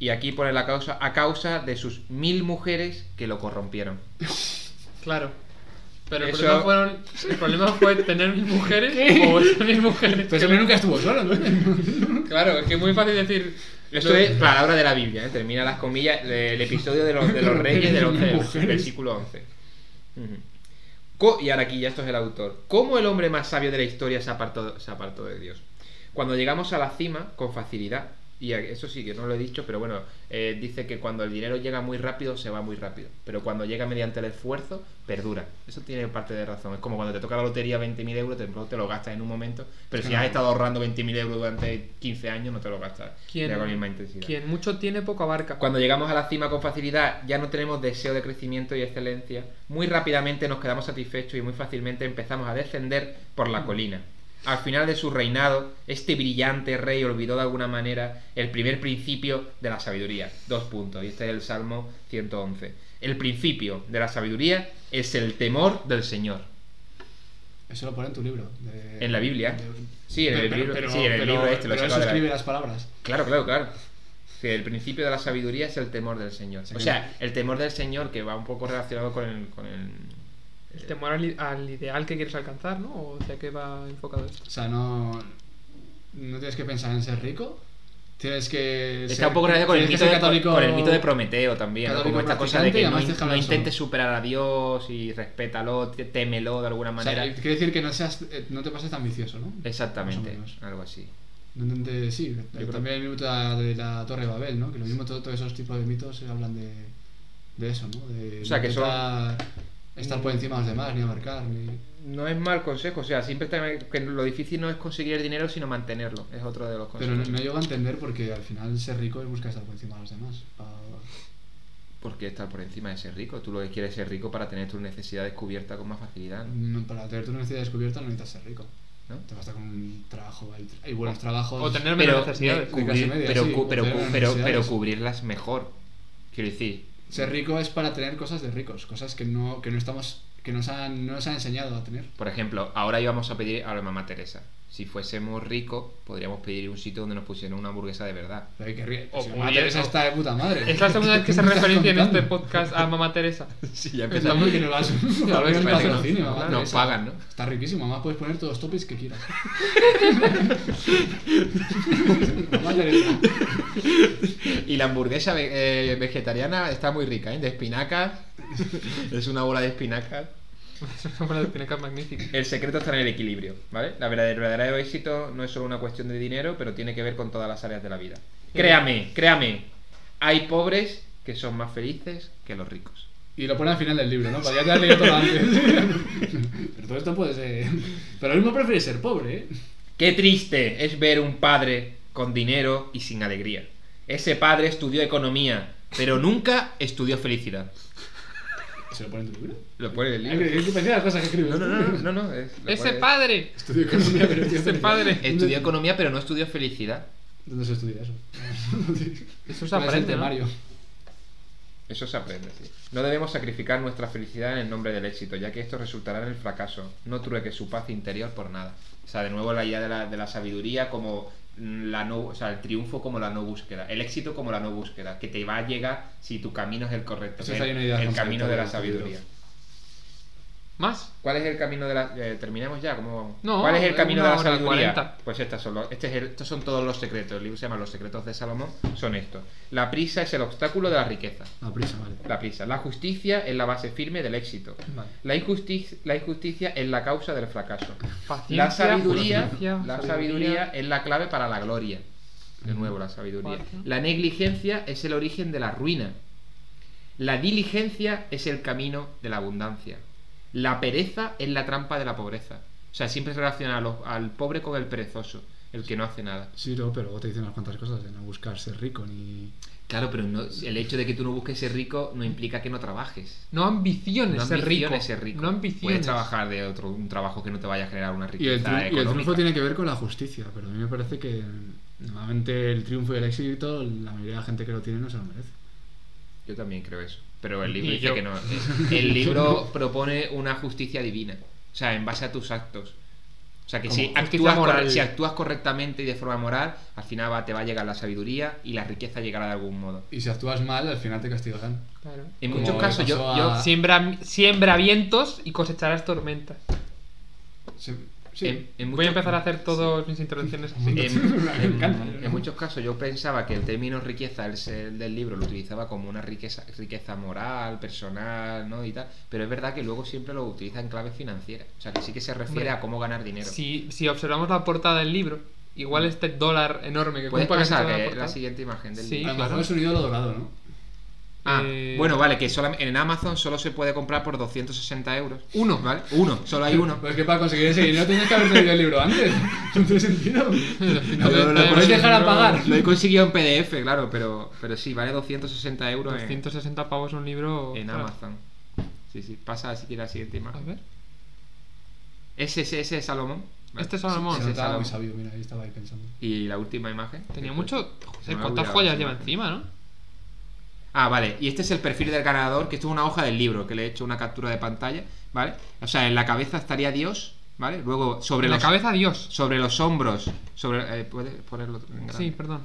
[SPEAKER 6] Y aquí pone la causa, a causa de sus mil mujeres que lo corrompieron.
[SPEAKER 2] Claro. Pero el,
[SPEAKER 6] Eso-
[SPEAKER 2] problema fueron, el problema fue tener mis mujeres o ser mis mujeres.
[SPEAKER 4] Pero siempre nunca estuvo solo,
[SPEAKER 6] <laughs>
[SPEAKER 4] ¿no?
[SPEAKER 2] Claro, es que es muy fácil decir.
[SPEAKER 6] Esto
[SPEAKER 2] lo-
[SPEAKER 6] es palabra de la Biblia, ¿eh? termina las comillas del episodio de los, de los reyes del 11,
[SPEAKER 4] Mujeres.
[SPEAKER 6] versículo 11. Ujú. Co- Y ahora aquí ya esto es el autor. ¿Cómo el hombre más sabio de la historia se apartó, se apartó de Dios? Cuando llegamos a la cima, con facilidad, y a- eso sí que no lo he dicho, pero bueno, eh, dice que cuando el dinero llega muy rápido, se va muy rápido. Pero cuando llega mediante el esfuerzo, perdura. Eso tiene parte de razón. Es como cuando te toca la lotería 20.000 euros, te, te lo gastas en un momento, pero si
[SPEAKER 4] Claro.
[SPEAKER 6] has estado ahorrando 20.000 euros durante 15 años, no te lo gastas
[SPEAKER 2] Quien,
[SPEAKER 6] de la misma intensidad.
[SPEAKER 2] quien mucho tiene, poco abarca.
[SPEAKER 6] Cuando llegamos a la cima con facilidad, ya no tenemos deseo de crecimiento y excelencia. Muy rápidamente nos quedamos satisfechos y muy fácilmente empezamos a descender por la colina. Al final de su reinado, este brillante rey olvidó de alguna manera el primer principio de la sabiduría. Dos puntos, y este es el Salmo 111. El principio de la sabiduría es el temor del Señor.
[SPEAKER 4] Eso lo pone en tu libro. de-
[SPEAKER 6] En la Biblia. Sí, en el libro- sí, en el libro este, lo
[SPEAKER 4] pero
[SPEAKER 6] saco
[SPEAKER 4] eso
[SPEAKER 6] de la-
[SPEAKER 4] escribe las palabras.
[SPEAKER 6] Claro, claro, claro. Que el principio de la sabiduría es el temor del Señor. O sea, el temor del Señor que va un poco relacionado con el- Con el
[SPEAKER 2] El temor al, i- al ideal que quieres alcanzar, ¿no? O
[SPEAKER 6] <laughs>
[SPEAKER 2] sea, que va enfocado esto.
[SPEAKER 4] O sea, no. No tienes que pensar en ser rico, Tienes que.
[SPEAKER 6] Está
[SPEAKER 4] ser-
[SPEAKER 6] un poco relacionado con este el,
[SPEAKER 4] tienes
[SPEAKER 6] mito
[SPEAKER 4] que ser
[SPEAKER 6] de,
[SPEAKER 4] católico-
[SPEAKER 6] con el mito de Prometeo también, ¿no?
[SPEAKER 4] católico
[SPEAKER 6] como esta cosa de
[SPEAKER 4] practicante y
[SPEAKER 6] que no,
[SPEAKER 4] además
[SPEAKER 6] in-
[SPEAKER 4] te dejan
[SPEAKER 6] no
[SPEAKER 4] solo.
[SPEAKER 6] intentes superar a Dios y respétalo, te- témelo de alguna
[SPEAKER 4] O sea,
[SPEAKER 6] manera.
[SPEAKER 4] quiere decir que no seas, eh, no te pases tan vicioso, ¿no?
[SPEAKER 6] Exactamente,
[SPEAKER 4] Más o menos.
[SPEAKER 6] algo así.
[SPEAKER 4] No intentes- sí,
[SPEAKER 6] creo-
[SPEAKER 4] también hay el mito de la- de la Torre de Babel, ¿no? Que lo mismo todo- todos esos tipos de mitos eh, hablan de, de eso, ¿no? De
[SPEAKER 6] O sea,
[SPEAKER 4] no
[SPEAKER 6] que son-
[SPEAKER 4] intentar estar por encima de los demás, ni abarcar, ni.
[SPEAKER 6] No es mal consejo, o sea, siempre está- que lo difícil no es conseguir el dinero, sino mantenerlo. Es otro de los
[SPEAKER 4] Pero
[SPEAKER 6] consejos.
[SPEAKER 4] no, no llego a entender porque al final ser rico es buscar estar por encima de los demás. pa-
[SPEAKER 6] ¿Por qué estar por encima de ser rico? Tú lo que quieres es ser rico para tener tus necesidades cubiertas con más facilidad, ¿no?
[SPEAKER 4] No, para tener tu necesidad descubierta no necesitas ser rico.
[SPEAKER 6] ¿No?
[SPEAKER 4] Te basta con un trabajo. Hay, hay buenos trabajos.
[SPEAKER 2] O tener menos
[SPEAKER 6] Pero,
[SPEAKER 2] necesidades.
[SPEAKER 6] eh,
[SPEAKER 4] cu-
[SPEAKER 6] cubrir-
[SPEAKER 4] clase media,
[SPEAKER 6] pero,
[SPEAKER 4] sí,
[SPEAKER 6] cu- pero,
[SPEAKER 4] tener
[SPEAKER 6] cu-
[SPEAKER 4] las
[SPEAKER 6] pero, pero
[SPEAKER 4] necesidades.
[SPEAKER 6] cubrirlas mejor. Quiero decir,
[SPEAKER 4] Ser rico es para tener cosas de ricos, cosas que no, que no estamos. que nos han, no nos han enseñado a tener.
[SPEAKER 6] Por ejemplo, ahora íbamos a pedir a la mamá Teresa. Si fuésemos ricos, podríamos pedir un sitio donde nos pusieran una hamburguesa de verdad.
[SPEAKER 4] Pero hay que rir.
[SPEAKER 2] O
[SPEAKER 4] Si la madre
[SPEAKER 2] pudiera-
[SPEAKER 4] Teresa
[SPEAKER 2] o-
[SPEAKER 4] está de puta madre.
[SPEAKER 2] Es la segunda vez que
[SPEAKER 4] <laughs>
[SPEAKER 2] se referencia en este
[SPEAKER 4] podcast.
[SPEAKER 2] podcast a Mamá Teresa.
[SPEAKER 6] <laughs>
[SPEAKER 2] <laughs>
[SPEAKER 6] Sí, ya
[SPEAKER 4] No, porque no <laughs> vas
[SPEAKER 2] Claro,
[SPEAKER 4] no
[SPEAKER 2] parece que no.
[SPEAKER 4] patrocinio, mamá
[SPEAKER 6] Nos
[SPEAKER 4] Teresa.
[SPEAKER 6] pagan, ¿no?
[SPEAKER 4] Está riquísimo, además puedes poner todos los toppings
[SPEAKER 2] <laughs>
[SPEAKER 4] que quieras. Mamá Teresa.
[SPEAKER 6] Y la hamburguesa ve- eh, vegetariana está muy rica, ¿eh? De espinacas. <laughs> es una bola de espinacas.
[SPEAKER 2] Es una espinaca
[SPEAKER 6] <laughs>
[SPEAKER 2] magnífica.
[SPEAKER 6] El secreto está en el equilibrio, ¿vale? La verdad- el verdadero éxito no es solo una cuestión de dinero, pero tiene que ver con todas las áreas de la vida. Créame, créame. Hay pobres que son más felices que los ricos.
[SPEAKER 4] Y lo pone al final del libro, ¿no? Podría te has leído todo antes. <laughs> Pero todo esto puede ser. Pero lo mismo prefieres ser pobre, ¿eh?
[SPEAKER 6] Qué triste es ver un padre con dinero y sin alegría. Ese padre estudió economía, pero nunca estudió felicidad.
[SPEAKER 4] ¿Se lo pone en tu libro?
[SPEAKER 6] Lo pone en el
[SPEAKER 4] Hay que, hay que pensar las cosas que escribes.
[SPEAKER 6] No, no, no,
[SPEAKER 4] tú.
[SPEAKER 6] no, no, no, es- lo
[SPEAKER 2] ¡Ese
[SPEAKER 6] pone- <laughs>
[SPEAKER 2] padre!
[SPEAKER 4] <laughs> Estudio economía, pero tío,
[SPEAKER 2] Ese
[SPEAKER 4] ¿dónde-
[SPEAKER 2] padre.
[SPEAKER 6] Estudió economía, pero no estudió felicidad.
[SPEAKER 4] ¿Dónde se estudia eso?
[SPEAKER 2] Eso es
[SPEAKER 4] Parece el
[SPEAKER 2] aparente, ¿no?
[SPEAKER 4] temario.
[SPEAKER 6] Eso se aprende, sí. No debemos sacrificar nuestra felicidad en el nombre del éxito, ya que esto resultará en el fracaso. No trueque su paz interior por nada. O sea, de nuevo la idea de la, de la sabiduría como mm, la no, o sea, el triunfo como la no búsqueda, el éxito como la no búsqueda, que te va a llegar si tu camino es el correcto,
[SPEAKER 4] Eso
[SPEAKER 6] el,
[SPEAKER 4] está lleno de ideas
[SPEAKER 6] el camino de la
[SPEAKER 4] contradictorias, este
[SPEAKER 6] sabiduría.
[SPEAKER 2] Más.
[SPEAKER 6] ¿Cuál es el camino de la eh, terminamos ya? ¿Cómo vamos?
[SPEAKER 2] No,
[SPEAKER 6] ¿Cuál es el
[SPEAKER 2] eh,
[SPEAKER 6] camino de
[SPEAKER 2] una
[SPEAKER 6] la
[SPEAKER 2] hora y
[SPEAKER 6] sabiduría?
[SPEAKER 2] cuarenta.
[SPEAKER 6] Pues estas son los- este es el- estos son todos los secretos. El libro se llama Los secretos de Salomón. Son estos. La prisa es el obstáculo de la riqueza.
[SPEAKER 4] Ah, prisa, vale.
[SPEAKER 6] La prisa. La justicia es la base firme del éxito.
[SPEAKER 4] Vale.
[SPEAKER 6] La, injusti- la injusticia es la causa del fracaso.
[SPEAKER 2] Paciencia,
[SPEAKER 6] La sabiduría,
[SPEAKER 2] paciencia,
[SPEAKER 6] la sabiduría es la clave para la gloria. De nuevo, la sabiduría.
[SPEAKER 2] Cuatro.
[SPEAKER 6] La negligencia es el origen de la ruina. La diligencia es el camino de la abundancia. La pereza es la trampa de la pobreza. O sea, siempre se relaciona a los- al pobre con el perezoso, el que no hace nada.
[SPEAKER 4] Sí, no, pero luego te dicen unas cuantas cosas de no buscar ser rico ni.
[SPEAKER 6] Claro, pero no- el hecho de que tú no busques ser rico no implica que no trabajes.
[SPEAKER 2] No ambiciones,
[SPEAKER 6] No
[SPEAKER 2] ser rico.
[SPEAKER 6] ambiciones ser rico.
[SPEAKER 2] No ambiciones.
[SPEAKER 6] Puedes trabajar de otro un trabajo que no te vaya a generar una
[SPEAKER 4] Y el,
[SPEAKER 6] riqueza
[SPEAKER 4] triun- y el triunfo
[SPEAKER 6] económica.
[SPEAKER 4] tiene que ver con la justicia, pero a mí me parece que normalmente el triunfo y el éxito, la mayoría de la gente que lo tiene no se lo merece.
[SPEAKER 6] Yo también creo eso. Pero el libro
[SPEAKER 2] Y
[SPEAKER 6] dice
[SPEAKER 2] yo.
[SPEAKER 6] que no. El libro propone una justicia divina. O sea, en base a tus actos. O sea, que si
[SPEAKER 2] Como justicia
[SPEAKER 6] actúas, corre-
[SPEAKER 2] moral.
[SPEAKER 6] si actúas correctamente y de forma moral, al final va- te va a llegar la sabiduría y la riqueza llegará de algún modo.
[SPEAKER 4] Y si actúas mal, al final te castigarán.
[SPEAKER 2] Claro.
[SPEAKER 6] En
[SPEAKER 4] Como
[SPEAKER 6] muchos
[SPEAKER 4] le
[SPEAKER 6] casos, yo,
[SPEAKER 4] pasó
[SPEAKER 6] yo-
[SPEAKER 4] a-
[SPEAKER 2] Siembra, siembra vientos y cosecharás tormentas.
[SPEAKER 4] Sí. sí.
[SPEAKER 6] en- en
[SPEAKER 2] Voy
[SPEAKER 6] muchos-
[SPEAKER 2] a empezar a hacer todas mis intervenciones así.
[SPEAKER 6] En,
[SPEAKER 2] <laughs>
[SPEAKER 4] Me
[SPEAKER 6] en-
[SPEAKER 4] encanta.
[SPEAKER 6] en muchos casos yo pensaba que el término riqueza el, ser del libro lo utilizaba como una riqueza, riqueza moral, personal, ¿no? Y tal, pero es verdad que luego siempre lo utiliza en clave financiera. O sea, que sí que se refiere
[SPEAKER 2] Hombre.
[SPEAKER 6] a cómo ganar dinero.
[SPEAKER 2] Si, si observamos la portada del libro, igual este dólar enorme que
[SPEAKER 6] Puedes
[SPEAKER 2] ocupa casi
[SPEAKER 6] pasar
[SPEAKER 2] toda la
[SPEAKER 6] que la,
[SPEAKER 2] portada.
[SPEAKER 6] siguiente imagen del
[SPEAKER 2] Sí.
[SPEAKER 4] a
[SPEAKER 6] libro.
[SPEAKER 4] lo mejor
[SPEAKER 2] claro.
[SPEAKER 4] es un ídolo dorado, ¿no?
[SPEAKER 6] Ah,
[SPEAKER 2] Eh,
[SPEAKER 6] bueno, vale, que solam- en Amazon solo se puede comprar por 260 euros.
[SPEAKER 2] Uno.
[SPEAKER 6] ¿vale? Uno, solo hay uno.
[SPEAKER 4] Pues que para conseguir ese dinero tienes que haber leído el libro antes. <laughs> No tiene sentido.
[SPEAKER 2] <laughs> No,
[SPEAKER 4] lo,
[SPEAKER 2] no,
[SPEAKER 4] puedes
[SPEAKER 2] no,
[SPEAKER 4] dejar a
[SPEAKER 2] no.
[SPEAKER 4] pagar.
[SPEAKER 6] Lo he conseguido en PDF, claro, pero, pero sí, vale 260 euros en-
[SPEAKER 2] 260 pavos un libro.
[SPEAKER 6] en,
[SPEAKER 2] ostras.
[SPEAKER 6] Amazon. Sí, sí, pasa si quieres la siguiente
[SPEAKER 2] A
[SPEAKER 6] imagen.
[SPEAKER 2] ver.
[SPEAKER 6] Ese, ese, ese es Salomón. Vale.
[SPEAKER 2] Este es Salomón.
[SPEAKER 4] Se
[SPEAKER 6] Ese es
[SPEAKER 4] notaba muy
[SPEAKER 6] Salomón.
[SPEAKER 4] sabio, mira, ahí estaba ahí pensando.
[SPEAKER 6] Y la última imagen.
[SPEAKER 2] Tenía
[SPEAKER 6] Después.
[SPEAKER 2] mucho.
[SPEAKER 6] pues, Se
[SPEAKER 2] Joder,
[SPEAKER 6] me ha
[SPEAKER 2] cuántas
[SPEAKER 6] olvidado
[SPEAKER 2] joyas
[SPEAKER 6] esa
[SPEAKER 2] lleva
[SPEAKER 6] imagen.
[SPEAKER 2] encima, ¿no?
[SPEAKER 6] Ah, vale. Y este es el perfil del ganador, que esto es una hoja del libro, que le he hecho una captura de pantalla, ¿vale? O sea, en la cabeza estaría Dios, ¿vale? Luego, sobre
[SPEAKER 2] En la
[SPEAKER 6] los-
[SPEAKER 2] cabeza, Dios.
[SPEAKER 6] sobre los hombros, sobre, eh, ¿puedes ponerlo en grande?
[SPEAKER 2] Sí, perdón.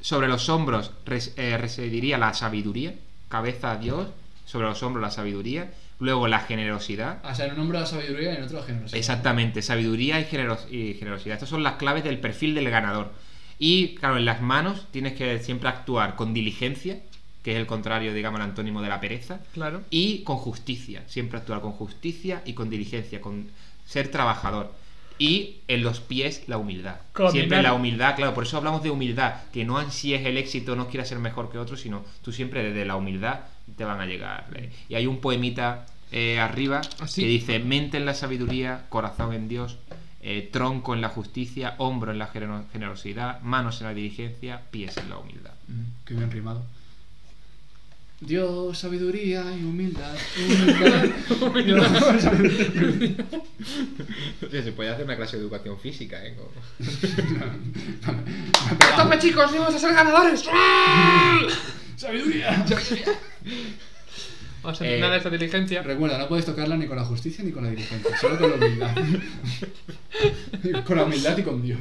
[SPEAKER 6] sobre los hombros res- eh, residiría la sabiduría, cabeza a Dios, sobre los hombros la sabiduría, luego la generosidad.
[SPEAKER 4] Ah, O sea, en un hombre la sabiduría y en otro la generosidad.
[SPEAKER 6] Exactamente, sabiduría y, generos- y generosidad. Estas son las claves del perfil del ganador. Y claro, en las manos tienes que siempre actuar con diligencia, que es el contrario, digamos, el antónimo de la pereza,
[SPEAKER 2] <laughs> Claro.
[SPEAKER 6] y con justicia, siempre actuar con justicia y con diligencia, con ser trabajador. Y en los pies la humildad.
[SPEAKER 2] Caminar.
[SPEAKER 6] Siempre la humildad, claro, por eso hablamos de humildad, que no ansíes el éxito, no quieras ser mejor que otro, sino tú siempre desde la humildad te van a llegar. eh. Y hay un poemita eh, arriba
[SPEAKER 4] ¿Ah,
[SPEAKER 2] Así.
[SPEAKER 6] que dice, mente en la sabiduría, corazón en Dios, eh, tronco en la justicia, hombro en la geno- generosidad, manos en la diligencia, pies en la humildad. <laughs>
[SPEAKER 4] Mm, Qué bien rimado. Dios, sabiduría y humildad. <laughs> Humildad. Dios, sabiduría y humildad.
[SPEAKER 6] Se puede hacer una clase de educación física, ¿eh?
[SPEAKER 2] ¡A tope, chicos! ¡Vamos a ser
[SPEAKER 6] <laughs>
[SPEAKER 2] ganadores!
[SPEAKER 4] Sabiduría.
[SPEAKER 2] Vamos a
[SPEAKER 6] Eh,
[SPEAKER 2] entrenar esta diligencia.
[SPEAKER 4] Recuerda, no puedes tocarla ni con la justicia ni con la diligencia, solo con la humildad. <laughs> con la humildad y con Dios.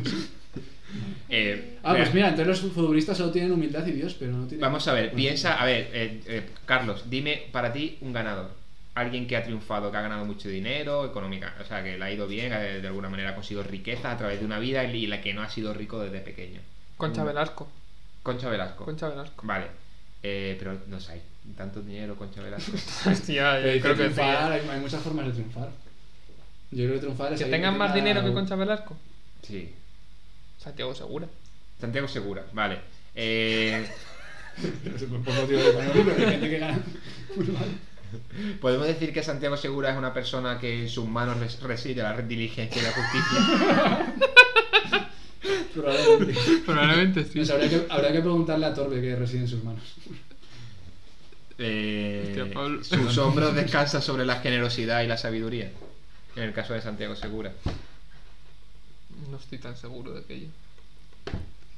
[SPEAKER 6] Eh,
[SPEAKER 4] Ah, pues mira, entonces los futbolistas solo tienen humildad y Dios, pero no tienen.
[SPEAKER 6] Vamos a ver,
[SPEAKER 4] Bueno,
[SPEAKER 6] piensa, a ver, eh, eh, Carlos, dime para ti un ganador. Alguien que ha triunfado, que ha ganado mucho dinero, económica, o sea, que le ha ido bien, eh, de alguna manera ha conseguido riqueza a través de una vida y la que no ha sido rico desde pequeño.
[SPEAKER 2] Concha
[SPEAKER 6] Mm.
[SPEAKER 2] Velasco.
[SPEAKER 6] Concha Velasco.
[SPEAKER 2] Concha Velasco. <laughs>
[SPEAKER 6] Vale, Eh, pero no sé, hay tanto dinero, Concha Velasco.
[SPEAKER 2] Hostia,
[SPEAKER 4] pero
[SPEAKER 2] yo
[SPEAKER 4] dice
[SPEAKER 2] creo que sí.
[SPEAKER 4] Eh,
[SPEAKER 2] ¿eh?
[SPEAKER 4] triunfar, hay, hay muchas formas de triunfar. Yo creo que triunfar es
[SPEAKER 2] Que
[SPEAKER 4] alguien
[SPEAKER 2] tengan más
[SPEAKER 4] tenga-
[SPEAKER 2] dinero que Concha Velasco.
[SPEAKER 6] Sí.
[SPEAKER 2] Santiago
[SPEAKER 6] <laughs>
[SPEAKER 2] Segura.
[SPEAKER 6] Santiago Segura, vale. Eh,
[SPEAKER 4] No sé, por motivo económico, hay gente que gana. Pues vale.
[SPEAKER 6] Podemos decir que Santiago Segura es una persona que en sus manos res- reside la diligencia y la justicia.
[SPEAKER 4] Probablemente.
[SPEAKER 2] Probablemente sí.
[SPEAKER 4] Pues habrá, que, habrá que preguntarle a Torbe que reside en sus manos.
[SPEAKER 6] Eh,
[SPEAKER 2] Hostia, Pablo. <laughs>
[SPEAKER 6] sus hombros descansan sobre la generosidad y la sabiduría. En el caso de Santiago Segura.
[SPEAKER 2] No estoy tan seguro de aquello.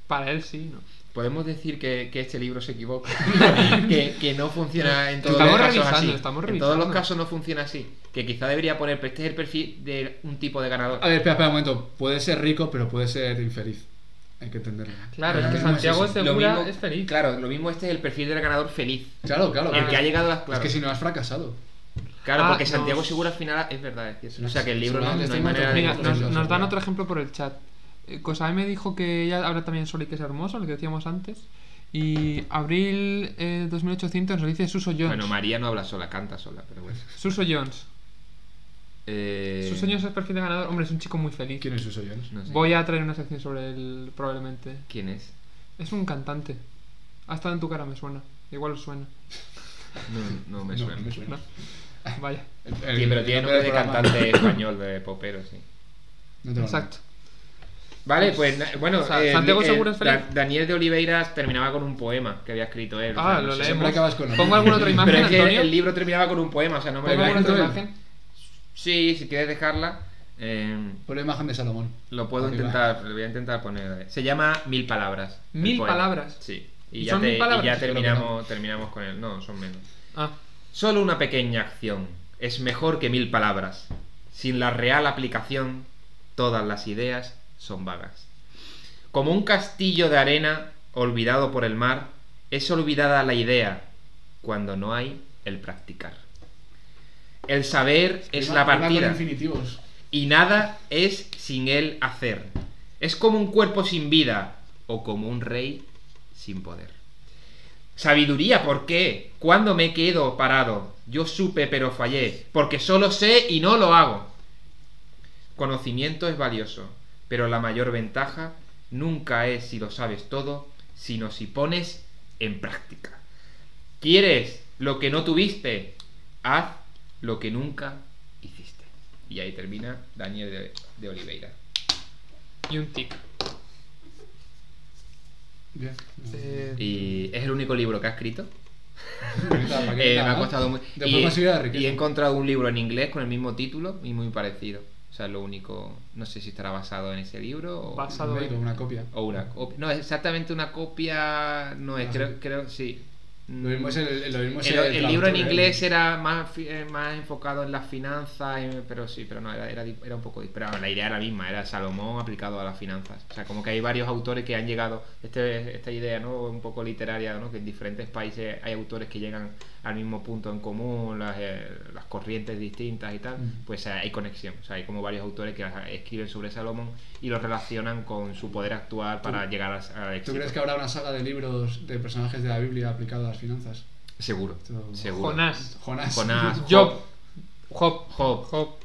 [SPEAKER 2] Para él sí, ¿no?
[SPEAKER 6] Podemos decir que, que este libro se
[SPEAKER 2] <laughs>
[SPEAKER 6] equivoca, que, que no funciona en todos
[SPEAKER 2] Estamos
[SPEAKER 6] los casos
[SPEAKER 2] revisando,
[SPEAKER 6] así.
[SPEAKER 2] estamos
[SPEAKER 6] en todos los
[SPEAKER 2] revisando.
[SPEAKER 6] casos no funciona así. Que quizá debería poner, pero este es el perfil de un tipo de ganador.
[SPEAKER 4] A ver, espera, espera un momento. Puede ser rico, pero puede ser infeliz. Hay que entenderlo.
[SPEAKER 2] Claro,
[SPEAKER 6] Pero
[SPEAKER 2] es que
[SPEAKER 6] no
[SPEAKER 2] Santiago
[SPEAKER 6] Pues eso. Lo
[SPEAKER 2] Segura
[SPEAKER 6] mismo-
[SPEAKER 2] es feliz.
[SPEAKER 6] Claro, lo mismo este es el perfil del ganador feliz.
[SPEAKER 4] Claro, claro.
[SPEAKER 6] El que ha llegado a las
[SPEAKER 4] Es
[SPEAKER 6] claro.
[SPEAKER 4] que si no has fracasado.
[SPEAKER 6] Claro,
[SPEAKER 2] Ah,
[SPEAKER 6] porque
[SPEAKER 2] no.
[SPEAKER 6] Santiago Segura al final es verdad, es cierto. O sea que el libro no,
[SPEAKER 4] Seguramente
[SPEAKER 6] no hay
[SPEAKER 4] tengo otro
[SPEAKER 6] manera de.
[SPEAKER 2] Mira,
[SPEAKER 4] Sí,
[SPEAKER 2] nos,
[SPEAKER 4] sí, sí,
[SPEAKER 2] nos
[SPEAKER 4] sí.
[SPEAKER 2] dan otro ejemplo por el chat. Eh, Cosae me dijo que ella habla también sobre que es hermoso, lo que decíamos antes. Y abril eh, 2800 nos dice Suso Jones.
[SPEAKER 6] Bueno, María no habla sola, canta sola, pero bueno.
[SPEAKER 2] Suso Jones.
[SPEAKER 6] Eh,
[SPEAKER 2] Suso Jones es perfil de ganador. Hombre, es un chico muy feliz.
[SPEAKER 4] ¿Quién es Suso Jones?
[SPEAKER 6] no sé.
[SPEAKER 2] Voy a traer una sección sobre él, probablemente.
[SPEAKER 6] ¿Quién es?
[SPEAKER 2] Es un cantante. Ha estado en tu cara, me suena. Igual os
[SPEAKER 6] <laughs>
[SPEAKER 2] suena.
[SPEAKER 6] No, no me suena.
[SPEAKER 4] no me suena.
[SPEAKER 2] Vaya.
[SPEAKER 4] El- el-
[SPEAKER 6] Sí, pero
[SPEAKER 4] el nombre
[SPEAKER 6] tiene nombre
[SPEAKER 4] del
[SPEAKER 6] de
[SPEAKER 2] <coughs>
[SPEAKER 4] programa.
[SPEAKER 6] cantante español, de popero, sí.
[SPEAKER 4] No tengo
[SPEAKER 2] Exacto.
[SPEAKER 6] Vale, pues na- bueno,
[SPEAKER 2] O sea,
[SPEAKER 6] eh,
[SPEAKER 2] Santiago
[SPEAKER 6] eh,
[SPEAKER 2] Segura es feliz.
[SPEAKER 6] Da- Daniel de Oliveiras terminaba con un poema que había escrito él. o sea,
[SPEAKER 2] Ah,
[SPEAKER 6] no
[SPEAKER 2] lo
[SPEAKER 6] sé.
[SPEAKER 4] siempre
[SPEAKER 2] leemos.
[SPEAKER 4] acabas con lo
[SPEAKER 2] Pongo
[SPEAKER 4] mismo.
[SPEAKER 2] alguna otra imagen,
[SPEAKER 6] Pero es que
[SPEAKER 2] Antonio. Pues
[SPEAKER 6] el libro terminaba con un poema, o sea, no me
[SPEAKER 2] Pongo alguna otra
[SPEAKER 4] Antonio.
[SPEAKER 2] imagen.
[SPEAKER 6] Sí, si quieres dejarla, eh,
[SPEAKER 4] nada. Pon la imagen de Salomón.
[SPEAKER 6] lo puedo
[SPEAKER 4] Arriba.
[SPEAKER 6] intentar, lo voy a intentar poner. eh. Se llama Mil Palabras. el
[SPEAKER 2] ¿Mil
[SPEAKER 6] poema.
[SPEAKER 2] palabras?
[SPEAKER 6] Sí. Y,
[SPEAKER 2] ¿Y
[SPEAKER 6] ya,
[SPEAKER 2] son
[SPEAKER 6] te-
[SPEAKER 2] mil
[SPEAKER 6] y
[SPEAKER 2] palabras?
[SPEAKER 6] ya
[SPEAKER 4] Creo que
[SPEAKER 6] terminamos, terminamos con él. No, son menos.
[SPEAKER 2] Ah,
[SPEAKER 6] Solo una pequeña acción es mejor que mil palabras. Sin la real aplicación, todas las ideas son vagas. Como un castillo de arena olvidado por el mar, es olvidada la idea cuando no hay el practicar. El saber es
[SPEAKER 4] Rima-
[SPEAKER 6] la
[SPEAKER 4] rima con
[SPEAKER 6] partida
[SPEAKER 4] infinitivos.
[SPEAKER 6] y nada es sin él hacer. Es como un cuerpo sin vida o como un rey sin poder. Sabiduría, ¿por qué? ¿Cuándo me quedo parado? Yo supe pero fallé, porque solo sé y no lo hago. Conocimiento es valioso, pero la mayor ventaja nunca es si lo sabes todo, sino si pones en práctica. ¿Quieres lo que no tuviste? Haz lo que nunca hiciste. Y ahí termina Daniel de, de Oliveira.
[SPEAKER 2] y un tic.
[SPEAKER 4] Bien.
[SPEAKER 2] Eh,
[SPEAKER 6] Y es el único libro que ha escrito.
[SPEAKER 4] Paqueta, paqueta,
[SPEAKER 6] Eh, me ha
[SPEAKER 4] ¿no?
[SPEAKER 6] costado muy...
[SPEAKER 4] Después
[SPEAKER 6] y,
[SPEAKER 4] consigue la
[SPEAKER 6] y he
[SPEAKER 4] riqueza.
[SPEAKER 6] encontrado un libro en inglés con el mismo título y muy parecido. O sea, lo único... No sé si estará basado en ese libro o...
[SPEAKER 2] Basa-
[SPEAKER 4] Un médico, Una copia.
[SPEAKER 6] o una copia. No, exactamente una copia... No es,
[SPEAKER 4] Ajá.
[SPEAKER 6] creo, creo... Sí.
[SPEAKER 4] Lo mismo es el, lo mismo es
[SPEAKER 6] El, el libro en
[SPEAKER 4] traductor, ¿eh?
[SPEAKER 6] inglés era más, fi- eh, más enfocado en las finanzas, en- pero sí, pero no, era, era, di- era un poco disparado. La idea era la misma, era Salomón aplicado a las finanzas. O sea, como que hay varios autores que han llegado, este, esta idea, ¿no? Un poco literaria, ¿no? Que en diferentes países hay autores que llegan al mismo punto en común, las, eh, las corrientes distintas y tal,
[SPEAKER 4] Mm.
[SPEAKER 6] pues eh, hay conexión. O sea, hay como varios autores que ah, escriben sobre Salomón y lo relacionan con su poder actual para llegar a- al
[SPEAKER 4] ¿Tú
[SPEAKER 6] éxito.
[SPEAKER 4] crees que habrá una saga de libros de personajes de la Biblia aplicado a las finanzas?
[SPEAKER 6] Seguro,
[SPEAKER 4] Tú-
[SPEAKER 6] seguro.
[SPEAKER 2] Jonás,
[SPEAKER 4] Jonás.
[SPEAKER 6] Jonás,
[SPEAKER 2] Job, Job,
[SPEAKER 6] Job.
[SPEAKER 2] Job,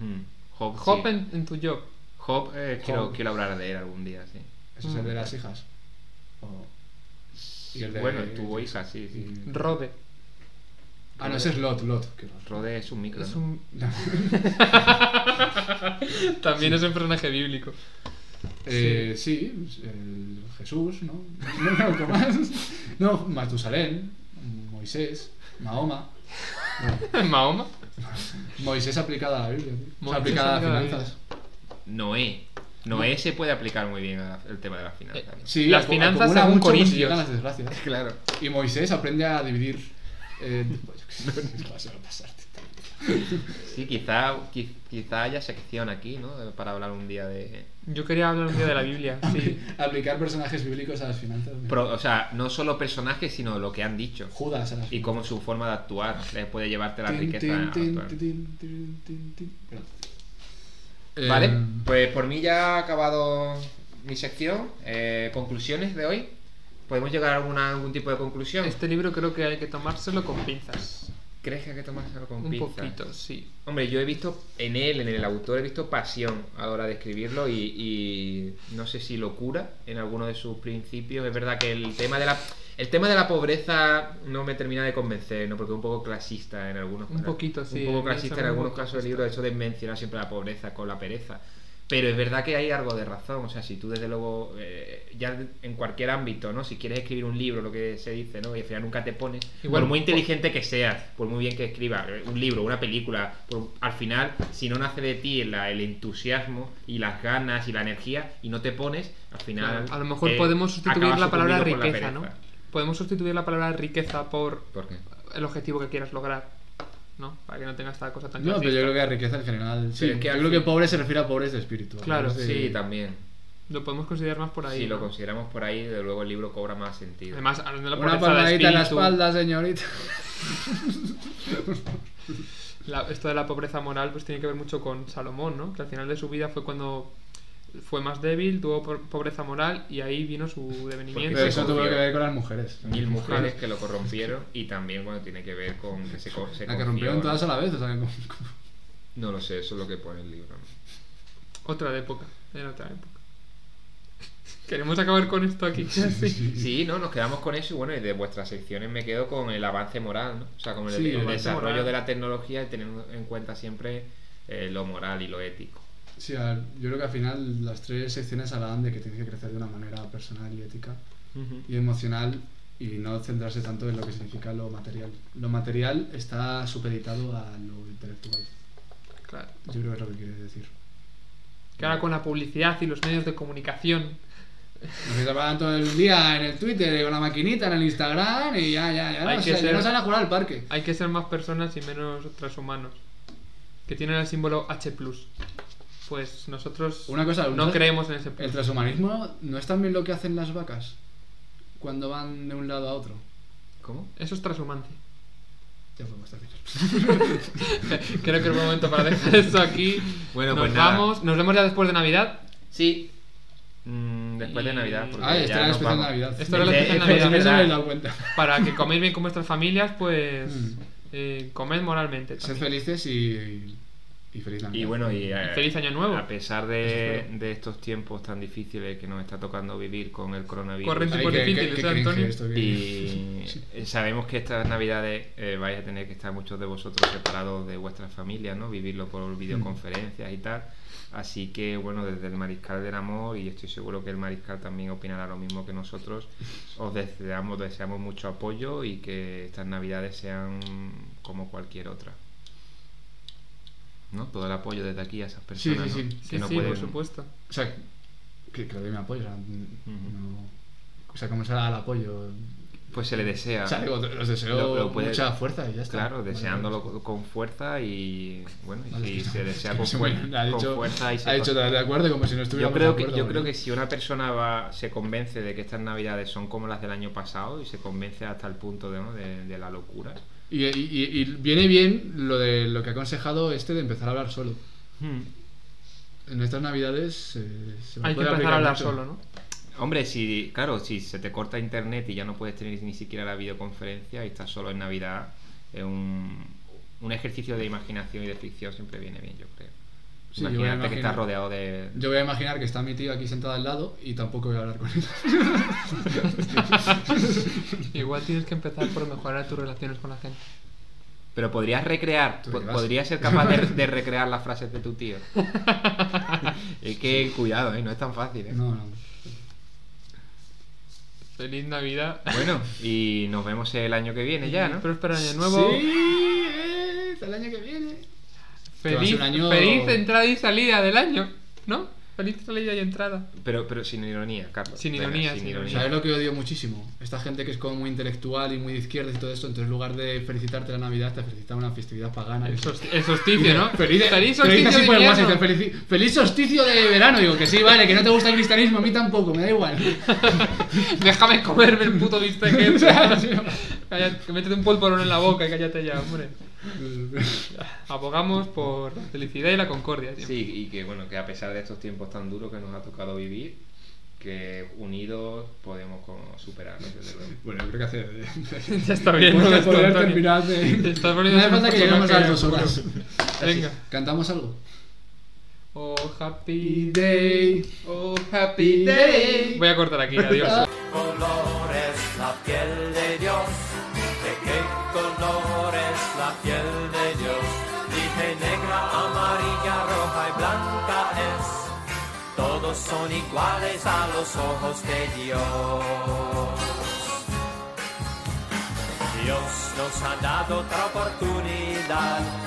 [SPEAKER 6] Mm, Job, sí.
[SPEAKER 2] Job en, en tu Job.
[SPEAKER 6] Job, eh, quiero,
[SPEAKER 4] Job.
[SPEAKER 6] quiero hablar de él algún día, sí.
[SPEAKER 4] <laughs> Ese es el de las hijas. O- Y el de- Mm.
[SPEAKER 6] Bueno, tuvo hija, sí, sí.
[SPEAKER 4] y-
[SPEAKER 2] Rode,
[SPEAKER 4] Ah, no, ese es Lot, Lot. que Lot.
[SPEAKER 6] Rode es un micro.
[SPEAKER 2] es
[SPEAKER 6] ¿no? <laughs>
[SPEAKER 2] un... También es un personaje
[SPEAKER 6] <laughs>
[SPEAKER 2] bíblico.
[SPEAKER 4] <laughs> Eh, sí, el Jesús, ¿no? <laughs> No, no, ¿qué más? No, Matusalén, Moisés, Mahoma.
[SPEAKER 2] Mahoma.
[SPEAKER 4] Moisés aplicada a la Biblia, tío. O
[SPEAKER 2] Moisés
[SPEAKER 4] sea, aplicada a
[SPEAKER 2] aplicada a
[SPEAKER 4] las
[SPEAKER 2] la
[SPEAKER 4] finanzas.
[SPEAKER 6] Noé. Noé se puede aplicar muy bien al tema de las finanzas. ¿no?
[SPEAKER 4] Sí,
[SPEAKER 2] Las
[SPEAKER 4] acu-
[SPEAKER 2] finanzas
[SPEAKER 4] acumula
[SPEAKER 2] según
[SPEAKER 4] mucho, pues,
[SPEAKER 2] Corintios.
[SPEAKER 4] y llegan las desgracias.
[SPEAKER 6] Claro.
[SPEAKER 4] Y Moisés aprende a dividir. <laughs> Eh, pues, yo qué sé, vas a pasarte.
[SPEAKER 6] Sí, quizá, qui- quizá haya sección aquí, ¿no? Eh, Para hablar un día de...
[SPEAKER 2] Yo quería hablar un día de la Biblia,
[SPEAKER 6] <laughs>
[SPEAKER 2] sí.
[SPEAKER 4] Aplicar personajes bíblicos a las finanzas. mira.
[SPEAKER 6] Pro- o sea, no solo personajes, sino lo que han dicho.
[SPEAKER 4] Judas a las
[SPEAKER 6] Y cómo su forma de actuar les puede llevarte la
[SPEAKER 4] Tin,
[SPEAKER 6] riqueza.
[SPEAKER 4] tin, tin,
[SPEAKER 6] actual.
[SPEAKER 4] tin, tin, tin, tin. Perdón.
[SPEAKER 6] Vale,
[SPEAKER 4] Eh,
[SPEAKER 6] pues por mí ya ha acabado mi sección. Eh, conclusiones de hoy. ¿Podemos llegar a alguna, algún tipo de conclusión?
[SPEAKER 2] Este libro creo que hay que tomárselo con pinzas.
[SPEAKER 6] ¿Crees que hay que tomarse con
[SPEAKER 2] un
[SPEAKER 6] pinzas?
[SPEAKER 2] poquito, sí.
[SPEAKER 6] Hombre, yo he visto en él, en el autor, he visto pasión a la hora de escribirlo y, y no sé si locura en alguno de sus principios. Es verdad que el tema de la el tema de la pobreza no me termina de convencer, ¿no? Porque es un poco clasista en algunos
[SPEAKER 2] Un poquito, sí,
[SPEAKER 6] Un poco
[SPEAKER 2] en
[SPEAKER 6] clasista
[SPEAKER 2] ese
[SPEAKER 6] en algunos
[SPEAKER 2] momento pues
[SPEAKER 6] casos del libro, eso de mencionar siempre la pobreza con la pereza. Pero es verdad que hay algo de razón, o sea, si tú desde luego, eh, ya en cualquier ámbito, ¿no? Si quieres escribir un libro, lo que se dice, ¿no? Y al final nunca te pones,
[SPEAKER 2] Igual,
[SPEAKER 6] por muy inteligente que seas, por muy bien que escribas, eh, un libro, una película, por- al final, si no nace de ti la- el entusiasmo y las ganas y la energía y no te pones, al final...
[SPEAKER 2] Claro, a lo mejor
[SPEAKER 6] eh,
[SPEAKER 2] podemos sustituir
[SPEAKER 6] acabas
[SPEAKER 2] la palabra
[SPEAKER 6] sucumbiendo por la
[SPEAKER 2] riqueza, ¿no?
[SPEAKER 6] pereza.
[SPEAKER 2] Podemos sustituir la palabra riqueza por
[SPEAKER 6] ¿Por qué?
[SPEAKER 2] el objetivo que quieras lograr, ¿no? Para que no tengas esta cosa tan
[SPEAKER 4] No, pero
[SPEAKER 2] clasista.
[SPEAKER 4] yo creo que a riqueza en general. Sí,
[SPEAKER 6] Pero es que
[SPEAKER 4] yo
[SPEAKER 6] al
[SPEAKER 4] creo que
[SPEAKER 6] fin-
[SPEAKER 4] pobre se refiere a pobres de espíritu. ¿no?
[SPEAKER 2] Claro,
[SPEAKER 4] Sí.
[SPEAKER 6] Sí, también.
[SPEAKER 2] Lo podemos considerar más por Ah, ahí.
[SPEAKER 6] si lo
[SPEAKER 2] ¿no?
[SPEAKER 6] consideramos por ahí, desde luego el libro cobra más sentido.
[SPEAKER 2] Además, hablando de la
[SPEAKER 4] Una
[SPEAKER 2] pobreza de
[SPEAKER 4] palmadita en la
[SPEAKER 2] espíritu,
[SPEAKER 4] espalda, señorita.
[SPEAKER 2] la- esto de la pobreza moral pues tiene que ver mucho con Salomón, ¿no? Que al final de su vida fue cuando fue más débil, tuvo por- pobreza moral y ahí vino su devenimiento.
[SPEAKER 4] Pero
[SPEAKER 6] se
[SPEAKER 4] eso tuvo
[SPEAKER 6] confió.
[SPEAKER 4] que ver con las mujeres.
[SPEAKER 6] mil mujeres que lo corrompieron y también bueno tiene que ver con que se, co- se
[SPEAKER 4] La que
[SPEAKER 6] confió,
[SPEAKER 4] rompieron
[SPEAKER 6] ¿no?
[SPEAKER 4] todas a la vez. O sea, que como- como-
[SPEAKER 6] no lo sé eso es lo que pone el libro ¿no?
[SPEAKER 2] Otra época, era otra época. <laughs> Queremos acabar con esto aquí. Sí.
[SPEAKER 6] sí no nos quedamos con eso y bueno y de vuestras secciones me quedo con el avance moral ¿no? o sea con el,
[SPEAKER 4] Sí,
[SPEAKER 6] el
[SPEAKER 4] avance
[SPEAKER 6] desarrollo
[SPEAKER 2] moral.
[SPEAKER 6] de la tecnología y teniendo en cuenta siempre eh, lo moral y lo ético
[SPEAKER 4] Sí, a ver, yo creo que al final las tres secciones hablaban de que tienes que crecer de una manera personal y ética y emocional y no centrarse tanto en lo que significa lo material. Lo material está supeditado a lo intelectual.
[SPEAKER 2] Claro.
[SPEAKER 4] Yo creo que es lo que quieres decir.
[SPEAKER 2] Que ahora con la publicidad y los medios de comunicación
[SPEAKER 4] Nos se pagan todo el día en el Twitter, con la maquinita, en el Instagram y ya, ya, ya.
[SPEAKER 2] Hay
[SPEAKER 4] no,
[SPEAKER 2] que
[SPEAKER 4] se,
[SPEAKER 2] ser-
[SPEAKER 4] ya no salen a jugar al parque.
[SPEAKER 2] hay que ser más personas y menos transhumanos. Que tienen el símbolo H. Pues nosotros
[SPEAKER 4] Una cosa,
[SPEAKER 2] no
[SPEAKER 4] una-
[SPEAKER 2] creemos en ese
[SPEAKER 4] El transhumanismo no es también lo que hacen las vacas cuando van de un lado a otro.
[SPEAKER 6] cómo
[SPEAKER 2] Eso es transhumancia.
[SPEAKER 4] Ya podemos terminar.
[SPEAKER 2] Creo que es buen momento para dejar esto aquí.
[SPEAKER 6] Bueno,
[SPEAKER 2] nos
[SPEAKER 6] pues nada.
[SPEAKER 2] vamos. Nos vemos ya después de Navidad.
[SPEAKER 6] sí Mm, después de
[SPEAKER 2] Y-
[SPEAKER 6] navidad porque
[SPEAKER 4] Ah,
[SPEAKER 6] ya
[SPEAKER 4] esta era la
[SPEAKER 6] nos
[SPEAKER 4] especial
[SPEAKER 6] vamos.
[SPEAKER 4] Navidad.
[SPEAKER 2] Esto era la
[SPEAKER 6] Eh,
[SPEAKER 2] especial
[SPEAKER 6] eh,
[SPEAKER 4] Pues
[SPEAKER 2] Navidad.
[SPEAKER 4] en eso me
[SPEAKER 6] verdad.
[SPEAKER 4] he dado cuenta. <laughs>
[SPEAKER 2] Para que coméis bien con vuestras familias, pues
[SPEAKER 4] Mm.
[SPEAKER 2] eh, comed moralmente.
[SPEAKER 4] Sed
[SPEAKER 2] también.
[SPEAKER 4] felices y, y feliz Navidad.
[SPEAKER 6] Y bueno, y, eh,
[SPEAKER 2] Y feliz año nuevo.
[SPEAKER 6] A pesar de, de estos tiempos tan difíciles que nos está tocando vivir con el coronavirus.
[SPEAKER 2] Correcto.
[SPEAKER 4] Ay,
[SPEAKER 2] por
[SPEAKER 4] qué-
[SPEAKER 2] difícil,
[SPEAKER 4] qué-
[SPEAKER 2] ¿eh,
[SPEAKER 4] qué cringe
[SPEAKER 2] Antonio?
[SPEAKER 4] esto, qué
[SPEAKER 2] <laughs>
[SPEAKER 4] <laughs>
[SPEAKER 6] Y sabemos que estas navidades eh, vais a tener que estar muchos de vosotros separados de vuestras familias, ¿no? Vivirlo por videoconferencias y tal. Así que, bueno, desde el Mariscal del Amor, y estoy seguro que el Mariscal también opinará lo mismo que nosotros, os deseamos, deseamos mucho apoyo y que estas navidades sean como cualquier otra. ¿No? Todo el apoyo desde aquí a esas
[SPEAKER 4] Sí,
[SPEAKER 6] personas.
[SPEAKER 4] sí,
[SPEAKER 6] ¿no?
[SPEAKER 4] sí.
[SPEAKER 6] Que
[SPEAKER 2] Sí,
[SPEAKER 6] no
[SPEAKER 2] sí,
[SPEAKER 6] pueden-
[SPEAKER 2] por supuesto.
[SPEAKER 4] O sea, que, que le doy mi apoyo. O sea, no, o sea como será el apoyo.
[SPEAKER 6] Pues se le desea.
[SPEAKER 4] O sea, digo, os deseo
[SPEAKER 6] Lo- lo puede-
[SPEAKER 4] mucha fuerza y ya está.
[SPEAKER 6] Claro,
[SPEAKER 4] Vale,
[SPEAKER 6] deseándolo
[SPEAKER 4] vale.
[SPEAKER 6] co- con fuerza y bueno, y
[SPEAKER 4] Vale,
[SPEAKER 6] si
[SPEAKER 4] es que
[SPEAKER 6] se
[SPEAKER 4] no- <laughs>
[SPEAKER 6] desea
[SPEAKER 4] es
[SPEAKER 6] con,
[SPEAKER 4] que
[SPEAKER 6] fuer-
[SPEAKER 4] se me- ha
[SPEAKER 6] con
[SPEAKER 4] dicho,
[SPEAKER 6] fuerza y se
[SPEAKER 4] Ha dicho de acuerdo como si no estuviera
[SPEAKER 6] yo creo que yo creo que si una persona va se convence de que estas navidades son como las del año pasado y se convence hasta el punto de, ¿no? de, de la locura,
[SPEAKER 4] Y, y- y- y viene bien lo de lo que ha aconsejado este de empezar a hablar solo.
[SPEAKER 2] Hmm.
[SPEAKER 4] En estas navidades eh, se va
[SPEAKER 2] Hay que empezar
[SPEAKER 4] poder aplicar
[SPEAKER 2] a hablar
[SPEAKER 4] mucho.
[SPEAKER 2] solo, ¿no?
[SPEAKER 4] <laughs>
[SPEAKER 6] Hombre, si, claro, si se te corta internet y ya no puedes tener ni siquiera la videoconferencia y estás solo en Navidad, es un, un ejercicio de imaginación y de ficción siempre viene bien, yo creo.
[SPEAKER 4] Sí, yo me
[SPEAKER 6] Imagínate que
[SPEAKER 4] imagino.
[SPEAKER 6] estás rodeado de...
[SPEAKER 4] Yo voy a imaginar que está mi tío aquí sentado al lado y tampoco voy a hablar con
[SPEAKER 2] <laughs>
[SPEAKER 4] él. <laughs>
[SPEAKER 2] Igual tienes que empezar por mejorar tus relaciones con la gente.
[SPEAKER 6] Pero podrías recrear,
[SPEAKER 4] ¿Tú
[SPEAKER 6] po-
[SPEAKER 4] qué vas?
[SPEAKER 6] podrías ser capaz de, de recrear las frases de tu tío. <laughs> es que, cuidado, ¿eh? no es tan fácil. ¿eh?
[SPEAKER 4] No, no.
[SPEAKER 2] Feliz Navidad.
[SPEAKER 6] Bueno, y nos vemos el año que viene ya, ¿no?
[SPEAKER 2] Próspero año nuevo.
[SPEAKER 4] Sí, eh, hasta el año que viene. Que va a ser
[SPEAKER 2] Feliz,
[SPEAKER 4] un año-
[SPEAKER 2] feliz entrada y salida del año, ¿no? Feliz salida y entrada.
[SPEAKER 6] Pero, pero sin ironía, Carlos.
[SPEAKER 2] Sin ironía, sin ironía.
[SPEAKER 4] ¿Sabes lo que odio muchísimo? Esta gente que es como muy intelectual y muy de izquierda y todo eso, entonces en lugar de felicitarte la Navidad, te felicitan una festividad pagana.
[SPEAKER 2] El,
[SPEAKER 4] Y-
[SPEAKER 2] sost- el solsticio, ¿no?
[SPEAKER 4] Feliz,
[SPEAKER 2] feliz
[SPEAKER 4] pero dice
[SPEAKER 2] solsticio
[SPEAKER 4] así
[SPEAKER 2] de
[SPEAKER 4] por el
[SPEAKER 2] invierno.
[SPEAKER 4] WhatsApp, dice, "Felici- feliz solsticio de verano. Digo que sí, vale, que no te gusta el cristianismo, a mí tampoco, me da igual.
[SPEAKER 2] Déjame comerme el puto bistec. que he
[SPEAKER 4] <laughs>
[SPEAKER 2] hecho. Cállate, que métete un polvorón en la boca y cállate ya, hombre. Abogamos por la felicidad y la concordia. siempre.
[SPEAKER 6] Sí, y que bueno, que a pesar de estos tiempos tan duros que nos ha tocado vivir, que unidos podemos como superarlos, desde luego.
[SPEAKER 4] Bueno, creo que hace.
[SPEAKER 2] ya está bien.
[SPEAKER 4] Bueno,
[SPEAKER 2] ¿no? Esto,
[SPEAKER 4] podría
[SPEAKER 2] Antonio.
[SPEAKER 4] terminar de-
[SPEAKER 2] Te estás
[SPEAKER 4] No
[SPEAKER 2] poniendo
[SPEAKER 4] hace falta
[SPEAKER 2] un
[SPEAKER 4] que lleguemos a las
[SPEAKER 2] personaje,
[SPEAKER 4] dos horas.
[SPEAKER 2] Venga.
[SPEAKER 4] ¿Cantamos algo?
[SPEAKER 2] Oh, happy day. Oh, happy
[SPEAKER 4] day.
[SPEAKER 2] day. Voy a cortar
[SPEAKER 4] <laughs>
[SPEAKER 2] aquí, adiós.
[SPEAKER 1] color es la piel de Dios? ¿De qué color es la piel de Dios? Dije negra, amarilla, roja y blanca es. Todos son iguales a los ojos de Dios. Dios nos ha dado otra oportunidad